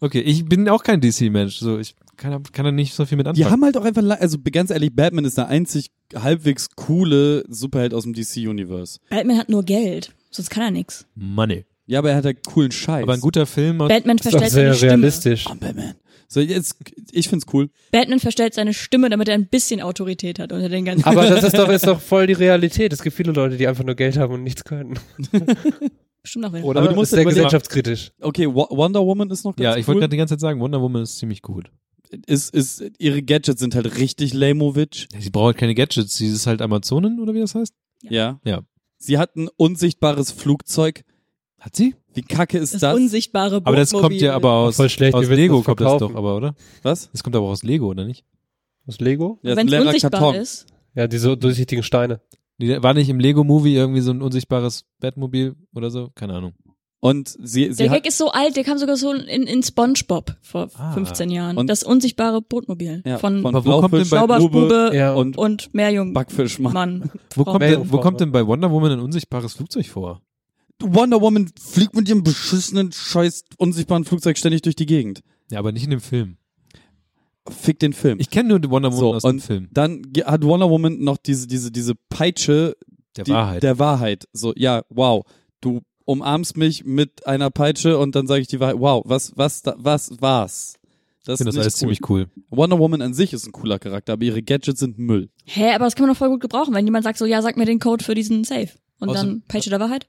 B: Okay, ich bin auch kein DC-Mensch. So, ich kann, kann da nicht so viel mit anfangen.
D: Die haben halt auch einfach, le- also ganz ehrlich, Batman ist der einzig halbwegs coole Superheld aus dem DC-Universe.
E: Batman hat nur Geld, sonst kann er nix.
B: Money.
D: Ja, aber er hat ja coolen Scheiß.
B: Aber ein guter Film aus
E: Batman
C: Ist doch
E: verstellt seine
C: sehr
E: Stimme.
C: realistisch.
D: I'm Batman. So, jetzt, ich find's cool.
E: Batman verstellt seine Stimme, damit er ein bisschen Autorität hat unter den ganzen.
C: Aber das ist doch, ist doch voll die Realität. Es gibt viele Leute, die einfach nur Geld haben und nichts können.
E: Bestimmt auch
C: Oder
D: Aber du musst
C: ist sehr
D: überlegen-
C: gesellschaftskritisch.
D: Okay, Wo- Wonder Woman ist noch ganz
B: Ja, ich
D: cool.
B: wollte gerade die ganze Zeit sagen, Wonder Woman ist ziemlich gut.
D: ist, ist, ihre Gadgets sind halt richtig lamovich.
B: Sie braucht halt keine Gadgets, sie ist halt Amazonin oder wie das heißt.
D: Ja.
B: Ja.
D: Sie hat ein unsichtbares Flugzeug.
B: Hat sie?
D: Wie kacke ist
E: Das,
D: das?
E: unsichtbare
B: Aber das kommt
E: Burgmobil.
B: ja aber aus,
C: Voll schlecht,
B: aus
C: wir würden
B: Lego
C: das
B: kommt das
C: verkaufen.
B: doch, aber, oder?
D: Was?
B: Das kommt aber auch aus Lego, oder nicht?
C: Das Lego?
D: Ja, ist ein
E: Wenn es
D: leerer
E: unsichtbar
D: Karton.
E: ist.
C: Ja, diese durchsichtigen Steine.
B: Nee, War nicht im Lego-Movie irgendwie so ein unsichtbares Batmobil oder so? Keine Ahnung.
D: Und sie, sie
E: Der
D: hat,
E: Gag ist so alt, der kam sogar so in, in SpongeBob vor
B: Ah.
E: 15 Jahren.
D: Und-
E: das unsichtbare Bootmobil
D: ja,
E: von,
B: Aber wo kommt denn bei-
D: Blaubube
E: Zauberstube
C: Ja,
D: und
E: und Meerjungmann.
D: Backfischmann.
B: Wo kommt,
C: Meldung
B: denn, wo
C: vor,
B: kommt
C: ne?
B: denn bei Wonder Woman ein unsichtbares Flugzeug vor?
D: Wonder Woman fliegt mit ihrem beschissenen, scheiß unsichtbaren Flugzeug ständig durch die Gegend.
B: Ja, aber nicht in dem Film.
D: Fick den Film.
B: Ich kenne nur die Wonder Woman
D: So,
B: aus dem
D: und
B: Film.
D: Dann ge- hat Wonder Woman noch diese, diese, diese Peitsche
B: Der
D: die,
B: Wahrheit.
D: der Wahrheit. So, ja, wow. Du umarmst mich mit einer Peitsche und dann sage ich die Wahrheit. Wow, was, was, da, was war's?
B: ich
D: Das
B: finde das
D: nicht
B: alles
D: cool.
B: ziemlich cool.
D: Wonder Woman an sich ist ein cooler Charakter, aber ihre Gadgets sind Müll.
E: Hä, aber das kann man doch voll gut gebrauchen, wenn jemand sagt so, ja, sag mir den Code für diesen Safe. Und
B: Außer-
E: dann Page der Wahrheit.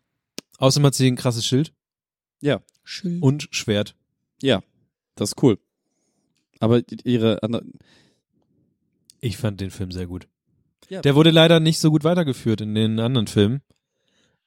B: Außerdem hat sie ein krasses Schild
E: Schön.
B: und Schwert.
D: Das ist cool. Aber ihre andere,
B: Ich fand den Film sehr gut.
D: Ja.
B: Der wurde leider nicht so gut weitergeführt in den anderen Filmen.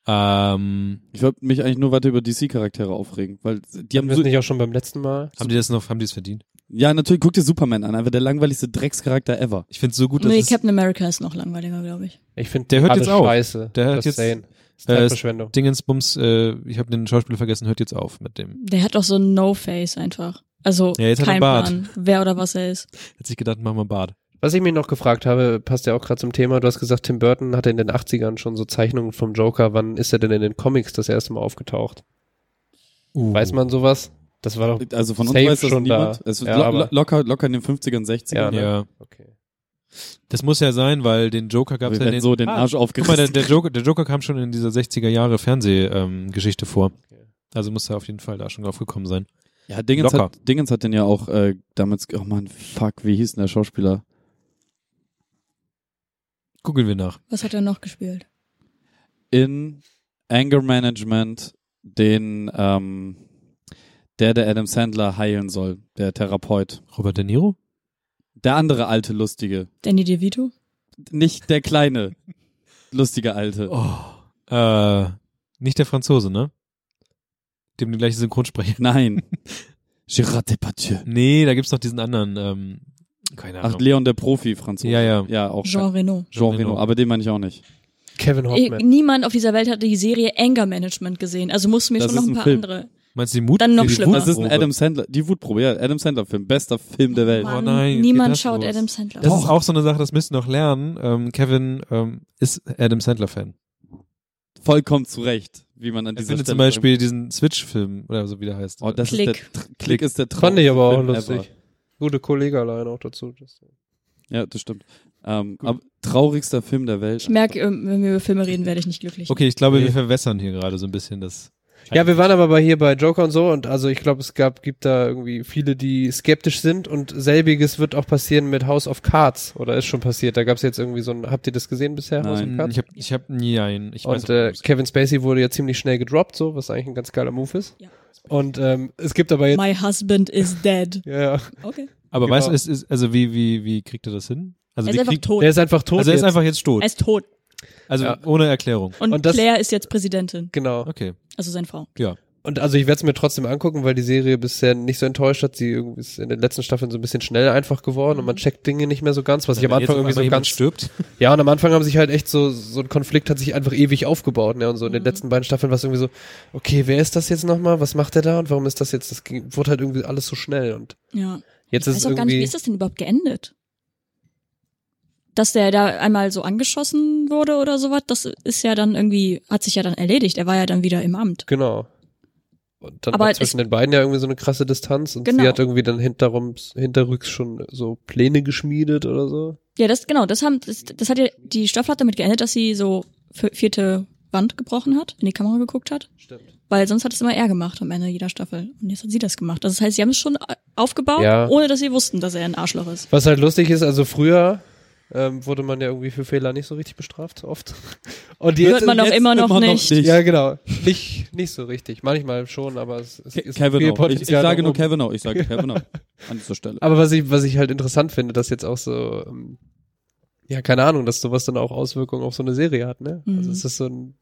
B: Ähm,
D: ich wollte mich eigentlich nur weiter über DC-Charaktere aufregen, weil die
C: Haben
D: haben
C: wir es
D: so,
C: nicht auch schon beim letzten Mal?
B: haben die das noch, haben die es verdient?
D: ja natürlich guck dir Superman an, einfach der langweiligste Dreckscharakter ever.
B: Ich finde es so gut, dass
E: Nee,
B: es,
E: Captain America ist noch langweiliger, glaube ich.
C: Ich finde
B: Der hört
C: alle
B: jetzt auf.
C: scheiße.
B: Der hört
C: das
B: jetzt-
C: Sehen. Das ist
B: äh,
C: Zeitverschwendung.
B: Dingensbums, äh, ich habe den Schauspieler vergessen, hört jetzt auf mit dem.
E: Der hat doch so ein No-Face einfach. Also
B: Ja, jetzt hat er
E: kein
B: Bart.
E: Plan, wer oder was er ist.
B: Hat sich gedacht, machen wir Bart.
C: Was ich mich noch gefragt habe, passt ja auch gerade zum Thema. Du hast gesagt, Tim Burton hatte in den 80ern schon so Zeichnungen vom Joker. Wann ist er denn in den Comics das erste Mal aufgetaucht?
B: Uh.
C: Weiß man sowas? Das war doch.
D: Also von uns
C: Oh, Safe
D: weiß das
C: schon da.
D: niemand. Es ist
C: Ja,
D: lo
C: aber-
D: lo locker, locker in den 50ern, 60ern.
C: Ja, ne?
B: Ja,
C: Okay.
B: das muss ja sein, weil den Joker gab
D: Wir
B: es ja
D: werden
B: den,
D: so den
B: Ah,
D: Arsch
B: Guck mal, der,
D: aufgerissen.
B: der, Joker, der Joker kam schon in dieser 60er Jahre Fernsehgeschichte vor.
C: Okay.
B: Also muss er auf jeden Fall da schon drauf gekommen sein.
D: Ja, Dingens
B: Locker.
D: hat, Dingens hat den ja auch äh, damals, oh man, fuck, wie hieß denn der Schauspieler?
B: Googeln wir nach.
E: Was hat er noch gespielt?
D: In Anger Management den, ähm, der, der Adam Sandler heilen soll, der Therapeut.
B: Robert De Niro?
D: Der andere alte Lustige.
E: Danny DeVito?
D: Nicht der kleine lustige Alte.
B: Oh. Äh, nicht der Franzose, ne? Dem die gleiche Synchronsprecher.
D: Nein. Gérard Depardieu.
B: Nee, da gibt's noch diesen anderen, ähm, keine
D: Ach,
B: Ahnung.
D: Leon der Profi, Franzose.
B: Ja, ja.
D: Ja, auch.
E: Jean Reno.
D: Jean
B: Reno.
D: Reno, aber den meine ich auch nicht.
C: Kevin
E: Eh,
C: Hoffman.
E: Niemand auf dieser Welt hat die Serie Anger Management gesehen. Also musst du mir
D: Das
E: schon noch
D: ist
E: ein
D: ein
E: paar
D: Film.
E: andere.
B: Meinst du die Mut?
E: Dann noch
B: die
E: schlimmer.
D: Das ist ein
B: Wutprobe?
D: Adam Sandler, die Wutprobe, ja, Adam Sandler Film, bester Film der Welt.
B: Wow.
E: Mann,
B: Oh nein, geht
E: niemand
B: das
E: schaut
B: los?
E: Adam Sandler.
B: Das ist auch so eine Sache, das müssen wir noch lernen. Ähm, Kevin ähm, ist Adam Sandler-Fan.
D: Vollkommen zurecht, wie man an
B: Er
D: dieser
B: findet
D: Stelle
B: zum Beispiel diesen Switch-Film, oder so wie der heißt.
D: Oh, das
E: Klick.
D: ist der Tr- Klick ist der
C: Fand ich aber auch
D: Film
C: lustig.
D: ever.
C: Gute Kollege allein auch dazu. Das-
D: Ja, das stimmt. Ähm, aber traurigster Film der Welt.
E: Ich merke, ähm, wenn wir über Filme reden, werde ich nicht glücklich.
B: okay, ich glaube,
C: Nee.
B: wir verwässern hier gerade so ein bisschen das.
C: Ja, wir waren aber bei hier bei Joker und so und also ich glaube, es gab, gibt da irgendwie viele, die skeptisch sind und selbiges wird auch passieren mit House of Cards oder ist schon passiert. Da gab es jetzt irgendwie so ein, habt ihr das gesehen bisher, House of
D: Nein.
C: Cards?
B: Hm, Ich habe, ich hab, nein, ich weiß
C: und
B: auch
C: äh,
B: nicht.
C: Kevin Spacey wurde ja ziemlich schnell gedroppt, so, was eigentlich ein ganz geiler Move ist.
E: Ja.
C: Und ähm, es gibt aber jetzt.
E: My husband is dead.
C: Ja, ja.
E: Okay.
B: Aber
C: Genau.
B: weißt du, es ist, also wie, wie, wie kriegt er das hin? Also,
E: Er ist
B: wie
E: einfach
B: kriegt,
E: tot.
C: Der ist einfach tot.
B: also er ist
C: jetzt.
B: einfach jetzt
E: Er
B: tot.
E: ist tot.
B: Also
C: Ja.
B: ohne Erklärung.
E: Und,
C: Und das-
E: Claire ist jetzt Präsidentin.
C: Genau.
B: Okay.
E: Also seine Frau.
C: Und also ich werde es mir trotzdem angucken, weil die Serie bisher nicht so enttäuscht hat. Sie irgendwie ist in den letzten Staffeln so ein bisschen schnell einfach geworden und man checkt Dinge nicht mehr so ganz, was ich am
B: Wenn jetzt
C: Anfang
B: auf
C: irgendwie so
B: einmal jemand
C: ganz
B: stirbt.
C: Ja, und am Anfang haben sich halt echt so, so ein Konflikt hat sich einfach ewig aufgebaut, ne? Und so in
E: Mhm.
C: den letzten beiden Staffeln war es irgendwie so, okay, wer ist das jetzt nochmal? Was macht der da? Und warum ist das jetzt? Das ging, wurde halt irgendwie alles so schnell. Und
E: Ja.
C: jetzt
E: ich
C: ist es
E: weiß auch gar nicht, wie
C: irgendwie.
E: ist das denn überhaupt geendet? Dass der da einmal so angeschossen wurde oder sowas, das ist ja dann irgendwie, hat sich ja dann erledigt. Er war ja dann wieder im Amt.
C: Genau. Und dann
E: Aber
C: war
E: es-
C: zwischen den beiden ja irgendwie so eine krasse Distanz. Und
E: Genau.
C: sie hat irgendwie dann hinterrum, hinterrücks schon so Pläne geschmiedet oder so.
E: Ja, das, genau, das haben, das, das hat ja, die Staffel hat damit geendet, dass sie so vi- vierte Wand gebrochen hat, in die Kamera geguckt hat.
C: Stimmt.
E: Weil sonst hat es immer er gemacht am Ende jeder Staffel. Und jetzt hat sie das gemacht. Das heißt, sie haben es schon äh, aufgebaut,
C: Ja.
E: ohne dass sie wussten, dass er ein Arschloch ist.
C: Was halt lustig ist, also früher ähm, wurde man ja irgendwie für Fehler nicht so richtig bestraft, oft. Und jetzt,
E: Hört man auch
D: jetzt
E: immer noch
D: immer noch
E: nicht.
D: nicht.
C: Ja, genau. Nicht, nicht so richtig. Manchmal schon, aber es, es
D: Ke-
C: ist
D: Kevin auch. Ich, ich
C: Potenzial
D: sage
C: nach
D: nur
C: oben.
D: Kevin auch. Ich sage Kevin auch. An dieser Stelle.
C: Aber was ich, was ich halt interessant finde, dass jetzt auch so, ähm, ja, keine Ahnung, dass sowas dann auch Auswirkungen auf so eine Serie hat, ne?
E: Mhm.
C: Also es ist so ein,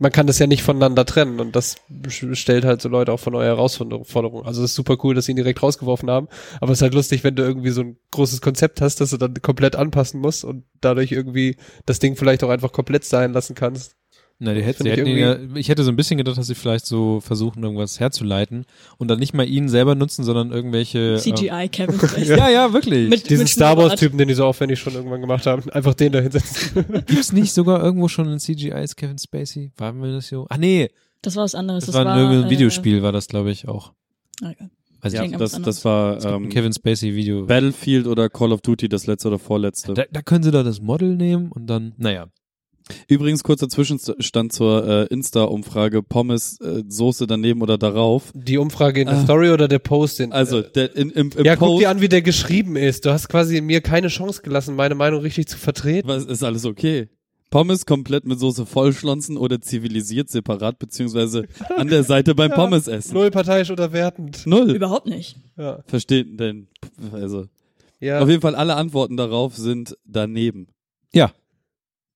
C: man kann das ja nicht voneinander trennen und das sch- stellt halt so Leute auch von neue Herausforderungen. Also es ist super cool, dass sie ihn direkt rausgeworfen haben, aber es ist halt lustig, wenn du irgendwie so ein großes Konzept hast, dass du dann komplett anpassen musst und dadurch irgendwie das Ding vielleicht auch einfach komplett sein lassen kannst.
B: Na, die hätten,
C: Find
B: sie
C: ich
B: hätten ihn ja, ich hätte so ein bisschen gedacht, dass sie vielleicht so versuchen, irgendwas herzuleiten und dann nicht mal ihn selber nutzen, sondern irgendwelche. Ähm,
E: CGI Kevin Feige.
B: ja, ja, wirklich.
E: Mit-
C: Diesen
E: mit
C: Star Wars
E: Schnurrbart.
C: Typen, den die so aufwendig schon irgendwann gemacht haben, einfach den da hinsetzen.
B: Gibt's nicht sogar irgendwo schon ein CGI ist Kevin Spacey? Waren wir das so? Ah, nee.
E: Das war was anderes.
B: Das,
E: Das,
B: war, in irgendeinem
E: äh,
B: Videospiel, war das, glaube ich, auch.
E: ah, egal.
B: Weiß ich
E: Ja.
B: nicht.
E: ganz
D: das,
E: anders.
D: das war
B: Es gibt ein
D: ähm,
B: Kevin Spacey Video.
D: Battlefield oder Call of Duty, das letzte oder vorletzte.
B: Da, da können sie da das Model nehmen und dann, naja.
D: Übrigens kurzer Zwischenstand zur äh, Insta-Umfrage: Pommes, äh, Soße daneben oder darauf.
C: Die Umfrage in der
D: Ah.
C: Story oder der Post in
D: Also
B: Äh,
D: der, in, im, im
C: ja, guck
D: Post
C: dir an, wie der geschrieben ist. Du hast quasi mir keine Chance gelassen, meine Meinung richtig zu vertreten.
D: was, ist alles okay. Pommes komplett mit Soße vollschlonzen oder zivilisiert separat beziehungsweise an der Seite beim Pommes essen.
C: Null parteiisch oder wertend.
D: Null.
E: Überhaupt nicht.
C: Ja.
D: Verstehen denn? Also
C: ja.
D: auf jeden Fall alle Antworten darauf sind daneben.
B: Ja.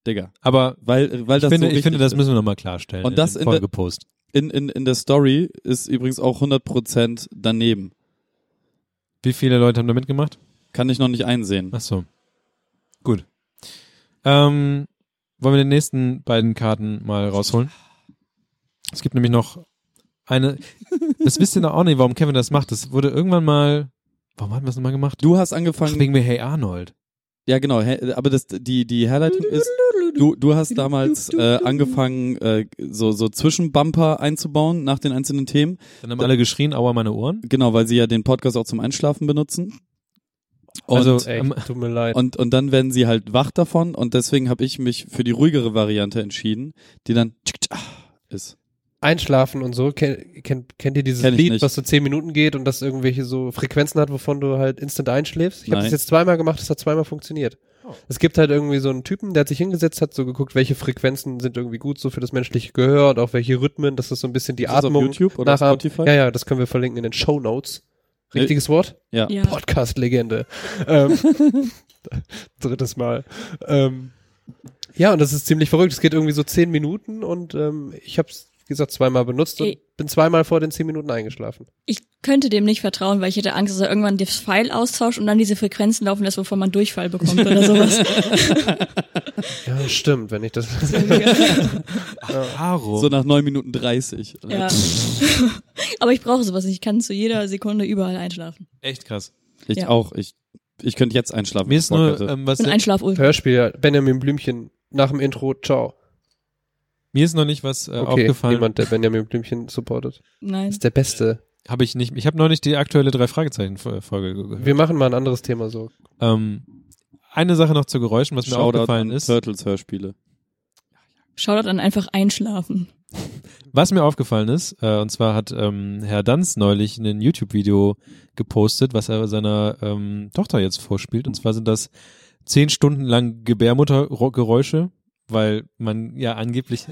D: Digga,
B: Aber
D: weil weil
B: ich
D: das
B: finde,
D: so
B: ich finde,
D: wichtig
B: das
D: ist.
B: müssen wir nochmal klarstellen.
D: Und das
B: in
D: in
B: dem
D: der-
B: Folgepost.
D: in, in, in der Story ist übrigens auch 100% daneben.
B: Wie viele Leute haben da mitgemacht?
D: Kann ich noch nicht einsehen.
B: Ach so. Gut. Ähm, wollen wir den nächsten beiden Karten mal rausholen? Es gibt nämlich noch eine. Das wisst ihr noch auch nicht, warum Kevin das macht. Das wurde irgendwann mal. Warum hatten wir es nochmal gemacht?
D: Du hast
B: Ach,
D: angefangen.
B: wegen mir Hey Arnold.
D: ja, genau. hä- Aber das, die, die Herleitung ist, du, du hast damals äh, angefangen, äh, so, so Zwischenbumper einzubauen nach den einzelnen Themen.
B: Dann haben alle geschrien, aua meine Ohren.
D: Genau, weil sie ja den Podcast auch zum Einschlafen benutzen. Und,
B: Also,
C: Echt,
B: ähm,
C: tut mir leid.
D: und, und dann werden sie halt wach davon und deswegen habe ich mich für die ruhigere Variante entschieden, die dann ah, ist.
C: Einschlafen und so. Kennt, kennt, kennt ihr dieses
D: Kenn ich
C: Lied,
D: nicht.
C: was so zehn Minuten geht und das irgendwelche so Frequenzen hat, wovon du halt instant einschläfst? Ich habe
D: Nein.
C: das jetzt zweimal gemacht, das hat zweimal funktioniert. Es gibt halt irgendwie so einen Typen, der hat sich hingesetzt, hat so geguckt, welche Frequenzen sind irgendwie gut so für das menschliche Gehör und auch welche Rhythmen, dass das so ein bisschen die
D: Ist das auf
C: Atmung
D: YouTube oder
B: äh,
C: nachahmen-
D: Spotify?
C: Ja, ja, das können wir verlinken in den Show Notes. Richtiges Wort?
D: Ja.
E: Ja.
C: Podcast-Legende. ähm, drittes Mal. Ähm, ja, und das ist ziemlich verrückt. Es geht irgendwie so zehn Minuten und ähm, ich habe es, wie gesagt, zweimal benutzt und
E: Ey.
C: bin zweimal vor den zehn Minuten eingeschlafen.
E: Ich könnte dem nicht vertrauen, weil ich hätte Angst, dass er irgendwann das Pfeil austauscht und dann diese Frequenzen laufen lässt, wovon man Durchfall bekommt oder sowas.
C: Ja, stimmt, wenn ich das.
B: Haro.
D: So nach neun Minuten 30.
E: ja. Aber ich brauche sowas nicht. Ich kann zu jeder Sekunde überall einschlafen.
B: Echt krass.
D: Ich
E: Ja.
D: auch. Ich, ich könnte jetzt einschlafen.
B: Mir ist
D: wenn ich
B: nur,
D: Bock hätte.
B: ähm, was
E: Ein Einschlafultra.
C: Hörspiel, Benjamin Blümchen, nach dem Intro, ciao.
B: mir ist noch nicht was äh,
C: Okay,
B: aufgefallen.
C: niemand, der Benjamin Blümchen supportet.
E: Nein.
C: Ist der Beste.
B: Habe ich nicht. Ich habe noch nicht die aktuelle drei Fragezeichen Folge gehört.
C: Wir machen mal ein anderes Thema so.
B: Ähm, eine Sache noch zu Geräuschen, was mir
D: Shoutout
B: aufgefallen
D: an
B: ist.
D: Turtles Hörspiele.
E: Shoutout an einfach einschlafen.
B: Was mir aufgefallen ist, äh, und zwar hat ähm, Herr Danz neulich ein YouTube-Video gepostet, was er seiner ähm, Tochter jetzt vorspielt. Und zwar sind das zehn Stunden lang Gebärmuttergeräusche, weil man ja angeblich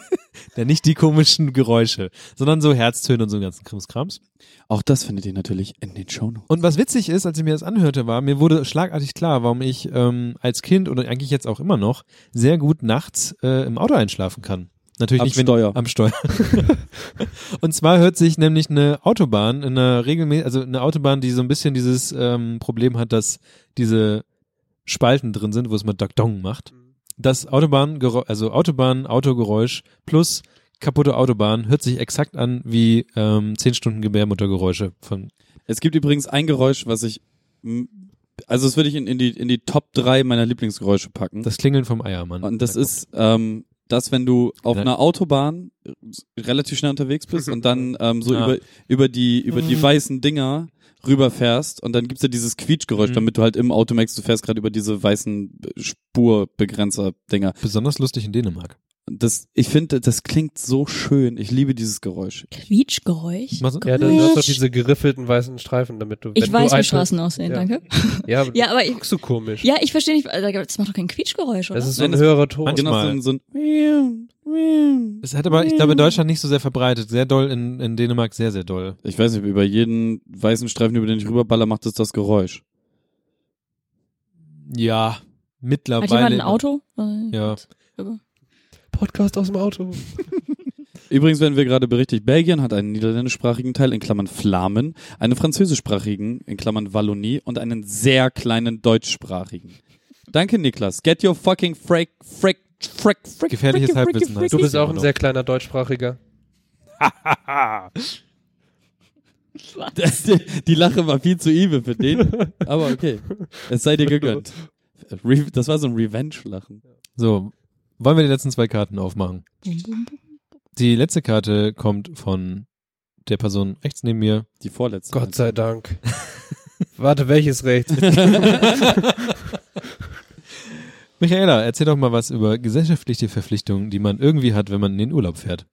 B: ja nicht die komischen Geräusche, sondern so Herztöne und so einen ganzen Krimskrams.
D: Auch das findet ihr natürlich in den Shownotes.
B: Und was witzig ist, als ich mir das anhörte, war, mir wurde schlagartig klar, warum ich ähm, als Kind oder eigentlich jetzt auch immer noch sehr gut nachts äh, im Auto einschlafen kann. Natürlich
D: Am
B: nicht, wenn,
D: Steuer.
B: Am Steuer. und zwar hört sich nämlich eine Autobahn in einer regelmäßig, also eine Autobahn, die so ein bisschen dieses ähm, Problem hat, dass diese Spalten drin sind, wo es mal Dong macht. Das Autobahn, also Autobahn, Autogeräusch plus kaputte Autobahn hört sich exakt an wie ähm, 10 Stunden Gebärmuttergeräusche von
D: Es gibt übrigens ein Geräusch, was ich. m- Also, das würde ich in, in, die, in die Top 3 meiner Lieblingsgeräusche packen.
B: das Klingeln vom Eiermann.
D: und das ist ähm, das, wenn du auf
B: Ja.
D: einer Autobahn äh, relativ schnell unterwegs bist und dann ähm, so
B: Ah.
D: über, über, die, über die weißen Dinger rüberfährst und dann gibt's ja dieses Quietschgeräusch,
B: Mhm.
D: damit du halt im Auto merkst, du fährst gerade über diese weißen Spurbegrenzer-Dinger.
B: Besonders lustig in Dänemark.
D: Das, ich finde, das klingt so schön. Ich liebe dieses Geräusch.
E: Quietschgeräusch.
B: Mach so.
C: Ja, dann hast du diese geriffelten weißen Streifen, damit du.
E: Ich
C: wenn
E: weiß,
C: du
E: wie
C: einschläfst-
E: Straßen aussehen,
C: Ja.
E: danke.
C: Ja, aber
E: Ja, aber
C: du
E: ich,
C: guckst so komisch.
E: ja, ich verstehe nicht, also, das macht doch kein Quietschgeräusch, oder?
C: Das ist so
D: Nein,
C: ein
D: das-
C: höherer Ton.
B: Manchmal-
D: Genau, so ein, so ein
B: Es hat aber, ich glaube, in Deutschland nicht so sehr verbreitet. Sehr doll in, in Dänemark, sehr, sehr doll.
D: Ich weiß nicht, über jeden weißen Streifen, über den ich rüberballer, macht es das Geräusch.
B: Ja,
E: Hat jemand
B: mittlerweile.
E: ein Auto?
B: Ja.
C: Podcast aus dem Auto.
D: Übrigens werden wir gerade berichtigt, Belgien hat einen niederländischsprachigen Teil in Klammern Flamen, einen französischsprachigen in Klammern Wallonie und einen sehr kleinen deutschsprachigen. Danke, Niklas. Get your fucking freak, freak, freak, freak.
B: Gefährliches
D: freak, freak,
B: Halbwissen Genau.
D: freak.
B: heißt
C: Du bist
B: das
C: auch ein
B: immer
C: sehr kleiner deutschsprachiger.
D: Das,
C: halt
D: die Lache war viel zu evil für den, aber okay. Es sei dir gegönnt. Re- Das war so ein Revenge-Lachen.
B: noch. So, wollen wir die letzten zwei Karten aufmachen? Die letzte Karte kommt von der Person rechts neben mir.
D: Die vorletzte.
C: Gott sei Dank. Warte, welches rechts?
B: Michaela, erzähl doch mal was über gesellschaftliche Verpflichtungen, die man irgendwie hat, wenn man in den Urlaub fährt.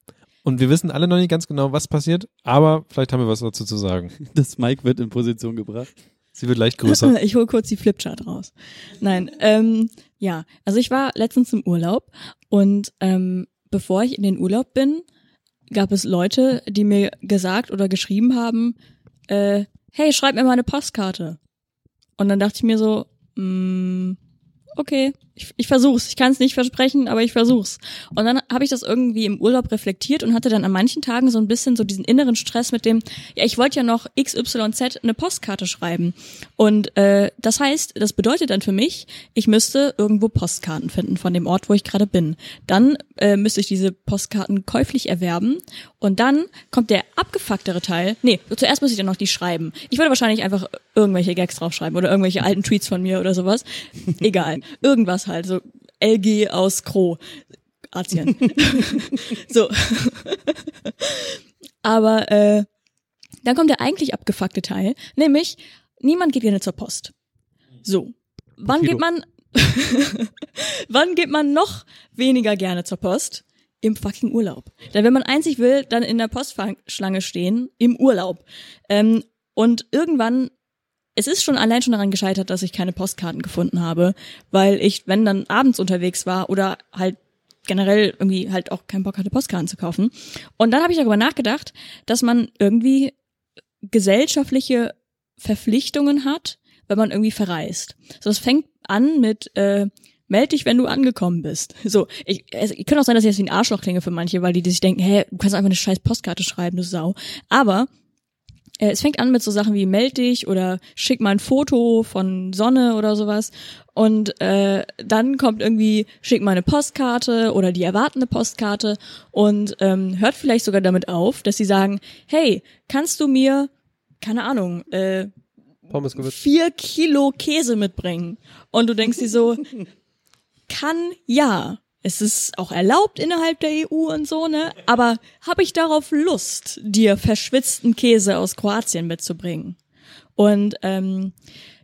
B: Und wir wissen alle noch nicht ganz genau, was passiert, aber vielleicht haben wir was dazu zu sagen.
D: Das Mike wird in Position gebracht.
B: Sie wird leicht größer.
E: Ich hole kurz die Flipchart raus. Nein, ähm, ja, also ich war letztens im Urlaub und ähm, bevor ich in den Urlaub bin, gab es Leute, die mir gesagt oder geschrieben haben, äh, hey, schreib mir mal eine Postkarte. Und dann dachte ich mir so, mm, okay, ich, ich versuch's. Ich kann es nicht versprechen, aber ich versuch's. Und dann habe ich das irgendwie im Urlaub reflektiert und hatte dann an manchen Tagen so ein bisschen so diesen inneren Stress mit dem, ja, ich wollte ja noch XYZ eine Postkarte schreiben. Und äh, das heißt, das bedeutet dann für mich, ich müsste irgendwo Postkarten finden von dem Ort, wo ich gerade bin. Dann äh, müsste ich diese Postkarten käuflich erwerben und dann kommt der abgefucktere Teil. Nee, zuerst muss ich dann noch die schreiben. Ich würde wahrscheinlich einfach irgendwelche Gags draufschreiben oder irgendwelche alten Tweets von mir oder sowas. Egal. Irgendwas halt. So LG aus Kro. Asien. so. Aber äh, dann kommt der eigentlich abgefuckte Teil, nämlich niemand geht gerne zur Post. So. Wann
C: Bushido.
E: geht man wann geht man noch weniger gerne zur Post? Im fucking Urlaub. Denn wenn man einzig will, dann in der Postschlange stehen, im Urlaub. Ähm, und irgendwann, es ist schon allein schon daran gescheitert, dass ich keine Postkarten gefunden habe, weil ich, wenn dann abends unterwegs war oder halt generell irgendwie halt auch keinen Bock hatte, Postkarten zu kaufen. Und dann habe ich darüber nachgedacht, dass man irgendwie gesellschaftliche Verpflichtungen hat, wenn man irgendwie verreist. So, das fängt an mit äh, Meld dich, wenn du angekommen bist. So, ich, es ich könnte auch sein, dass ich jetzt wie ein Arschloch klinge für manche, weil die, die sich denken, hä, du kannst einfach eine scheiß Postkarte schreiben, du Sau. Aber äh, es fängt an mit so Sachen wie meld dich oder schick mal ein Foto von Sonne oder sowas. Und äh, dann kommt irgendwie, schick mal eine Postkarte oder die erwartende Postkarte und ähm, hört vielleicht sogar damit auf, dass sie sagen, hey, kannst du mir, keine Ahnung, äh,
C: Pommes gewürzt.
E: vier Kilo Käse mitbringen. Und du denkst dir so, kann ja. Es ist auch erlaubt innerhalb der EU und so, ne? Aber habe ich darauf Lust, dir verschwitzten Käse aus Kroatien mitzubringen? Und ähm,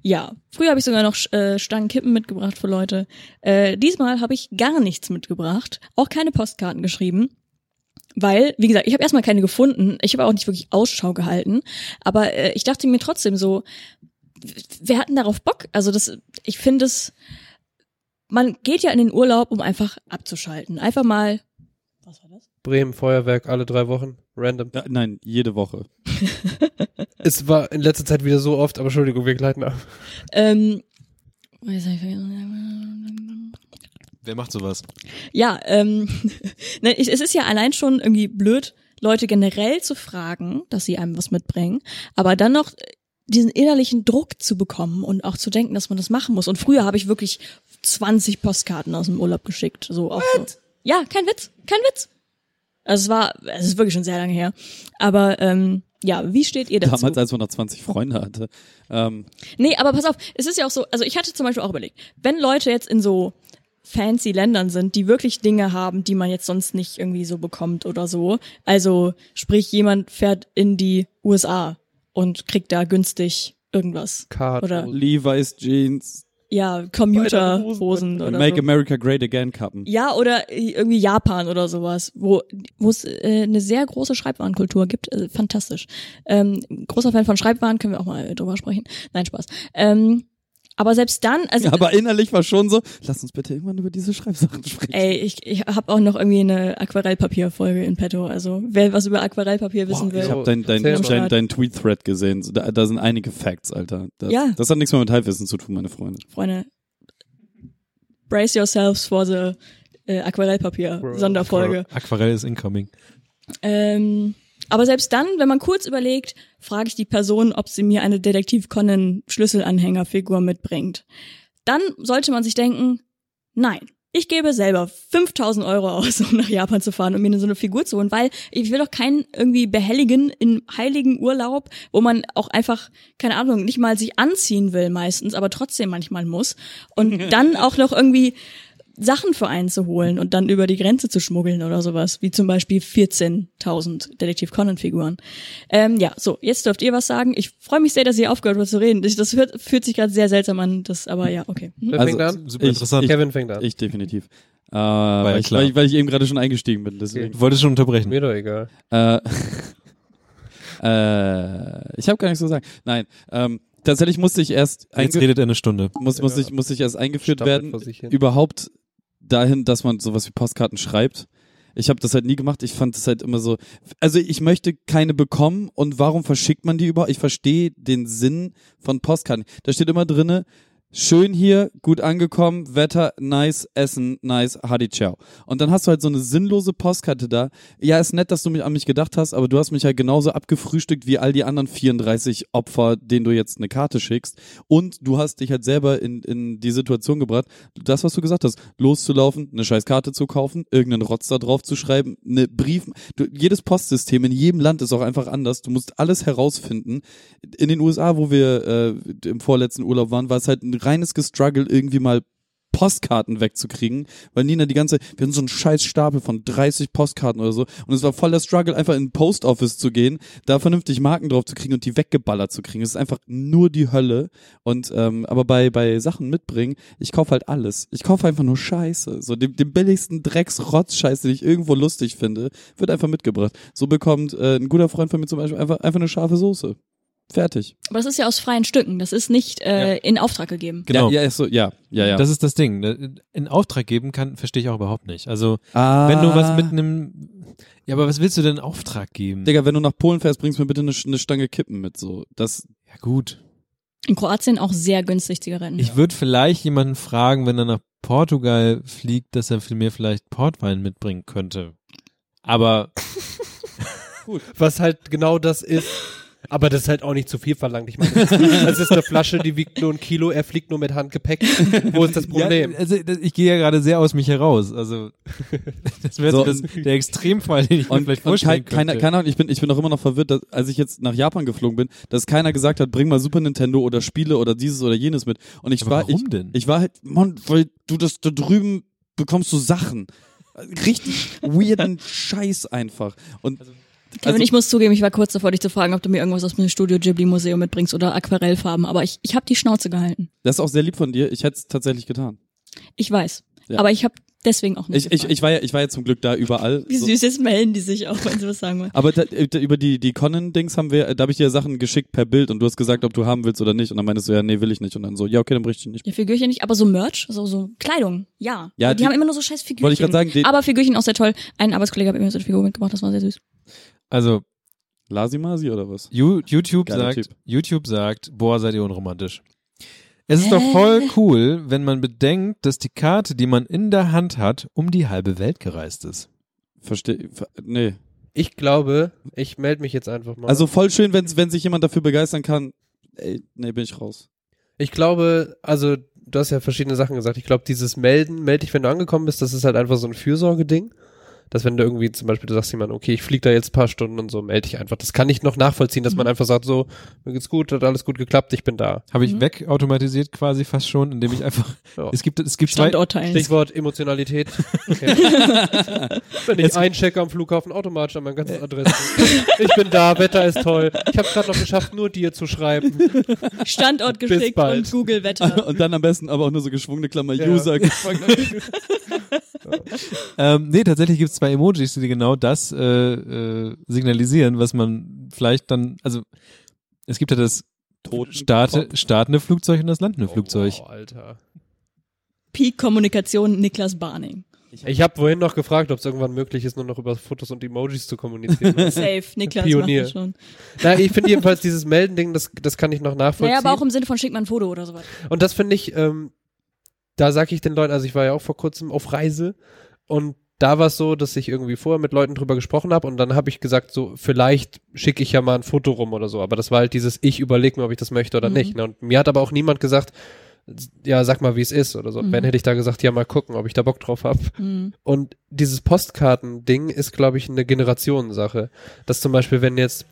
E: ja, früher habe ich sogar noch äh, Stangen Kippen mitgebracht für Leute. Äh, diesmal habe ich gar nichts mitgebracht, auch keine Postkarten geschrieben. Weil, wie gesagt, ich habe erstmal keine gefunden. Ich habe auch nicht wirklich Ausschau gehalten. Aber äh, ich dachte mir trotzdem so, wir hatten darauf Bock. Also das, ich finde es, man geht ja in den Urlaub, um einfach abzuschalten. Einfach mal. Was war das?
C: Bremen Feuerwerk alle drei Wochen. Random.
D: Ja, nein, jede Woche.
C: Es war in letzter Zeit wieder so oft, aber Entschuldigung, wir gleiten ab.
E: Ähm, was hab ich vergessen?
B: Wer macht sowas?
E: ja, ähm, ne, ich- es ist ja allein schon irgendwie blöd, Leute generell zu fragen, dass sie einem was mitbringen, aber dann noch diesen innerlichen Druck zu bekommen und auch zu denken, dass man das machen muss. Und früher habe ich wirklich 20 Postkarten aus dem Urlaub geschickt. So auch so. Ja, kein Witz, kein Witz. Also es war, es ist wirklich schon sehr lange her. Aber ähm, ja, wie steht ihr dazu?
D: Damals, als man noch 20 Freunde hatte. Ähm,
E: Nee, aber pass auf, es ist ja auch so, also ich hatte zum Beispiel auch überlegt, wenn Leute jetzt in so fancy Ländern sind, die wirklich Dinge haben, die man jetzt sonst nicht irgendwie so bekommt oder so. Also sprich, jemand fährt in die USA und kriegt da günstig irgendwas.
C: Card.
E: Oder-
D: Levi's Jeans,
E: Ja,
C: Hosen
E: Computerhosen oder
D: Make
E: so.
D: America Great Again Kappen.
E: Ja, oder irgendwie Japan oder sowas, wo wo es äh, eine sehr große Schreibwarenkultur gibt. Äh, fantastisch. Ähm, großer Fan von Schreibwaren, können wir auch mal drüber sprechen. Nein, Spaß. Ähm, aber selbst dann, also
D: Aber innerlich war schon so, lass uns bitte irgendwann über diese Schreibsachen sprechen.
E: Ey, ich, ich habe auch noch irgendwie eine Aquarellpapierfolge in petto. Also wer was über Aquarellpapier wissen
C: Wow,
E: will.
D: Ich habe dein, dein,
C: Erzähl
D: dein,
E: mal.
D: dein, Tweet-Thread gesehen. So, Da, da sind einige Facts, Alter. Das,
E: Ja.
D: das hat nichts mehr mit Halbwissen zu tun, meine Freunde.
E: Freunde, brace yourselves for the äh, Aquarellpapier-Sonderfolge.
B: Aquarell ist incoming.
E: Ähm, aber selbst dann, wenn man kurz überlegt, frage ich die Person, ob sie mir eine Detektiv Conan Schlüsselanhängerfigur mitbringt. Dann sollte man sich denken, nein. Ich gebe selber 5000 Euro aus, um nach Japan zu fahren, um mir so eine Figur zu holen, weil ich will doch keinen irgendwie behelligen in heiligen Urlaub, wo man auch einfach, keine Ahnung, nicht mal sich anziehen will meistens, aber trotzdem manchmal muss. Und dann auch noch irgendwie Sachen für einen zu holen und dann über die Grenze zu schmuggeln oder sowas, wie zum Beispiel 14.000 Detektiv Conan-Figuren. Ähm, ja, so, jetzt dürft ihr was sagen. Ich freue mich sehr, dass ihr aufgehört habt zu reden. Ich, das hört, fühlt sich gerade sehr seltsam an, das, aber ja, okay. Mhm.
C: Wer
D: Also,
C: fängt an?
B: Super interessant.
D: Ich,
C: Kevin fängt an.
D: ich definitiv. Äh, weil, ich,
B: klar.
D: weil, ich, weil ich eben gerade schon eingestiegen bin. Deswegen.
B: Wollte schon unterbrechen.
C: Mir doch egal.
D: Äh, äh, ich habe gar nichts zu sagen. Nein, ähm, tatsächlich musste ich erst
B: Jetzt
D: einge-
B: redet er eine Stunde.
D: muss, muss, ich, muss ich erst eingeführt
C: Stapelt
D: werden.
C: vor sich hin.
D: Überhaupt dahin, dass man sowas wie Postkarten schreibt. Ich habe das halt nie gemacht. Ich fand das halt immer so. Also ich möchte keine bekommen und warum verschickt man die überhaupt? Ich verstehe den Sinn von Postkarten. Da steht immer drinne. Schön hier, gut angekommen, Wetter, nice, Essen, nice, Hadi, ciao. Und dann hast du halt so eine sinnlose Postkarte da. Ja, ist nett, dass du mich an mich gedacht hast, aber du hast mich halt genauso abgefrühstückt wie all die anderen 34 Opfer, denen du jetzt eine Karte schickst. Und du hast dich halt selber in, in die Situation gebracht, das, was du gesagt hast, loszulaufen, eine scheiß Karte zu kaufen, irgendeinen Rotz da drauf zu schreiben, eine Brief. Du, jedes Postsystem in jedem Land ist auch einfach anders. Du musst alles herausfinden. In den USA, wo wir äh, im vorletzten Urlaub waren, war es halt ein reines Gestruggle, irgendwie mal Postkarten wegzukriegen, weil Nina die ganze, wir hatten so einen scheiß Stapel von 30 Postkarten oder so und es war voll der Struggle, einfach in ein Post Office zu gehen, da vernünftig Marken drauf zu kriegen und die weggeballert zu kriegen. Es ist einfach nur die Hölle und ähm, aber bei bei Sachen mitbringen, ich kaufe halt alles. Ich kaufe einfach nur Scheiße, so den, den billigsten Drecksrotz-Scheiß, den ich irgendwo lustig finde, wird einfach mitgebracht. So bekommt äh, ein guter Freund von mir zum Beispiel einfach einfach eine scharfe Soße. Fertig.
E: Aber das ist ja aus freien Stücken, das ist nicht äh, in Auftrag gegeben.
B: Genau.
D: Ja, ja, ist so, ja, ja, ja.
B: Das ist das Ding. Ne, In Auftrag geben kann, verstehe ich auch überhaupt nicht. Also,
D: ah.
B: wenn du was mit einem, ja, aber was willst du denn in Auftrag geben?
D: Digga, wenn du nach Polen fährst, bringst du mir bitte eine, eine Stange Kippen mit. So, das
B: Ja, gut.
E: In Kroatien auch sehr günstig Zigaretten.
B: Ich würde vielleicht jemanden fragen, wenn er nach Portugal fliegt, dass er mir vielleicht Portwein mitbringen könnte. Aber
C: Was halt genau das ist. Aber das ist halt auch nicht zu viel verlangt. Ich meine, das ist eine Flasche, die wiegt nur ein Kilo, er fliegt nur mit Handgepäck. Wo ist das Problem?
B: Ja, also, das, ich gehe ja gerade sehr aus mich heraus. Also das wäre
D: So.
B: so, das, der Extremfall, den ich mir
D: und,
B: vielleicht
D: und
B: vorstellen
D: kein, keiner,
B: könnte.
D: keine Ahnung, ich bin, ich bin auch immer noch verwirrt, dass, als ich jetzt nach Japan geflogen bin, dass keiner gesagt hat, bring mal Super Nintendo oder Spiele oder dieses oder jenes mit. Und ich
B: Aber
D: war,
B: warum
D: ich,
B: denn?
D: ich war halt, Mann, weil du das da drüben bekommst du Sachen. Richtig weirden Scheiß einfach. Und
E: Kevin,
D: also-
E: ich muss zugeben, ich war kurz davor, dich zu fragen, ob du mir irgendwas aus dem Studio Ghibli Museum mitbringst oder Aquarellfarben, aber ich, ich habe die Schnauze gehalten.
D: das ist auch sehr lieb von dir. Ich hätte es tatsächlich getan.
E: Ich weiß.
D: Ja.
E: Aber ich habe deswegen auch nicht.
D: Ich, ich,
E: gefragt.
D: ich war ja, ich war ja zum Glück da überall.
E: Wie
D: So.
E: süß, jetzt melden die sich auch, wenn sie was sagen wollen.
D: Aber da, äh, da, über die, die Conan-Dings haben wir, äh, da habe ich dir Sachen geschickt per Bild und du hast gesagt, ob du haben willst oder nicht. Und dann meintest du, ja, nee, will ich nicht. Und dann so, ja, okay, dann bricht die nicht.
E: Ja, Figürchen nicht, aber so Merch, so, so Kleidung, ja.
D: Ja,
E: die,
D: die-
E: haben immer nur so scheiß Figürchen.
D: Wollte ich gerade sagen, die-
E: aber Figürchen auch sehr toll. Ein Arbeitskollege hat mir so eine Figur mitgebracht, das war sehr süß.
B: Also
D: Lasimasi oder was?
B: You- YouTube
D: Geiler
B: sagt,
D: Typ.
B: YouTube sagt, boah, seid ihr unromantisch. Es ist doch
D: Äh.
B: voll cool, wenn man bedenkt, dass die Karte, die man in der Hand hat, um die halbe Welt gereist ist.
D: Verstehe. Ver nee.
C: Ich glaube, ich melde mich jetzt einfach mal.
D: Also voll schön, wenn, wenn sich jemand dafür begeistern kann. Ey, nee, bin ich raus.
C: ich glaube, also du hast ja verschiedene Sachen gesagt. Ich glaube, dieses Melden, melde dich, wenn du angekommen bist, das ist halt einfach so ein Fürsorgeding. Dass wenn du irgendwie zum Beispiel, du sagst jemand, okay, ich fliege da jetzt ein paar Stunden und so, melde dich einfach. Das kann ich noch nachvollziehen, dass man einfach sagt, so, mir geht's gut, hat alles gut geklappt, ich bin da.
B: Habe ich
E: Mhm.
B: wegautomatisiert quasi fast schon, indem ich einfach.
C: Ja.
B: Es gibt es gibt zwei.
E: Standort teilen.
C: Stichwort Emotionalität. Okay. Wenn ich einchecke am Flughafen automatisch an mein ganzes Adresse. Ich bin da, Wetter ist toll. Ich habe gerade noch geschafft, nur dir zu schreiben.
E: Standort
C: Bis
E: geschickt
C: bald.
E: und Google Wetter.
D: Und dann am besten aber auch nur so geschwungene Klammer
C: Ja.
D: User.
B: Ähm, nee, tatsächlich gibt es zwei Emojis, die genau das äh, äh, signalisieren, was man vielleicht dann. Also es gibt ja das starte, startende Flugzeug und das landende Flugzeug.
C: Oh, Alter.
E: Peak Kommunikation Niklas Barning.
C: Ich habe vorhin noch gefragt, ob es irgendwann möglich ist, nur noch über Fotos und Emojis zu kommunizieren.
E: Safe, Niklas
C: Pionier.
E: macht das schon.
C: Na, ich finde jedenfalls dieses Melden-Ding, das, das kann ich noch nachvollziehen.
E: Naja, aber auch im Sinne von schick mal ein Foto oder sowas.
C: Und das finde ich, ähm, da sage ich den Leuten, also ich war ja auch vor kurzem auf Reise Und da war es so, dass ich irgendwie vorher mit Leuten drüber gesprochen habe und dann habe ich gesagt, so, vielleicht schicke ich ja mal ein Foto rum oder so. Aber das war halt dieses, ich überlege mir, ob ich das möchte oder
E: Mhm.
C: nicht. Ne? Und mir hat aber auch niemand gesagt, ja, sag mal, wie es ist oder so.
E: Mhm.
C: Wenn hätte ich da gesagt, ja, mal gucken, ob ich da Bock drauf habe.
E: Mhm.
C: Und dieses Postkartending ist, glaube ich, eine Generationensache. Dass zum Beispiel, wenn jetzt,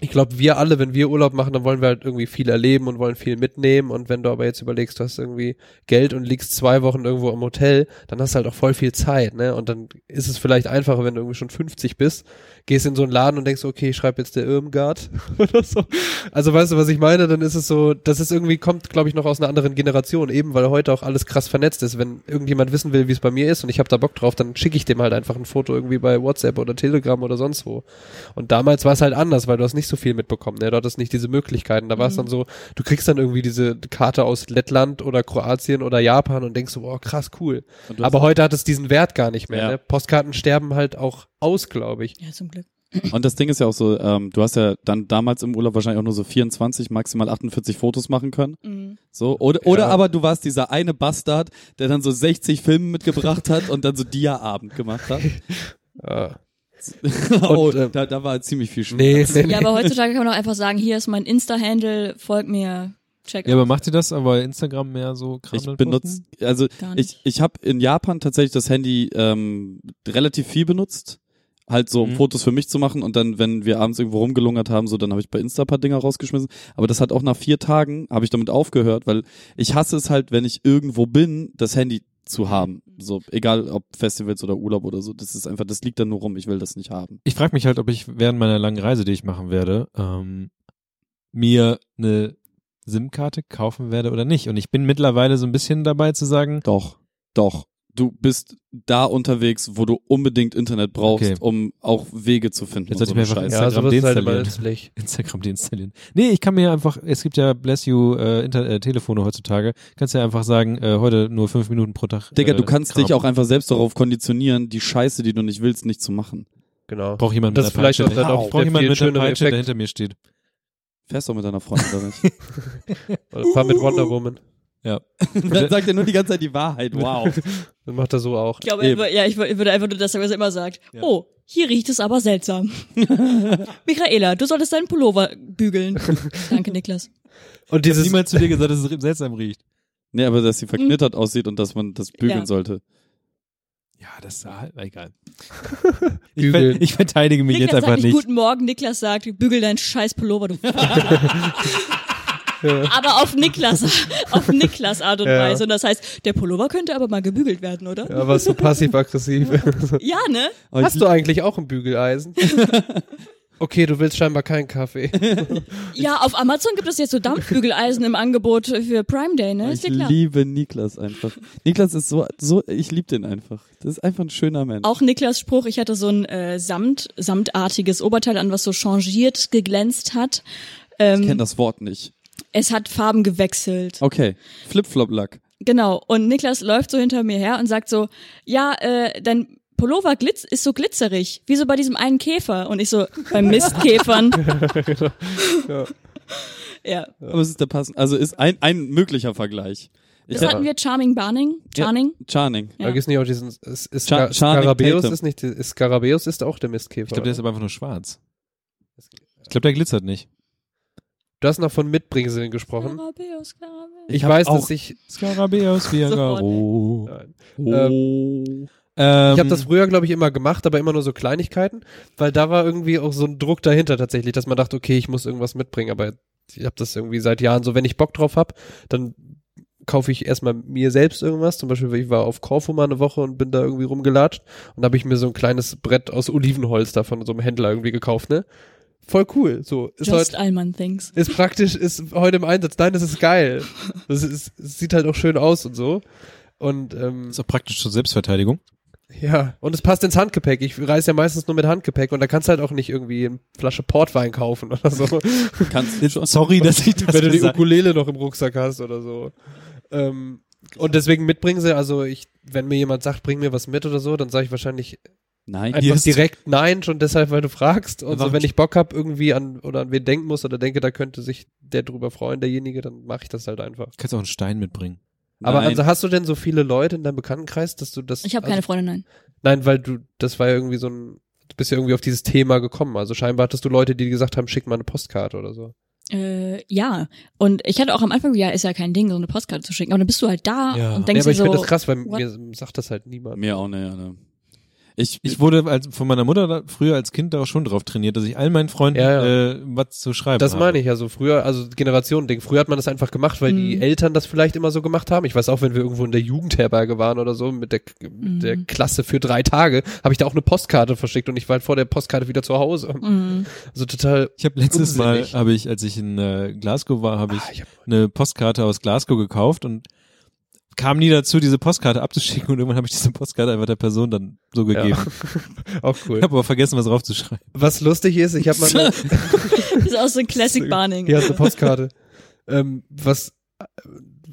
C: ich glaube, wir alle, wenn wir Urlaub machen, dann wollen wir halt irgendwie viel erleben und wollen viel mitnehmen. Und wenn du aber jetzt überlegst, du hast irgendwie Geld und liegst zwei Wochen irgendwo im Hotel, dann hast du halt auch voll viel Zeit, ne? Und dann ist es vielleicht einfacher, wenn du irgendwie schon 50 bist, gehst in so einen Laden und denkst, okay, ich schreibe jetzt der Irmgard oder so. Also weißt du, was ich meine? Dann ist es so, das ist irgendwie, kommt, glaube ich, noch aus einer anderen Generation, eben weil heute auch alles krass vernetzt ist. Wenn irgendjemand wissen will, wie es bei mir ist und ich habe da Bock drauf, dann schicke ich dem halt einfach ein Foto irgendwie bei WhatsApp oder Telegram oder sonst wo. Und damals war es halt anders, weil du hast nicht so viel mitbekommen, ne? Du hattest nicht diese Möglichkeiten. Da war es dann so, du kriegst dann irgendwie diese Karte aus Lettland oder Kroatien oder Japan und denkst so, boah, krass cool.
D: Und du
C: Aber heute hat es diesen Wert gar nicht mehr,
D: Ja.
C: ne? Postkarten sterben halt auch aus, glaube ich.
E: Ja, zum Glück.
D: Und das Ding ist ja auch so, ähm, du hast ja dann damals im Urlaub wahrscheinlich auch nur so 24, maximal 48 Fotos machen können.
E: Mhm.
D: So. Oder, oder
C: Ja.
D: aber du warst dieser eine Bastard, der dann so 60 Filme mitgebracht hat und dann so Dia-Abend gemacht hat.
C: Ja.
D: oh,
C: Und, ähm,
D: da, da war ziemlich viel Schmerz.
C: Nee, nee, nee.
E: Ja, aber heutzutage kann man auch einfach sagen, hier ist mein Insta-Handle, folgt mir, check
B: Ja, aber macht ihr das? Aber Instagram mehr so Kram
D: Ich
B: dann
D: benutze,
B: posten?
D: also
E: gar
D: ich,
E: nicht.
D: ich habe in Japan tatsächlich das Handy ähm, relativ viel benutzt. Halt so, um
B: Mhm.
D: Fotos für mich zu machen und dann, wenn wir abends irgendwo rumgelungert haben, so, dann habe ich bei Insta ein paar Dinger rausgeschmissen. Aber das hat auch nach vier Tagen, habe ich damit aufgehört, weil ich hasse es halt, wenn ich irgendwo bin, das Handy zu haben. So, egal ob Festivals oder Urlaub oder so. Das ist einfach, das liegt dann nur rum, ich will das nicht haben.
B: Ich frage mich halt, ob ich während meiner langen Reise, die ich machen werde, ähm, mir eine SIM-Karte kaufen werde oder nicht. Und ich bin mittlerweile so ein bisschen dabei zu sagen,
D: Doch, doch. Du bist da unterwegs, wo du unbedingt Internet brauchst,
B: Okay.
D: um auch Wege zu finden.
B: Jetzt
D: und
B: sollte ich mir
D: so
B: einfach
D: einen
B: Instagram
D: Scheiß.
C: Ja, sowas ist halt immer
B: deinstallieren.
C: nützlich.
B: Instagram deinstallieren. Nee, ich kann mir einfach, es gibt ja Bless You äh, Inter äh, Telefone heutzutage, kannst ja einfach sagen, äh, heute nur fünf Minuten pro Tag.
D: Digga,
B: äh,
D: du kannst
B: Kram.
D: dich auch einfach selbst darauf konditionieren, die Scheiße, die du nicht willst, nicht zu machen.
C: Genau.
B: Brauch jemanden
C: Das
B: mit
C: ist
B: der
C: vielleicht
B: Peitsche.
C: auch dann auch
B: Ich brauch
C: der
B: jemanden
C: viel
B: mit der
C: schönere
B: Peitsche, der
C: Effekt.
B: hinter mir steht.
D: Fährst du mit deiner Freundin oder nicht?
C: Oder fahr mit Wonder Woman.
D: Und dann sagt er nur die ganze Zeit die Wahrheit. Wow.
C: Dann macht er so auch.
E: Ich glaube, er wür- ja, ich wür- würde einfach nur das sagen, was er immer sagt. Oh, hier riecht es aber seltsam. Michaela, du solltest deinen Pullover bügeln. Danke, Niklas.
C: Und
B: Ich hab
C: dieses,
B: niemals zu dir gesagt, dass es seltsam riecht.
D: Nee, aber dass sie verknittert aussieht und dass man das bügeln
E: Hm. Ja.
D: sollte.
B: Ja, das ist halt egal. ich,
C: Bügeln.
B: ver ich verteidige mich jetzt
E: Niklas
B: einfach
E: sagt
B: nicht.
E: Guten Morgen, Niklas sagt, bügel deinen scheiß Pullover, du. aber auf Niklas, auf Niklas Art und
C: Ja.
E: Weise. Und das heißt, der Pullover könnte aber mal gebügelt werden, oder?
C: aber so passiv-aggressiv.
E: Ja, ne?
D: Aber
C: Hast
D: ich,
C: du eigentlich auch ein Bügeleisen? Okay, du willst scheinbar keinen Kaffee.
E: Ja, auf Amazon gibt es jetzt so Dampfbügeleisen im Angebot für Prime Day, ne? Ist
D: ich
E: dir klar.
D: liebe Niklas einfach. Niklas ist so, so ich liebe den einfach. Das ist einfach ein schöner Mensch.
E: Auch Niklas Spruch, ich hatte so ein äh, Samt, samtartiges Oberteil an, was so changiert geglänzt hat.
D: Ich kenne
E: Ähm,
D: das Wort nicht.
E: es hat Farben gewechselt.
D: Okay. Flip-Flop-Lack.
E: Genau. Und Niklas läuft so hinter mir her und sagt so, ja, äh, dein Pullover glitz ist so glitzerig, wie so bei diesem einen Käfer. Und ich so, bei Mistkäfern. ja.
D: Aber es ist der passende, also ist ein, ein möglicher Vergleich. Ich
E: Das
D: hab-
E: hatten wir Charming Barning. Charming.
D: Charning.
E: Ja.
C: Da gibt's nicht auch diesen es- es-
D: Scha-
C: Scar-
D: Charlie
C: Scarabeus
D: Tatum.
C: ist nicht die- Scarabeus ist auch der Mistkäfer.
B: Ich glaube, der ist
C: oder?
B: aber einfach nur schwarz. Ich glaube, der glitzert nicht.
C: du hast noch von Mitbringseln gesprochen.
E: Scarabeus, Scarabeus.
C: Ich
D: hab
C: weiß,
D: auch-
C: dass ich
B: Scarabeus, Viagaro.
C: Nein.
D: Oh.
B: Ähm,
C: ich habe das früher glaube ich immer gemacht, aber immer nur so Kleinigkeiten, weil da war irgendwie auch so ein Druck dahinter tatsächlich, dass man dachte, okay, ich muss irgendwas mitbringen, aber ich habe das irgendwie seit Jahren so, wenn ich Bock drauf habe, dann kaufe ich erstmal mir selbst irgendwas. Zum Beispiel, ich war auf Korfu mal eine Woche und bin da irgendwie rumgelatscht und da habe ich mir so ein kleines Brett aus Olivenholz da von so einem Händler irgendwie gekauft, ne? Voll cool. So, ist halt
E: Just
C: heute,
E: Allman Things.
C: ist praktisch, ist heute im Einsatz. Nein, das ist geil. Das ist, es sieht halt auch schön aus und so. Und, ähm,
B: ist auch praktisch zur Selbstverteidigung.
C: ja, und es passt ins Handgepäck. Ich reise ja meistens nur mit Handgepäck und da kannst du halt auch nicht irgendwie eine Flasche Portwein kaufen oder so.
D: Kannst du schon.
B: Sorry, dass ich das
C: wenn du die
B: gesagt
C: Ukulele noch im Rucksack hast oder so. Ähm, und deswegen mitbringen sie, also ich, wenn mir jemand sagt, bring mir was mit oder so, dann sage ich wahrscheinlich
D: Nein,
C: einfach direkt nein, schon deshalb, weil du fragst. Und
B: Einfach
C: so, wenn
B: nicht-
C: ich Bock hab irgendwie an oder an wen denken muss oder denke, da könnte sich der drüber freuen, derjenige, dann mache ich das halt einfach.
B: Kannst auch einen Stein mitbringen.
C: Aber
D: Nein.
C: also hast du denn so viele Leute in deinem Bekanntenkreis, dass du das.
E: Ich habe
C: also,
E: keine Freunde, nein.
C: Nein, weil du, das war ja irgendwie so ein, du bist ja irgendwie auf dieses Thema gekommen. Also scheinbar hattest du Leute, die gesagt haben, schick mal eine Postkarte oder so.
E: Äh, ja. Und ich hatte auch am Anfang, ja, ist ja kein Ding, so eine Postkarte zu schicken. Aber dann bist du halt da und
C: nee,
E: denkst
C: aber ich
E: dir so,
C: finde das krass, weil
E: what?
C: mir sagt das halt niemand.
D: Mir auch, ne, ja, ne. Ich,
B: Ich wurde als, von meiner Mutter da, früher als Kind da auch schon drauf trainiert, dass ich all meinen Freunden
C: Ja, ja.
B: Äh, was zu schreiben
C: Das
B: habe.
C: meine ich ja so. Früher, also Generationending. Früher hat man das einfach gemacht, weil die
E: Mhm.
C: Eltern das vielleicht immer so gemacht haben. Ich weiß auch, wenn wir irgendwo in der Jugendherberge waren oder so, mit der, mit
E: Mhm.
C: der Klasse für drei Tage, habe ich da auch eine Postkarte verschickt und ich war halt vor der Postkarte wieder zu Hause.
E: Mhm.
C: Also total.
B: Ich habe letztes
C: Unsinnig.
B: Mal, habe ich, als ich in äh, Glasgow war, habe ich
C: Ah, ich hab,
B: eine Postkarte aus Glasgow gekauft und kam nie dazu, diese Postkarte abzuschicken und irgendwann habe ich diese Postkarte einfach der Person dann so gegeben.
C: ja. auch cool.
B: Ich habe aber vergessen, was draufzuschreiben.
C: Was lustig ist, ich habe mal eine,
E: das ist auch so ein Classic Barning.
C: Hier hast du eine Postkarte. ähm, was äh,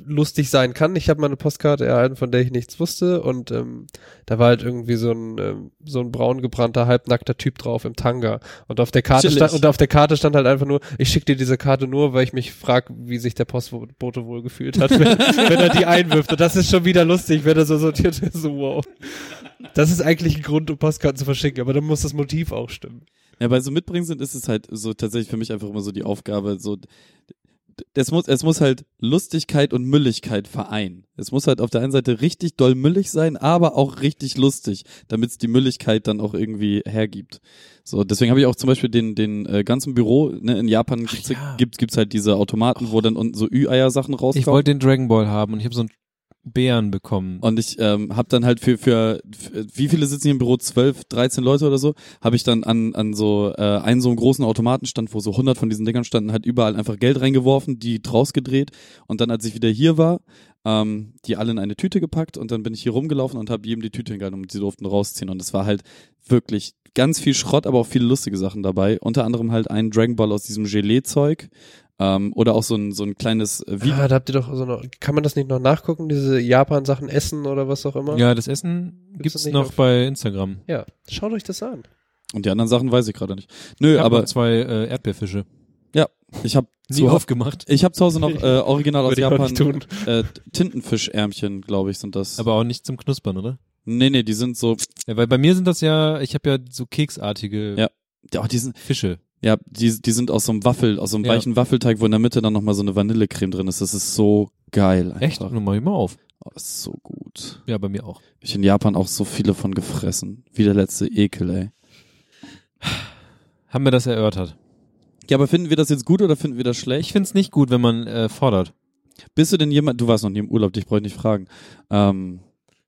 C: lustig sein kann. Ich habe mal eine Postkarte erhalten, von der ich nichts wusste und ähm, da war halt irgendwie so ein ähm, so ein braun gebrannter halbnackter Typ drauf im Tanga und auf der Karte
D: Chillig.
C: stand, und auf der Karte stand halt einfach nur ich schicke dir diese Karte nur, weil ich mich frag, wie sich der Postbote wohl gefühlt hat, wenn, wenn er die einwirft und das ist schon wieder lustig, wenn er so sortiert ist, so wow. Das ist eigentlich ein Grund, um Postkarten zu verschicken, aber dann muss das Motiv auch stimmen.
D: Ja, bei so Mitbringen sind ist es halt so tatsächlich für mich einfach immer so die Aufgabe, so d- das muss, es muss halt Lustigkeit und Mülligkeit vereinen. Es muss halt auf der einen Seite richtig doll müllig sein, aber auch richtig lustig, damit es die Mülligkeit dann auch irgendwie hergibt. So, deswegen habe ich auch zum Beispiel den, den äh, ganzen Büro, ne, in Japan gibt's,
B: ja.
D: gibt's, gibt's halt diese Automaten, wo dann unten so Ü-Eier-Sachen rauskommen.
B: Ich wollte den Dragon Ball haben und ich habe so einen Bären bekommen.
D: Und ich ähm, habe dann halt für, für, für, wie viele sitzen hier im Büro? 12, 13 Leute oder so? Habe ich dann an, an so äh, einen so einem großen Automatenstand, wo so 100 von diesen Dingern standen, halt überall einfach Geld reingeworfen, die draus gedreht. Und dann, als ich wieder hier war, ähm, die alle in eine Tüte gepackt und dann bin ich hier rumgelaufen und habe jedem die Tüte hingehalten und die durften rausziehen. Und das war halt wirklich ganz viel Schrott, aber auch viele lustige Sachen dabei. Unter anderem halt einen Dragon Ball aus diesem Gelee-Zeug. Ähm, oder auch so ein, so ein kleines äh, Vi-
C: Ah, da habt ihr doch so noch, kann man das nicht noch nachgucken, diese Japan-Sachen essen oder was auch immer?
B: ja, das Essen
C: Gibt's
B: gibt's
C: nicht
B: noch
C: auf-
B: bei Instagram.
C: Ja, schaut euch das an.
D: Und die anderen Sachen weiß ich gerade nicht. Nö,
B: Ich hab
D: aber
B: noch zwei äh, Erdbeerfische.
D: ich habe
B: Nie aufgemacht,
D: Ich habe zu Hause noch äh, original aus
C: Würde ich auch
D: Japan
C: nicht tun.
D: äh, Tintenfischärmchen, glaube ich, sind das.
B: aber auch nicht zum Knuspern, oder?
D: nee, nee, die sind so,
B: Ja, weil bei mir sind das ja, ich habe ja so keksartige
D: Ja. ja, die sind,
B: Fische.
D: ja, die, die sind aus so einem Waffel, aus so einem
B: Ja.
D: weichen Waffelteig, wo in der Mitte dann nochmal so eine Vanillecreme drin ist. Das ist so geil. Einfach.
B: Echt? Nun mach ich mal auf.
D: Oh, ist so gut.
B: Ja, bei mir auch.
D: Hab Ich in Japan auch so viele von gefressen. Wie der letzte Ekel, ey.
B: Haben wir das erörtert.
D: Ja, aber finden wir das jetzt gut oder finden wir das
B: Ich
D: schlecht?
B: find's nicht gut, wenn man äh, fordert.
D: Bist du denn jemand, du warst noch nie im Urlaub, dich brauche ich nicht fragen. Ähm,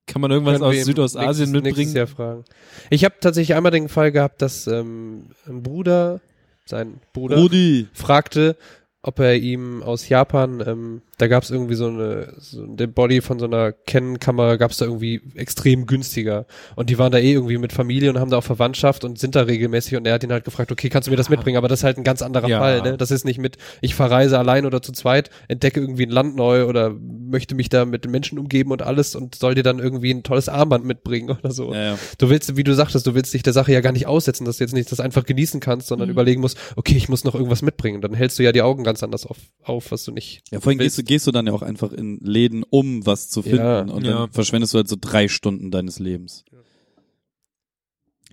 B: Kann man irgendwas
C: Können wir
B: aus
C: ihn
B: Südostasien
C: nächstes, Nächstes
B: mitbringen?
C: Jahr fragen. Ich habe tatsächlich einmal den Fall gehabt, dass ähm, ein Bruder, sein Bruder,
D: Rudi!
C: fragte, ob er ihm aus Japan, ähm, da gab es irgendwie so eine, so der Body von so einer Canon-Kamera gab es da irgendwie extrem günstiger. Und die waren da eh irgendwie mit Familie und haben da auch Verwandtschaft und sind da regelmäßig. Und er hat ihn halt gefragt, okay, kannst du mir das mitbringen? Aber das ist halt ein ganz anderer
B: Ja.
C: Fall. Ne? Das ist nicht mit, ich verreise allein oder zu zweit, entdecke irgendwie ein Land neu oder möchte mich da mit Menschen umgeben und alles und soll dir dann irgendwie ein tolles Armband mitbringen oder so.
D: Ja, ja.
C: Du willst, wie du sagtest, du willst dich der Sache ja gar nicht aussetzen, dass du jetzt nicht das einfach genießen kannst, sondern
E: Mhm.
C: überlegen musst, okay, ich muss noch irgendwas mitbringen. Dann hältst du ja die Augen ganz anders auf, auf was du nicht.
D: Ja, vorhin gehst du, gehst du dann ja auch einfach in Läden, um was zu finden.
C: Ja.
D: und dann
B: Ja.
D: verschwendest du halt so drei Stunden deines Lebens.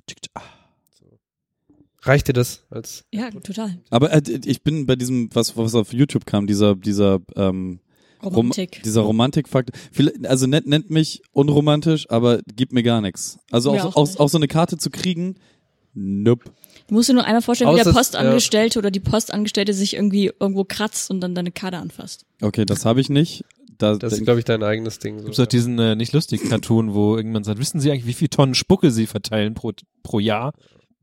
D: Tschick, tschick, ah.
C: Reicht dir das als
E: Ja, total.
D: Aber äh, ich bin bei diesem, was, was auf YouTube kam, dieser, dieser, ähm,
E: Romantik.
D: Rom dieser Romantikfaktor. Vielleicht- Also nennt, nennt mich unromantisch, aber gibt mir gar nichts. Also
E: Mir
D: auch,
E: auch
D: auch,
E: nicht.
D: auch so eine Karte zu kriegen, nope.
E: Du musst dir nur einmal vorstellen, wie
C: Außer
E: der
C: es-
E: Postangestellte oder die Postangestellte sich irgendwie irgendwo kratzt und dann deine Karte anfasst.
D: Okay, das habe ich nicht. Da,
C: Das ist,
D: denk-
C: glaube ich, dein eigenes Ding. So.
B: Gibt's doch diesen äh, nicht lustig Cartoon, wo irgendjemand sagt, wissen Sie eigentlich, wie viel Tonnen Spucke Sie verteilen pro, pro Jahr?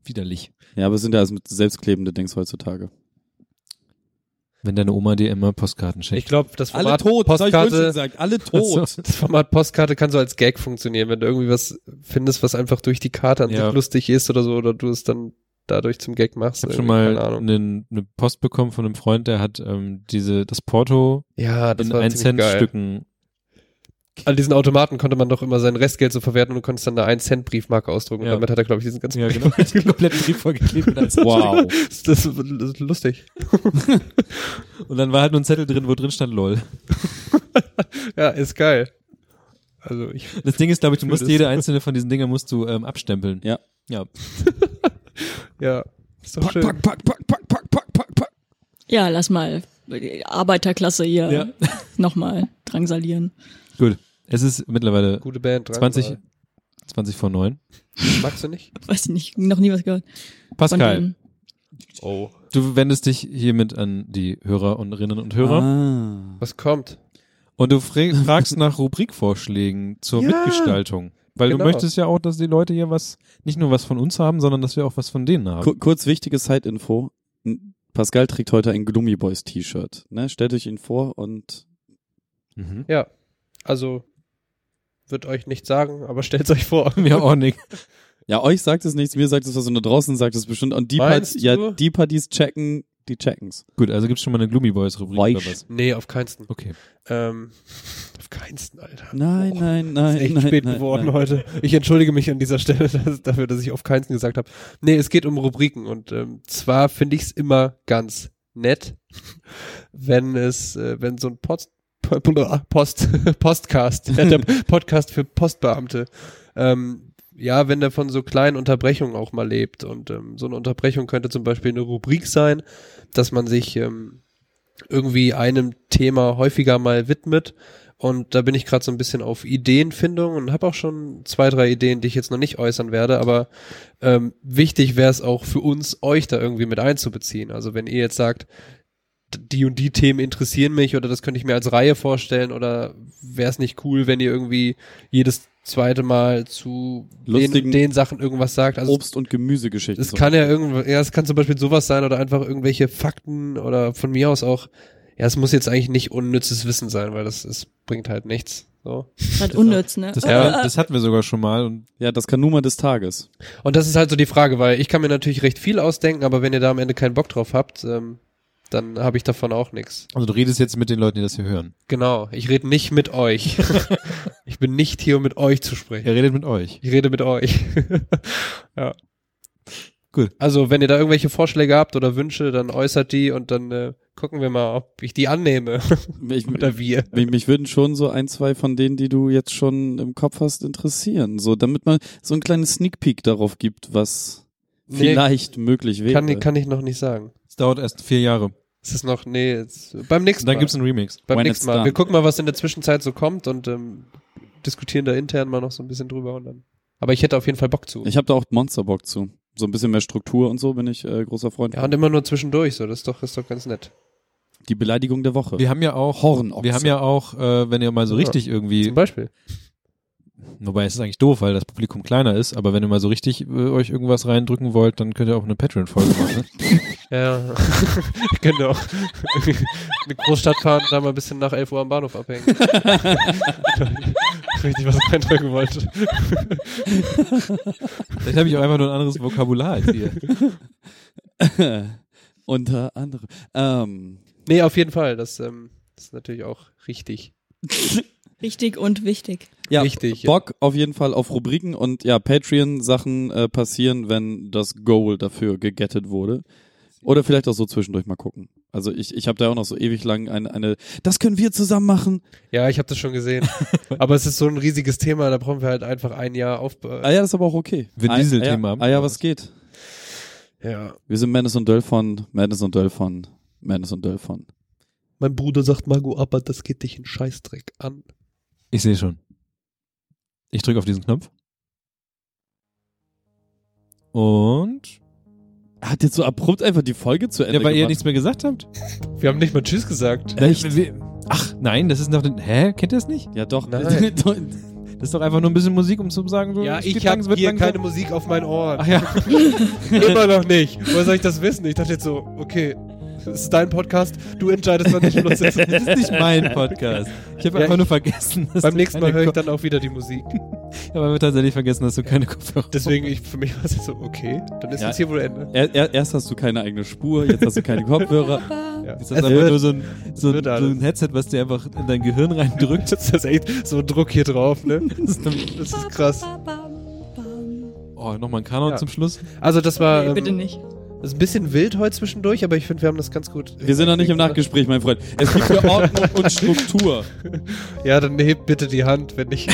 B: Widerlich.
D: ja, aber es sind ja alles mit selbstklebende Dings heutzutage.
B: Wenn deine Oma dir immer Postkarten
C: ich
B: schenkt.
C: glaube, das Format
D: das hab ich vorhin schon
C: Postkarte,
D: gesagt, alle
C: das Format Postkarte kann so als Gag funktionieren, wenn du irgendwie was findest, was einfach durch die Karte an
B: Ja.
C: sich lustig ist oder so, oder du es dann dadurch zum Gag
B: Ich
C: machst.
B: habe schon
C: irgendwie,
B: mal
C: keine Ahnung.
B: eine eine Post bekommen von einem Freund, der hat ähm, diese das Porto
C: Ja, das
B: in
C: war
B: 1
C: ziemlich
B: Cent
C: geil.
B: Stücken.
C: An diesen Automaten konnte man doch immer sein Restgeld so verwerten und du konntest dann eine 1 Cent Briefmarke ausdrucken.
B: Ja.
C: Und damit hat er, glaube ich, diesen ganzen
B: Ja, genau. Komplett Brief vorgeklebt mit 1 Cent
D: Wow.
C: Das ist, das ist lustig.
B: Und dann war halt nur ein Zettel drin, wo drin stand LOL.
C: ja, ist geil. Also ich,
B: Das Ding ist, glaube ich, du musst
C: das-
B: jede einzelne von diesen Dingern musst du ähm, abstempeln.
D: Ja.
B: Ja.
C: ja, ist doch
D: Pack,
C: schön.
D: pack, pack, pack, pack, pack, pack, pack, pack.
E: Ja, lass mal die Arbeiterklasse hier
B: Ja.
E: nochmal drangsalieren.
B: Gut. Es ist mittlerweile
C: Gute Band. Drangsal.
B: 20, 20 vor 9.
C: Magst du nicht?
E: Weiß ich nicht, noch nie was gehört. Von
B: Pascal,
E: denen.
C: Oh.
B: du wendest dich hiermit an die Hörer und Hörerinnen und Hörer.
D: Ah.
C: Was kommt?
B: Und du fra- fragst nach Rubrikvorschlägen zur
C: Ja.
B: Mitgestaltung. Weil
C: Genau.
B: du möchtest ja auch, dass die Leute hier was, nicht nur was von uns haben, sondern dass wir auch was von denen haben.
D: Ku- Kurz wichtige Side-Info. N- Pascal trägt heute ein Gloomy Boys T-Shirt. Ne? Stellt euch ihn vor und
B: Mhm.
C: Ja, also wird euch nicht sagen, aber stellt euch vor.
B: Ja, ordentlich.
D: ja, euch sagt es nichts, mir sagt es was und da draußen sagt es bestimmt. Und die Partys,
C: Meinst
D: ja,
C: du?
D: die Partys checken, die checken's.
B: Gut, also gibt's schon mal eine Gloomy Boys Rubrik
D: Weich.
B: oder was?
C: Nee, auf keinsten.
B: Okay.
C: Ähm, auf keinsten, Alter.
D: Nein,
C: Boah,
D: nein, nein.
C: Ist echt
D: nein,
C: spät
D: nein,
C: geworden
D: nein.
C: heute. Ich entschuldige mich an dieser Stelle dass, dafür, dass ich auf keinsten gesagt habe. Nee, es geht um Rubriken und ähm, zwar finde ich es immer ganz nett, wenn es, äh, wenn so ein Post, Post, Postcast, ja, der Podcast für Postbeamte, ähm, ja, wenn der von so kleinen Unterbrechungen auch mal lebt und ähm, so eine Unterbrechung könnte zum Beispiel eine Rubrik sein, dass man sich ähm, irgendwie einem Thema häufiger mal widmet und da bin ich gerade so ein bisschen auf Ideenfindung und habe auch schon zwei, drei Ideen, die ich jetzt noch nicht äußern werde, aber ähm, wichtig wäre es auch für uns, euch da irgendwie mit einzubeziehen. Also wenn ihr jetzt sagt, d- die und die Themen interessieren mich oder das könnte ich mir als Reihe vorstellen oder wäre es nicht cool, wenn ihr irgendwie jedes zweite Mal zu den,
D: Lustigen-
C: den Sachen irgendwas sagt. Also
D: Obst- und Gemüsegeschichten.
C: es kann ja irgendwas, ja, es kann zum Beispiel sowas sein oder einfach irgendwelche Fakten oder von mir aus auch, ja, es muss jetzt eigentlich nicht unnützes Wissen sein, weil das, es bringt halt nichts. So.
E: Halt unnütz, ne?
B: Das,
C: Ja.
B: das hatten wir sogar schon mal und
D: ja, das Kanuma des Tages.
C: Und das ist halt so die Frage, weil ich kann mir natürlich recht viel ausdenken, aber wenn ihr da am Ende keinen Bock drauf habt, ähm, dann habe ich davon auch nichts.
B: also du redest jetzt mit den Leuten, die das hier hören.
C: Genau, ich rede nicht mit euch. ich bin nicht hier, um mit euch zu sprechen.
B: Er redet mit euch.
C: Ich rede mit euch. ja.
B: Gut.
C: Also, wenn ihr da irgendwelche Vorschläge habt oder Wünsche, dann äußert die und dann äh, gucken wir mal, ob ich die annehme.
D: Ich,
C: Oder wir.
D: mich, mich würden schon so ein, zwei von denen, die du jetzt schon im Kopf hast, interessieren. So, damit man so einen kleinen Sneak Peek darauf gibt, was
C: Nee,
D: vielleicht möglich wäre.
C: Kann, kann ich noch nicht sagen.
B: Es dauert erst vier Jahre.
C: Es ist noch, nee, jetzt, beim nächsten
B: Und dann
C: Mal.
B: gibt's einen Remix.
C: beim
D: When
C: nächsten
D: it's
C: Mal.
D: done.
C: Wir gucken mal, was in der Zwischenzeit so kommt und ähm, diskutieren da intern mal noch so ein bisschen drüber und dann. Aber ich hätte auf jeden Fall Bock zu.
D: ich habe da auch Monsterbock zu. So ein bisschen mehr Struktur und so bin ich äh, großer Freund.
C: ja, und immer nur zwischendurch, so, das ist doch, ist doch ganz nett.
D: Die Beleidigung der Woche.
B: Wir haben ja auch
D: Hornochse.
B: Wir haben ja auch, äh, wenn ihr mal so
C: Ja.
B: richtig irgendwie,
C: Zum Beispiel.
B: wobei es ist eigentlich doof, weil das Publikum kleiner ist, aber wenn ihr mal so richtig äh, euch irgendwas reindrücken wollt, dann könnt ihr auch eine Patreon-Folge machen.
C: Ja, genau. Eine Großstadt fahren, da mal ein bisschen nach 11 Uhr am Bahnhof abhängen. Richtig was reindrücken wollte.
B: Vielleicht habe ich auch einfach nur ein anderes Vokabular als ihr.
D: Unter anderem. Ähm,
C: Nee, auf jeden Fall, das ähm, ist natürlich auch richtig.
E: Richtig und wichtig.
D: ja,
C: Richtig, ja.
D: Bock auf jeden Fall auf Rubriken und ja, Patreon-Sachen äh, passieren, wenn das Goal dafür gegettet wurde. Oder vielleicht auch so zwischendurch mal gucken. Also ich, ich habe da auch noch so ewig lang eine, eine, das können wir zusammen machen.
C: Ja, ich habe das schon gesehen. Aber es ist so ein riesiges Thema, da brauchen wir halt einfach ein Jahr auf. äh,
D: Ah ja, das ist aber auch okay.
B: Vin
D: Ah-
B: Diesel
D: ah ja,
B: Thema.
D: Ah ja, was geht?
C: Ja.
D: Wir sind Madness und Döll von, Madness und Döll von, Madness und Döll von.
C: Mein Bruder sagt Margot, aber das geht dich in Scheißdreck an.
B: Ich sehe schon. Ich drücke auf diesen Knopf. Und?
D: Er hat jetzt so abrupt einfach die Folge zu Ende
B: Ja, weil ihr
D: gemacht.
B: nichts mehr gesagt habt?
C: Wir haben nicht mal Tschüss gesagt.
B: Echt? Ach, nein, das ist noch, den- hä? Kennt ihr das nicht?
D: ja doch.
C: Nein.
B: Das ist doch einfach nur ein bisschen Musik, um zu sagen, so,
C: Ja,
B: es geht
C: ich
B: langsam,
C: habe
B: wird
C: hier
B: langsam.
C: keine Musik auf meinen Ohren.
B: Ach ja.
C: Immer noch nicht. Woher soll ich das wissen? Ich dachte jetzt so, okay, das ist dein Podcast, du entscheidest, wann ich Schluss ist.
B: Das ist nicht mein Podcast. Ich habe
C: Ja,
B: einfach
C: ich-
B: nur vergessen. Dass
C: Beim
B: du
C: nächsten Mal
B: keine
C: höre ich
B: Ko-
C: dann auch wieder die Musik.
B: Ich habe aber tatsächlich vergessen, dass du keine Kopfhörer
C: Deswegen, ich, für mich war es jetzt so, okay, dann ist
D: Ja.
C: jetzt hier wohl Ende.
D: Er, er, erst hast du keine eigene Spur, jetzt hast du keine Kopfhörer.
C: Ja.
B: hast.
C: Es
B: Das ist einfach
C: wird-
B: nur Also, so ein, so, ein,
C: wird
B: so
C: alles.
B: ein Headset, was dir einfach in dein Gehirn reindrückt.
C: das ist echt so ein Druck hier drauf, ne?
B: Das ist dann-
C: Das ist krass.
B: Oh, nochmal ein Kanon
C: Ja.
B: zum Schluss.
C: Also das war
E: Nee, bitte
C: ähm,
E: nicht.
C: Ist ein bisschen wild heute zwischendurch, aber ich finde, wir haben das ganz gut.
D: Wir sind noch nicht im Nachgespräch, mein Freund. Es gibt ja Ordnung und Struktur.
C: Ja, dann hebt bitte die Hand, wenn ich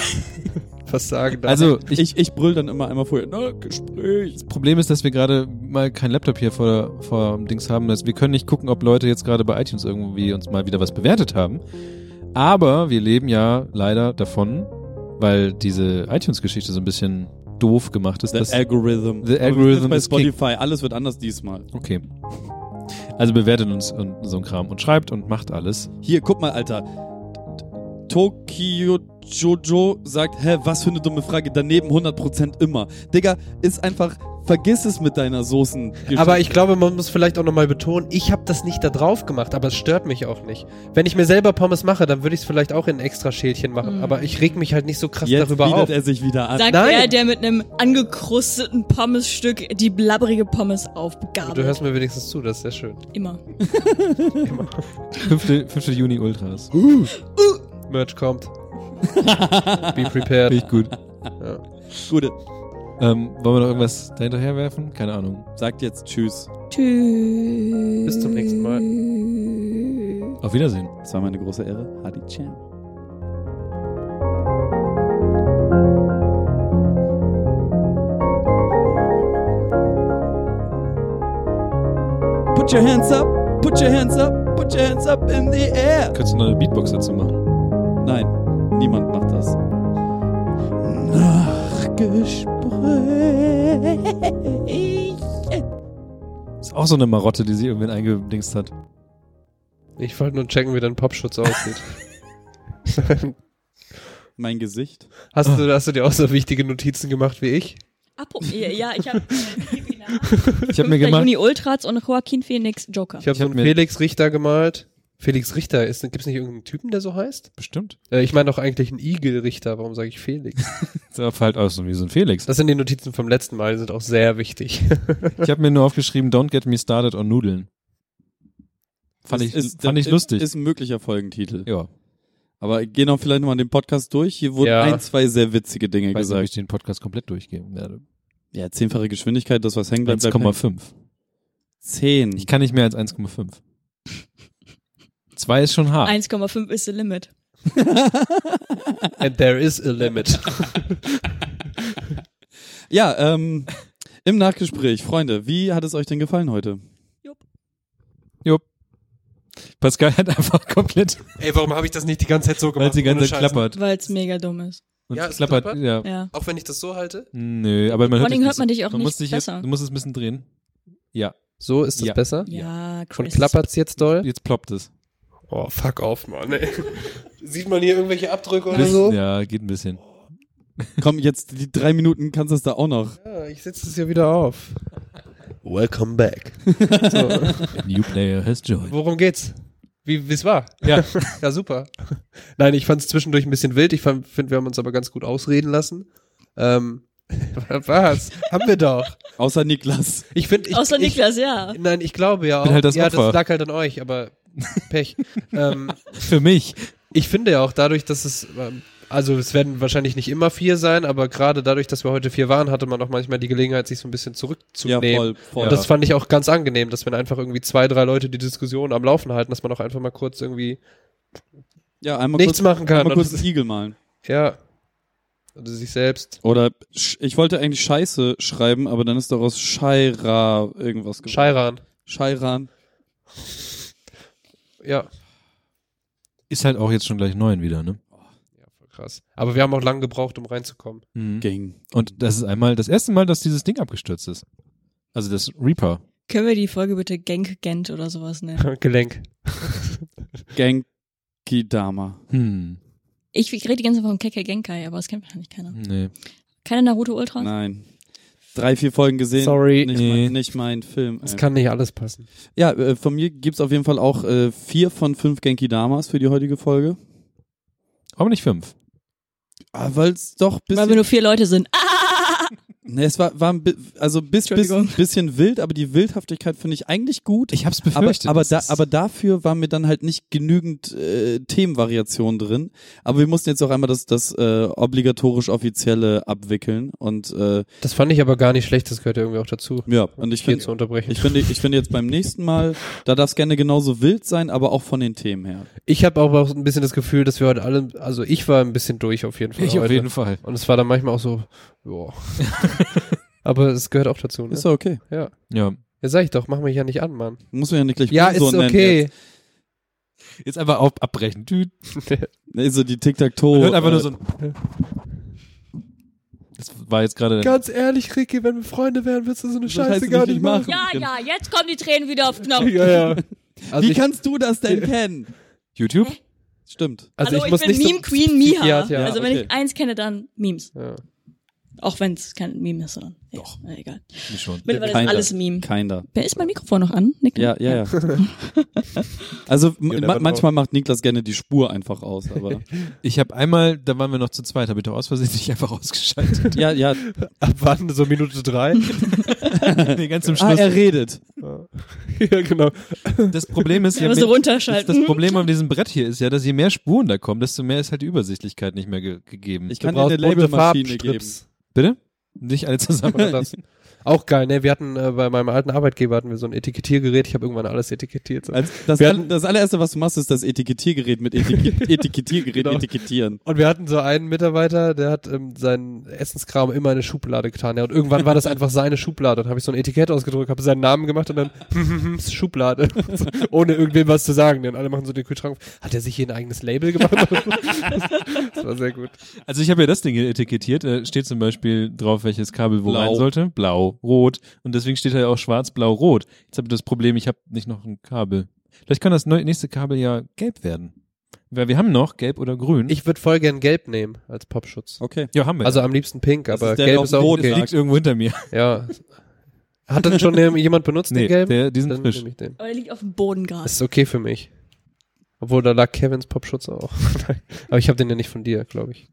C: was sagen darf.
D: Also, ich, ich, ich brüll dann immer einmal vorher. Nachgespräch.
B: Das Problem ist, dass wir gerade mal kein Laptop hier vor, vor dem Dings haben. Das- Wir können nicht gucken, ob Leute jetzt gerade bei iTunes irgendwie uns mal wieder was bewertet haben. Aber wir leben ja leider davon, weil diese iTunes-Geschichte so ein bisschen doof gemacht ist.
D: The
B: dass- The
D: Algorithm. Aber wir sind
B: Algorithm
D: bei
B: is king.
D: Spotify. Alles wird anders diesmal.
B: okay. Also bewertet uns und so ein Kram und schreibt und macht alles.
D: Hier, guck mal, Alter. Tokyo Jojo sagt, hä, was für eine dumme Frage. Daneben 100% immer. Digga, ist einfach, vergiss es mit deiner Soßen.
C: aber ich glaube, man muss vielleicht auch nochmal betonen, ich habe das nicht da drauf gemacht, aber es stört mich auch nicht. Wenn ich mir selber Pommes mache, dann würde ich es vielleicht auch in extra Schälchen machen,
E: Mhm.
C: aber ich reg mich halt nicht so krass
D: Jetzt
C: darüber
D: bietet
C: auf.
D: er sich wieder an.
E: Sagt
C: Äh, Nein.
E: er, der mit einem angekrusteten Pommesstück die blabberige Pommes
C: Du
E: aufgabelt.
C: hörst mir wenigstens zu, das ist sehr schön.
E: Immer.
B: 5. Juni Ultras.
C: Merch kommt. Be prepared.
B: Finde ich gut.
C: Ja.
D: Gute,
B: Ähm, wollen wir noch irgendwas dahinterher werfen? Keine Ahnung.
D: sagt jetzt Tschüss.
E: Tschüss.
C: Bis zum nächsten Mal.
B: Auf Wiedersehen.
D: Das war meine große Ehre. Hadi Ciao. Put your hands up, put your hands up, put your hands up in the air.
B: Könntest du noch eine Beatbox dazu machen?
D: Nein, niemand macht das. Nachgespräch.
B: Ist auch so eine Marotte, die sie irgendwann eingedingst hat.
C: Ich wollte nur checken, wie dein Popschutz aussieht.
D: Mein Gesicht.
C: hast, du, hast du dir auch so wichtige Notizen gemacht wie ich?
E: Apropos, ja, ja, ich habe
B: Ich habe mir gemacht.
E: Juni Ultras und Joaquin Phoenix Joker.
C: Ich habe
B: Ich
C: so
B: hab
C: einen
B: mir-
C: Felix Richter gemalt. Felix Richter, ist- gibt's nicht irgendeinen Typen, der so heißt?
B: Bestimmt.
C: Äh, ich meine doch eigentlich einen Igel Richter, warum sage ich Felix?
B: Sah halt aus so wie so ein Felix.
C: Das sind die Notizen vom letzten Mal, die sind auch sehr wichtig.
B: Ich habe mir nur aufgeschrieben, don't get me started on Nudeln. Fand
D: Das
B: ich, fand ich
D: das
B: lustig.
D: Ist ein möglicher Folgentitel.
B: ja,
D: Aber gehen wir vielleicht nochmal den Podcast durch. Hier wurden
C: Ja.
D: ein, zwei sehr witzige Dinge
B: ich weiß nicht, ob ich
D: gesagt.
B: den Podcast komplett durchgehen werde.
D: Ja, zehnfache Geschwindigkeit, das was hängen bleibt. bleibt hängen.
B: 1,5.
D: Zehn.
B: Ich kann nicht mehr als 1,5. Zwei ist schon hart.
E: 1,5 ist the limit.
C: And there is a limit.
D: Ja, ähm, im Nachgespräch, Freunde, wie hat es euch denn gefallen heute?
B: Pascal hat einfach komplett,
C: Ey, warum habe ich das nicht die ganze Zeit so
B: weil sie die ganze Zeit klappert.
E: Weil es mega dumm ist.
B: Und
C: Ja,
B: ja,
C: es
B: klappert,
C: klappert.
B: ja.
E: Ja.
C: Auch wenn ich das so halte?
B: Nö, aber man
E: Vor
B: hört,
E: allem
B: dich
E: hört man dich auch
B: man
E: nicht
B: muss dich
E: besser.
B: Jetzt, du musst es ein bisschen drehen. Ja,
C: So ist das
B: Ja.
C: besser?
E: Ja,
C: Schon
E: Chris.
C: klappert's jetzt doll?
B: jetzt ploppt es.
C: Oh, fuck off, Mann. Ey. Sieht man hier irgendwelche Abdrücke oder
B: Bisschen-
C: so?
B: Ja, geht ein bisschen.
D: Komm, jetzt die drei Minuten kannst du es da auch noch.
C: Ja, Ah, ich setze es hier wieder auf.
G: Welcome back.
B: A new player has joined.
C: Worum geht's? Wie es war?
B: Ja.
C: Ja, super. Nein, ich fand es zwischendurch ein bisschen wild. Ich finde, wir haben uns aber ganz gut ausreden lassen. Ähm, was? haben wir doch.
D: Außer Niklas.
C: Ich finde, ich,
E: Außer
C: ich,
E: Niklas, ja.
C: Nein, ich glaube ja auch.
B: bin halt das
C: ja,
B: Opfer.
C: das lag halt an euch, aber Pech. ähm,
B: Für mich.
C: ich finde ja auch dadurch, dass es, ähm, also es werden wahrscheinlich nicht immer vier sein, aber gerade dadurch, dass wir heute vier waren, hatte man auch manchmal die Gelegenheit, sich so ein bisschen
D: ja,
C: zurückzunehmen.
D: voll, voll.
C: Und das fand ich auch ganz angenehm, dass wenn einfach irgendwie zwei, drei Leute die Diskussion am Laufen halten, dass man auch einfach mal kurz irgendwie
D: ja, einmal
C: nichts
D: kurz,
C: machen kann.
D: einmal kurz
C: Und,
D: einen Igel malen.
C: ja. Also sich selbst.
D: Oder sch- ich wollte eigentlich Scheiße schreiben, aber dann ist daraus Scheira irgendwas geworden.
C: Scheiran.
D: Scheiran.
C: Ja.
B: Ist halt auch jetzt schon gleich neun wieder, ne?
C: ja. voll Krass. Aber wir haben auch lange gebraucht, um reinzukommen.
B: Mhm.
D: Ging.
B: Und das ist einmal das erste Mal, dass dieses Ding abgestürzt ist. Also das Reaper.
E: Können wir die Folge bitte Genk Gent oder sowas nennen?
C: Gelenk.
D: Genkidama.
B: Hm.
E: Ich rede die ganze Zeit von Keke Genkai, aber das kennt wahrscheinlich
C: Hm.
E: keiner.
B: Nee.
E: Keine Naruto Ultras?
D: Nein. Drei, vier Folgen gesehen.
C: Sorry.
D: Nicht,
B: Nee.
D: mein, nicht mein Film.
C: Es
D: ey.
C: kann nicht alles passen.
D: Ja, äh, von mir gibt's auf jeden Fall auch äh, vier von fünf Genkidamas für die heutige Folge.
B: Aber nicht fünf.
D: Ah, weil's doch
E: Weil wir
D: bisschen.
E: nur vier Leute sind. Ah!
D: Ne, es war, war ein bi also bis, bis,
E: Entschuldigung.
D: bisschen wild, aber die Wildhaftigkeit finde ich eigentlich gut.
B: Ich hab's
D: aber,
B: befürchtet.
D: aber,
B: das
D: da,
B: ist-
D: aber dafür waren mir dann halt nicht genügend äh, Themenvariationen drin. Aber wir mussten jetzt auch einmal das, das äh, obligatorisch offizielle abwickeln. Und äh,
C: Das fand ich aber gar nicht schlecht, das gehört ja irgendwie auch dazu.
D: ja, und ich
C: Hier
D: finde,
C: zu unterbrechen.
D: ich finde, ich finde jetzt beim nächsten Mal, da darf es gerne genauso wild sein, aber auch von den Themen her.
C: Ich habe aber auch ein bisschen das Gefühl, dass wir heute alle, also ich war ein bisschen durch auf jeden Fall.
B: ich auf
C: heute.
B: jeden Fall.
C: Und es war dann manchmal auch so, ja. aber es gehört auch dazu, ne?
D: Ist ja okay.
C: Ja.
B: Ja.
C: Ja, sag ich doch, mach mich ja nicht an, Mann.
D: Muss man ja nicht gleich
C: ja, ist
D: Hurensohn nennen
C: okay.
B: Jetzt einfach auf, abbrechen. Tüt.
D: jetzt. Also die Tic-Tac-Toe.
B: Man hört einfach
D: äh,
B: nur so ein. Das war jetzt gerade.
C: Ganz ehrlich, Ricky, wenn wir Freunde wären, würdest du so eine
D: So
C: Scheiße gar nicht machen.
E: Ja, ja, jetzt kommen die Tränen wieder auf Knopf.
C: Ja, ja. Also
D: Wie
C: ich,
D: kannst du das denn kennen?
B: YouTube?
D: Stimmt.
C: also
E: Hallo,
C: ich muss
E: bin
C: nicht
E: Meme
C: so,
E: Queen Mia.
C: Ja, ja,
E: also wenn
D: okay.
E: ich eins kenne, dann Memes.
C: ja.
E: Auch wenn es kein Meme ist, sondern Doch. egal.
B: Wie schon.
E: Mittlerweile ist
D: Keiner.
E: alles Meme.
D: Keiner.
E: Wer ist mein Mikrofon noch an? Nick?
D: Ja, ja, ja. Also
C: You
D: ma
C: never know.
D: manchmal macht Niklas gerne die Spur einfach aus, aber
B: Ich habe einmal, da waren wir noch zu zweit, habe ich doch aus Versehen dich einfach ausgeschaltet.
D: ja, ja.
C: Ab wann? So Minute drei?
B: nee, ganz zum
D: Ah,
B: Schluss.
D: er redet.
C: ja, genau.
B: Das Problem ist,
E: Ja,
B: ja,
E: aber so
B: mehr- das, das
E: runterschalten.
B: Problem an diesem Brett hier ist ja, dass je mehr Spuren da kommen, desto mehr ist halt die Übersichtlichkeit nicht mehr ge gegeben.
D: Ich
C: Du
D: kann dir eine
C: brauchst bunte
D: Labelmaschine geben.
C: Farbstrips.
B: Bitte? Nicht alle zusammen.
C: Oder das. Auch geil, ne? Wir hatten äh, bei meinem alten Arbeitgeber hatten wir so ein Etikettiergerät. Ich habe irgendwann alles etikettiert. So.
D: Also das,
C: Wir hatten-
D: das allererste, was du machst, ist das Etikettiergerät mit Etike Etikettiergerät
C: Genau.
D: etikettieren.
C: Und wir hatten so einen Mitarbeiter, der hat ähm, seinen Essenskram immer in eine Schublade getan. Ja. Und irgendwann war das einfach seine Schublade. Dann habe ich so ein Etikett ausgedruckt, habe seinen Namen gemacht und dann hm, Schublade. So, Ohne irgendwem was zu sagen. Denn alle machen so den Kühlschrank. auf. Hat er sich hier ein eigenes Label gemacht? das war sehr gut.
B: Also ich habe ja das Ding hier etikettiert. Da steht zum Beispiel drauf, welches Kabel wo
D: Blau.
B: rein sollte. Blau, rot. Und deswegen steht da ja auch schwarz, blau, rot. Jetzt habe ich das Problem, ich habe nicht noch ein Kabel. Vielleicht kann das neu- nächste Kabel ja gelb werden. Weil wir haben noch gelb oder grün.
C: Ich würde voll gern gelb nehmen als Popschutz.
D: Okay.
B: ja, haben wir.
C: Also am liebsten pink,
D: Das
C: aber
D: ist der,
C: gelb
D: der auf
C: ist
D: dem
C: auch
D: Boden
B: das
C: okay.
B: liegt irgendwo hinter mir.
C: Ja. Hat dann schon jemand benutzt,
B: Nee,
C: den gelben?
B: der, die sind
C: Dann
B: frisch.
C: nehme ich den.
E: Aber der liegt auf dem Boden gerade.
C: Das ist okay für mich. Obwohl, da lag Kevins Popschutz auch. Aber ich habe den ja nicht von dir, glaube ich.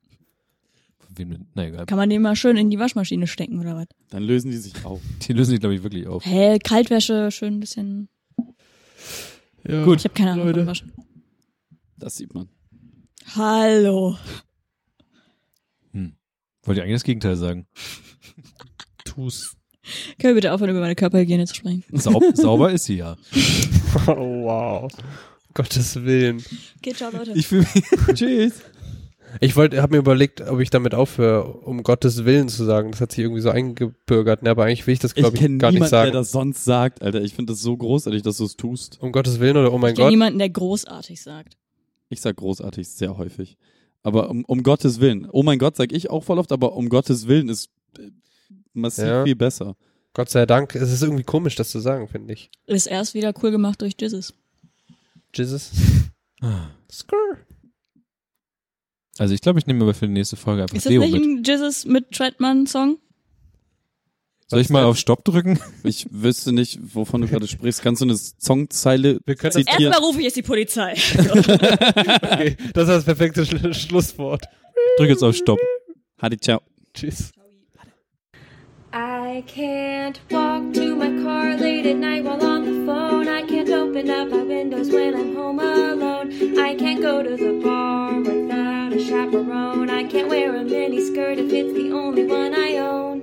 B: Wem denn? Na egal.
E: Kann man den mal schön in die Waschmaschine stecken oder was?
D: Dann lösen die sich auf.
B: Die lösen sich, glaube ich, wirklich auf.
E: Hä, Kaltwäsche, schön ein bisschen.
C: Ja.
E: Ich habe keine Ahnung
C: Leute.
E: von Waschen.
D: Das sieht man.
E: Hallo.
B: Wollte ich eigentlich das Gegenteil sagen.
C: Tu's.
E: Können wir bitte aufhören, über meine Körperhygiene zu sprechen?
B: Saub, sauber ist sie ja.
C: Oh, wow. Gottes Willen.
E: Okay, ciao, Leute.
B: Ich fühle mich.
D: Tschüss.
C: Ich wollte, habe mir überlegt, ob ich damit aufhöre, um Gottes Willen zu sagen. Das hat sich irgendwie so eingebürgert. Ne, aber eigentlich will ich das,
D: Ich
C: glaube ich,
D: kenne
C: gar nicht
D: niemanden, der
C: sagen.
D: das sonst sagt, Alter. Ich finde das so großartig, dass du es tust.
C: um Gottes Willen oder oh mein
E: ich kenne
C: Gott.
E: niemanden, der großartig sagt.
D: Ich sag großartig sehr häufig. Aber um, um Gottes Willen. Oh mein Gott, sag ich auch voll oft, aber um Gottes Willen ist äh, massiv
C: Ja.
D: viel besser.
C: Gott sei Dank. Es ist irgendwie komisch, das zu sagen, finde ich.
E: Ist erst wieder cool gemacht durch Jesus.
C: Jesus.
D: Ah.
C: Skrr.
B: Also ich glaube, ich nehme aber für die nächste Folge einfach
E: Ist das
B: Deo
E: nicht
B: mit.
E: ein Jesus mit Treadman-Song?
B: Soll ich mal auf Stopp drücken?
D: Ich wüsste nicht, wovon du gerade sprichst. Kannst du eine Songzeile
C: Wir können das,
D: zitieren?
E: Erstmal rufe ich jetzt die Polizei.
C: okay, das ist das perfekte Schlu- Schlusswort.
B: Drück jetzt auf Stopp.
D: Hadi, ciao.
C: Tschüss.
H: I can't walk to my car late at night while on the phone. I can't open up my windows when I'm home alone. I can't go to the bar without a chaperone. I can't wear a mini skirt if it's the only one I own.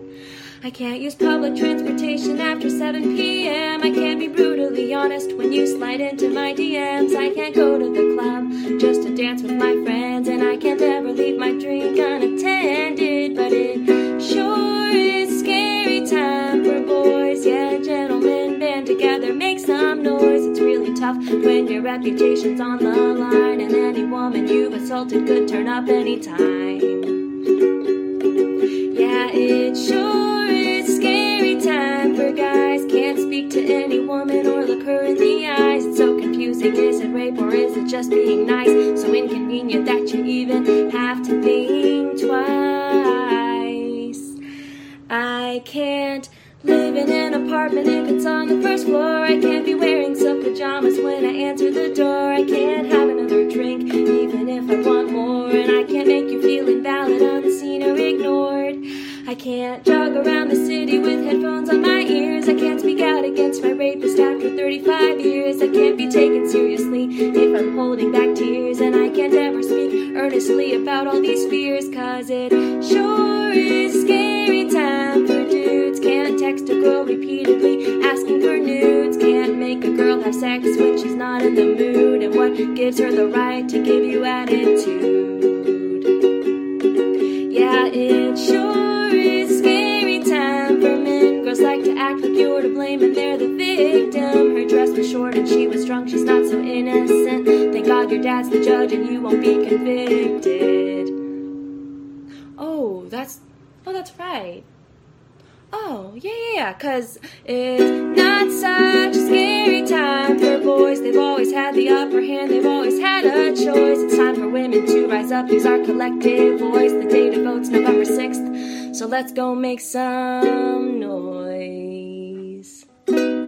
H: I can't use public transportation after 7 p.m. I can't be brutally honest when you slide into my DMs. I can't go to the club just to dance with my friends, and I can't ever leave my drink unattended. But it sure is scary time for boys. Yeah, gentlemen, band together, make some noise. It's really tough when your reputation's on the line, and any woman you've assaulted could turn up anytime. Yeah, it sure is scary time for guys. Can't speak to any woman or look her in the eyes. It's so confusing. Is it rape or is it just being nice? So inconvenient that you even have to think twice. I can't live in an apartment if it's on the first floor. I can't be wearing some pajamas when I answer the door. I can't have another drink, even if I want more. And I can't make you feel invalid, unseen, or ignored. I can't jog around the city with headphones on my ears. I can't speak out against my rapist after 35 years. I can't be taken seriously if I'm holding back tears. And I can't ever speak earnestly about all these fears, cause it sure is a scary time for dudes. Can't text a girl repeatedly asking for nudes. Can't make a girl have sex when she's not in the mood. And what gives her the right to give you attitude? Yeah, it sure is a scary time for men. Girls like to act like you're to blame and they're the victim. Her dress was short and she was drunk, she's not so innocent. Thank God your dad's the judge and you won't be convicted. Oh, that's. Oh, that's right. Oh, yeah, yeah, yeah, cause it's not such a scary time for boys. They've always had the upper hand, they've always had a choice. It's time for women to rise up, use our collective voice. The date of vote's November 6th, so let's go make some noise.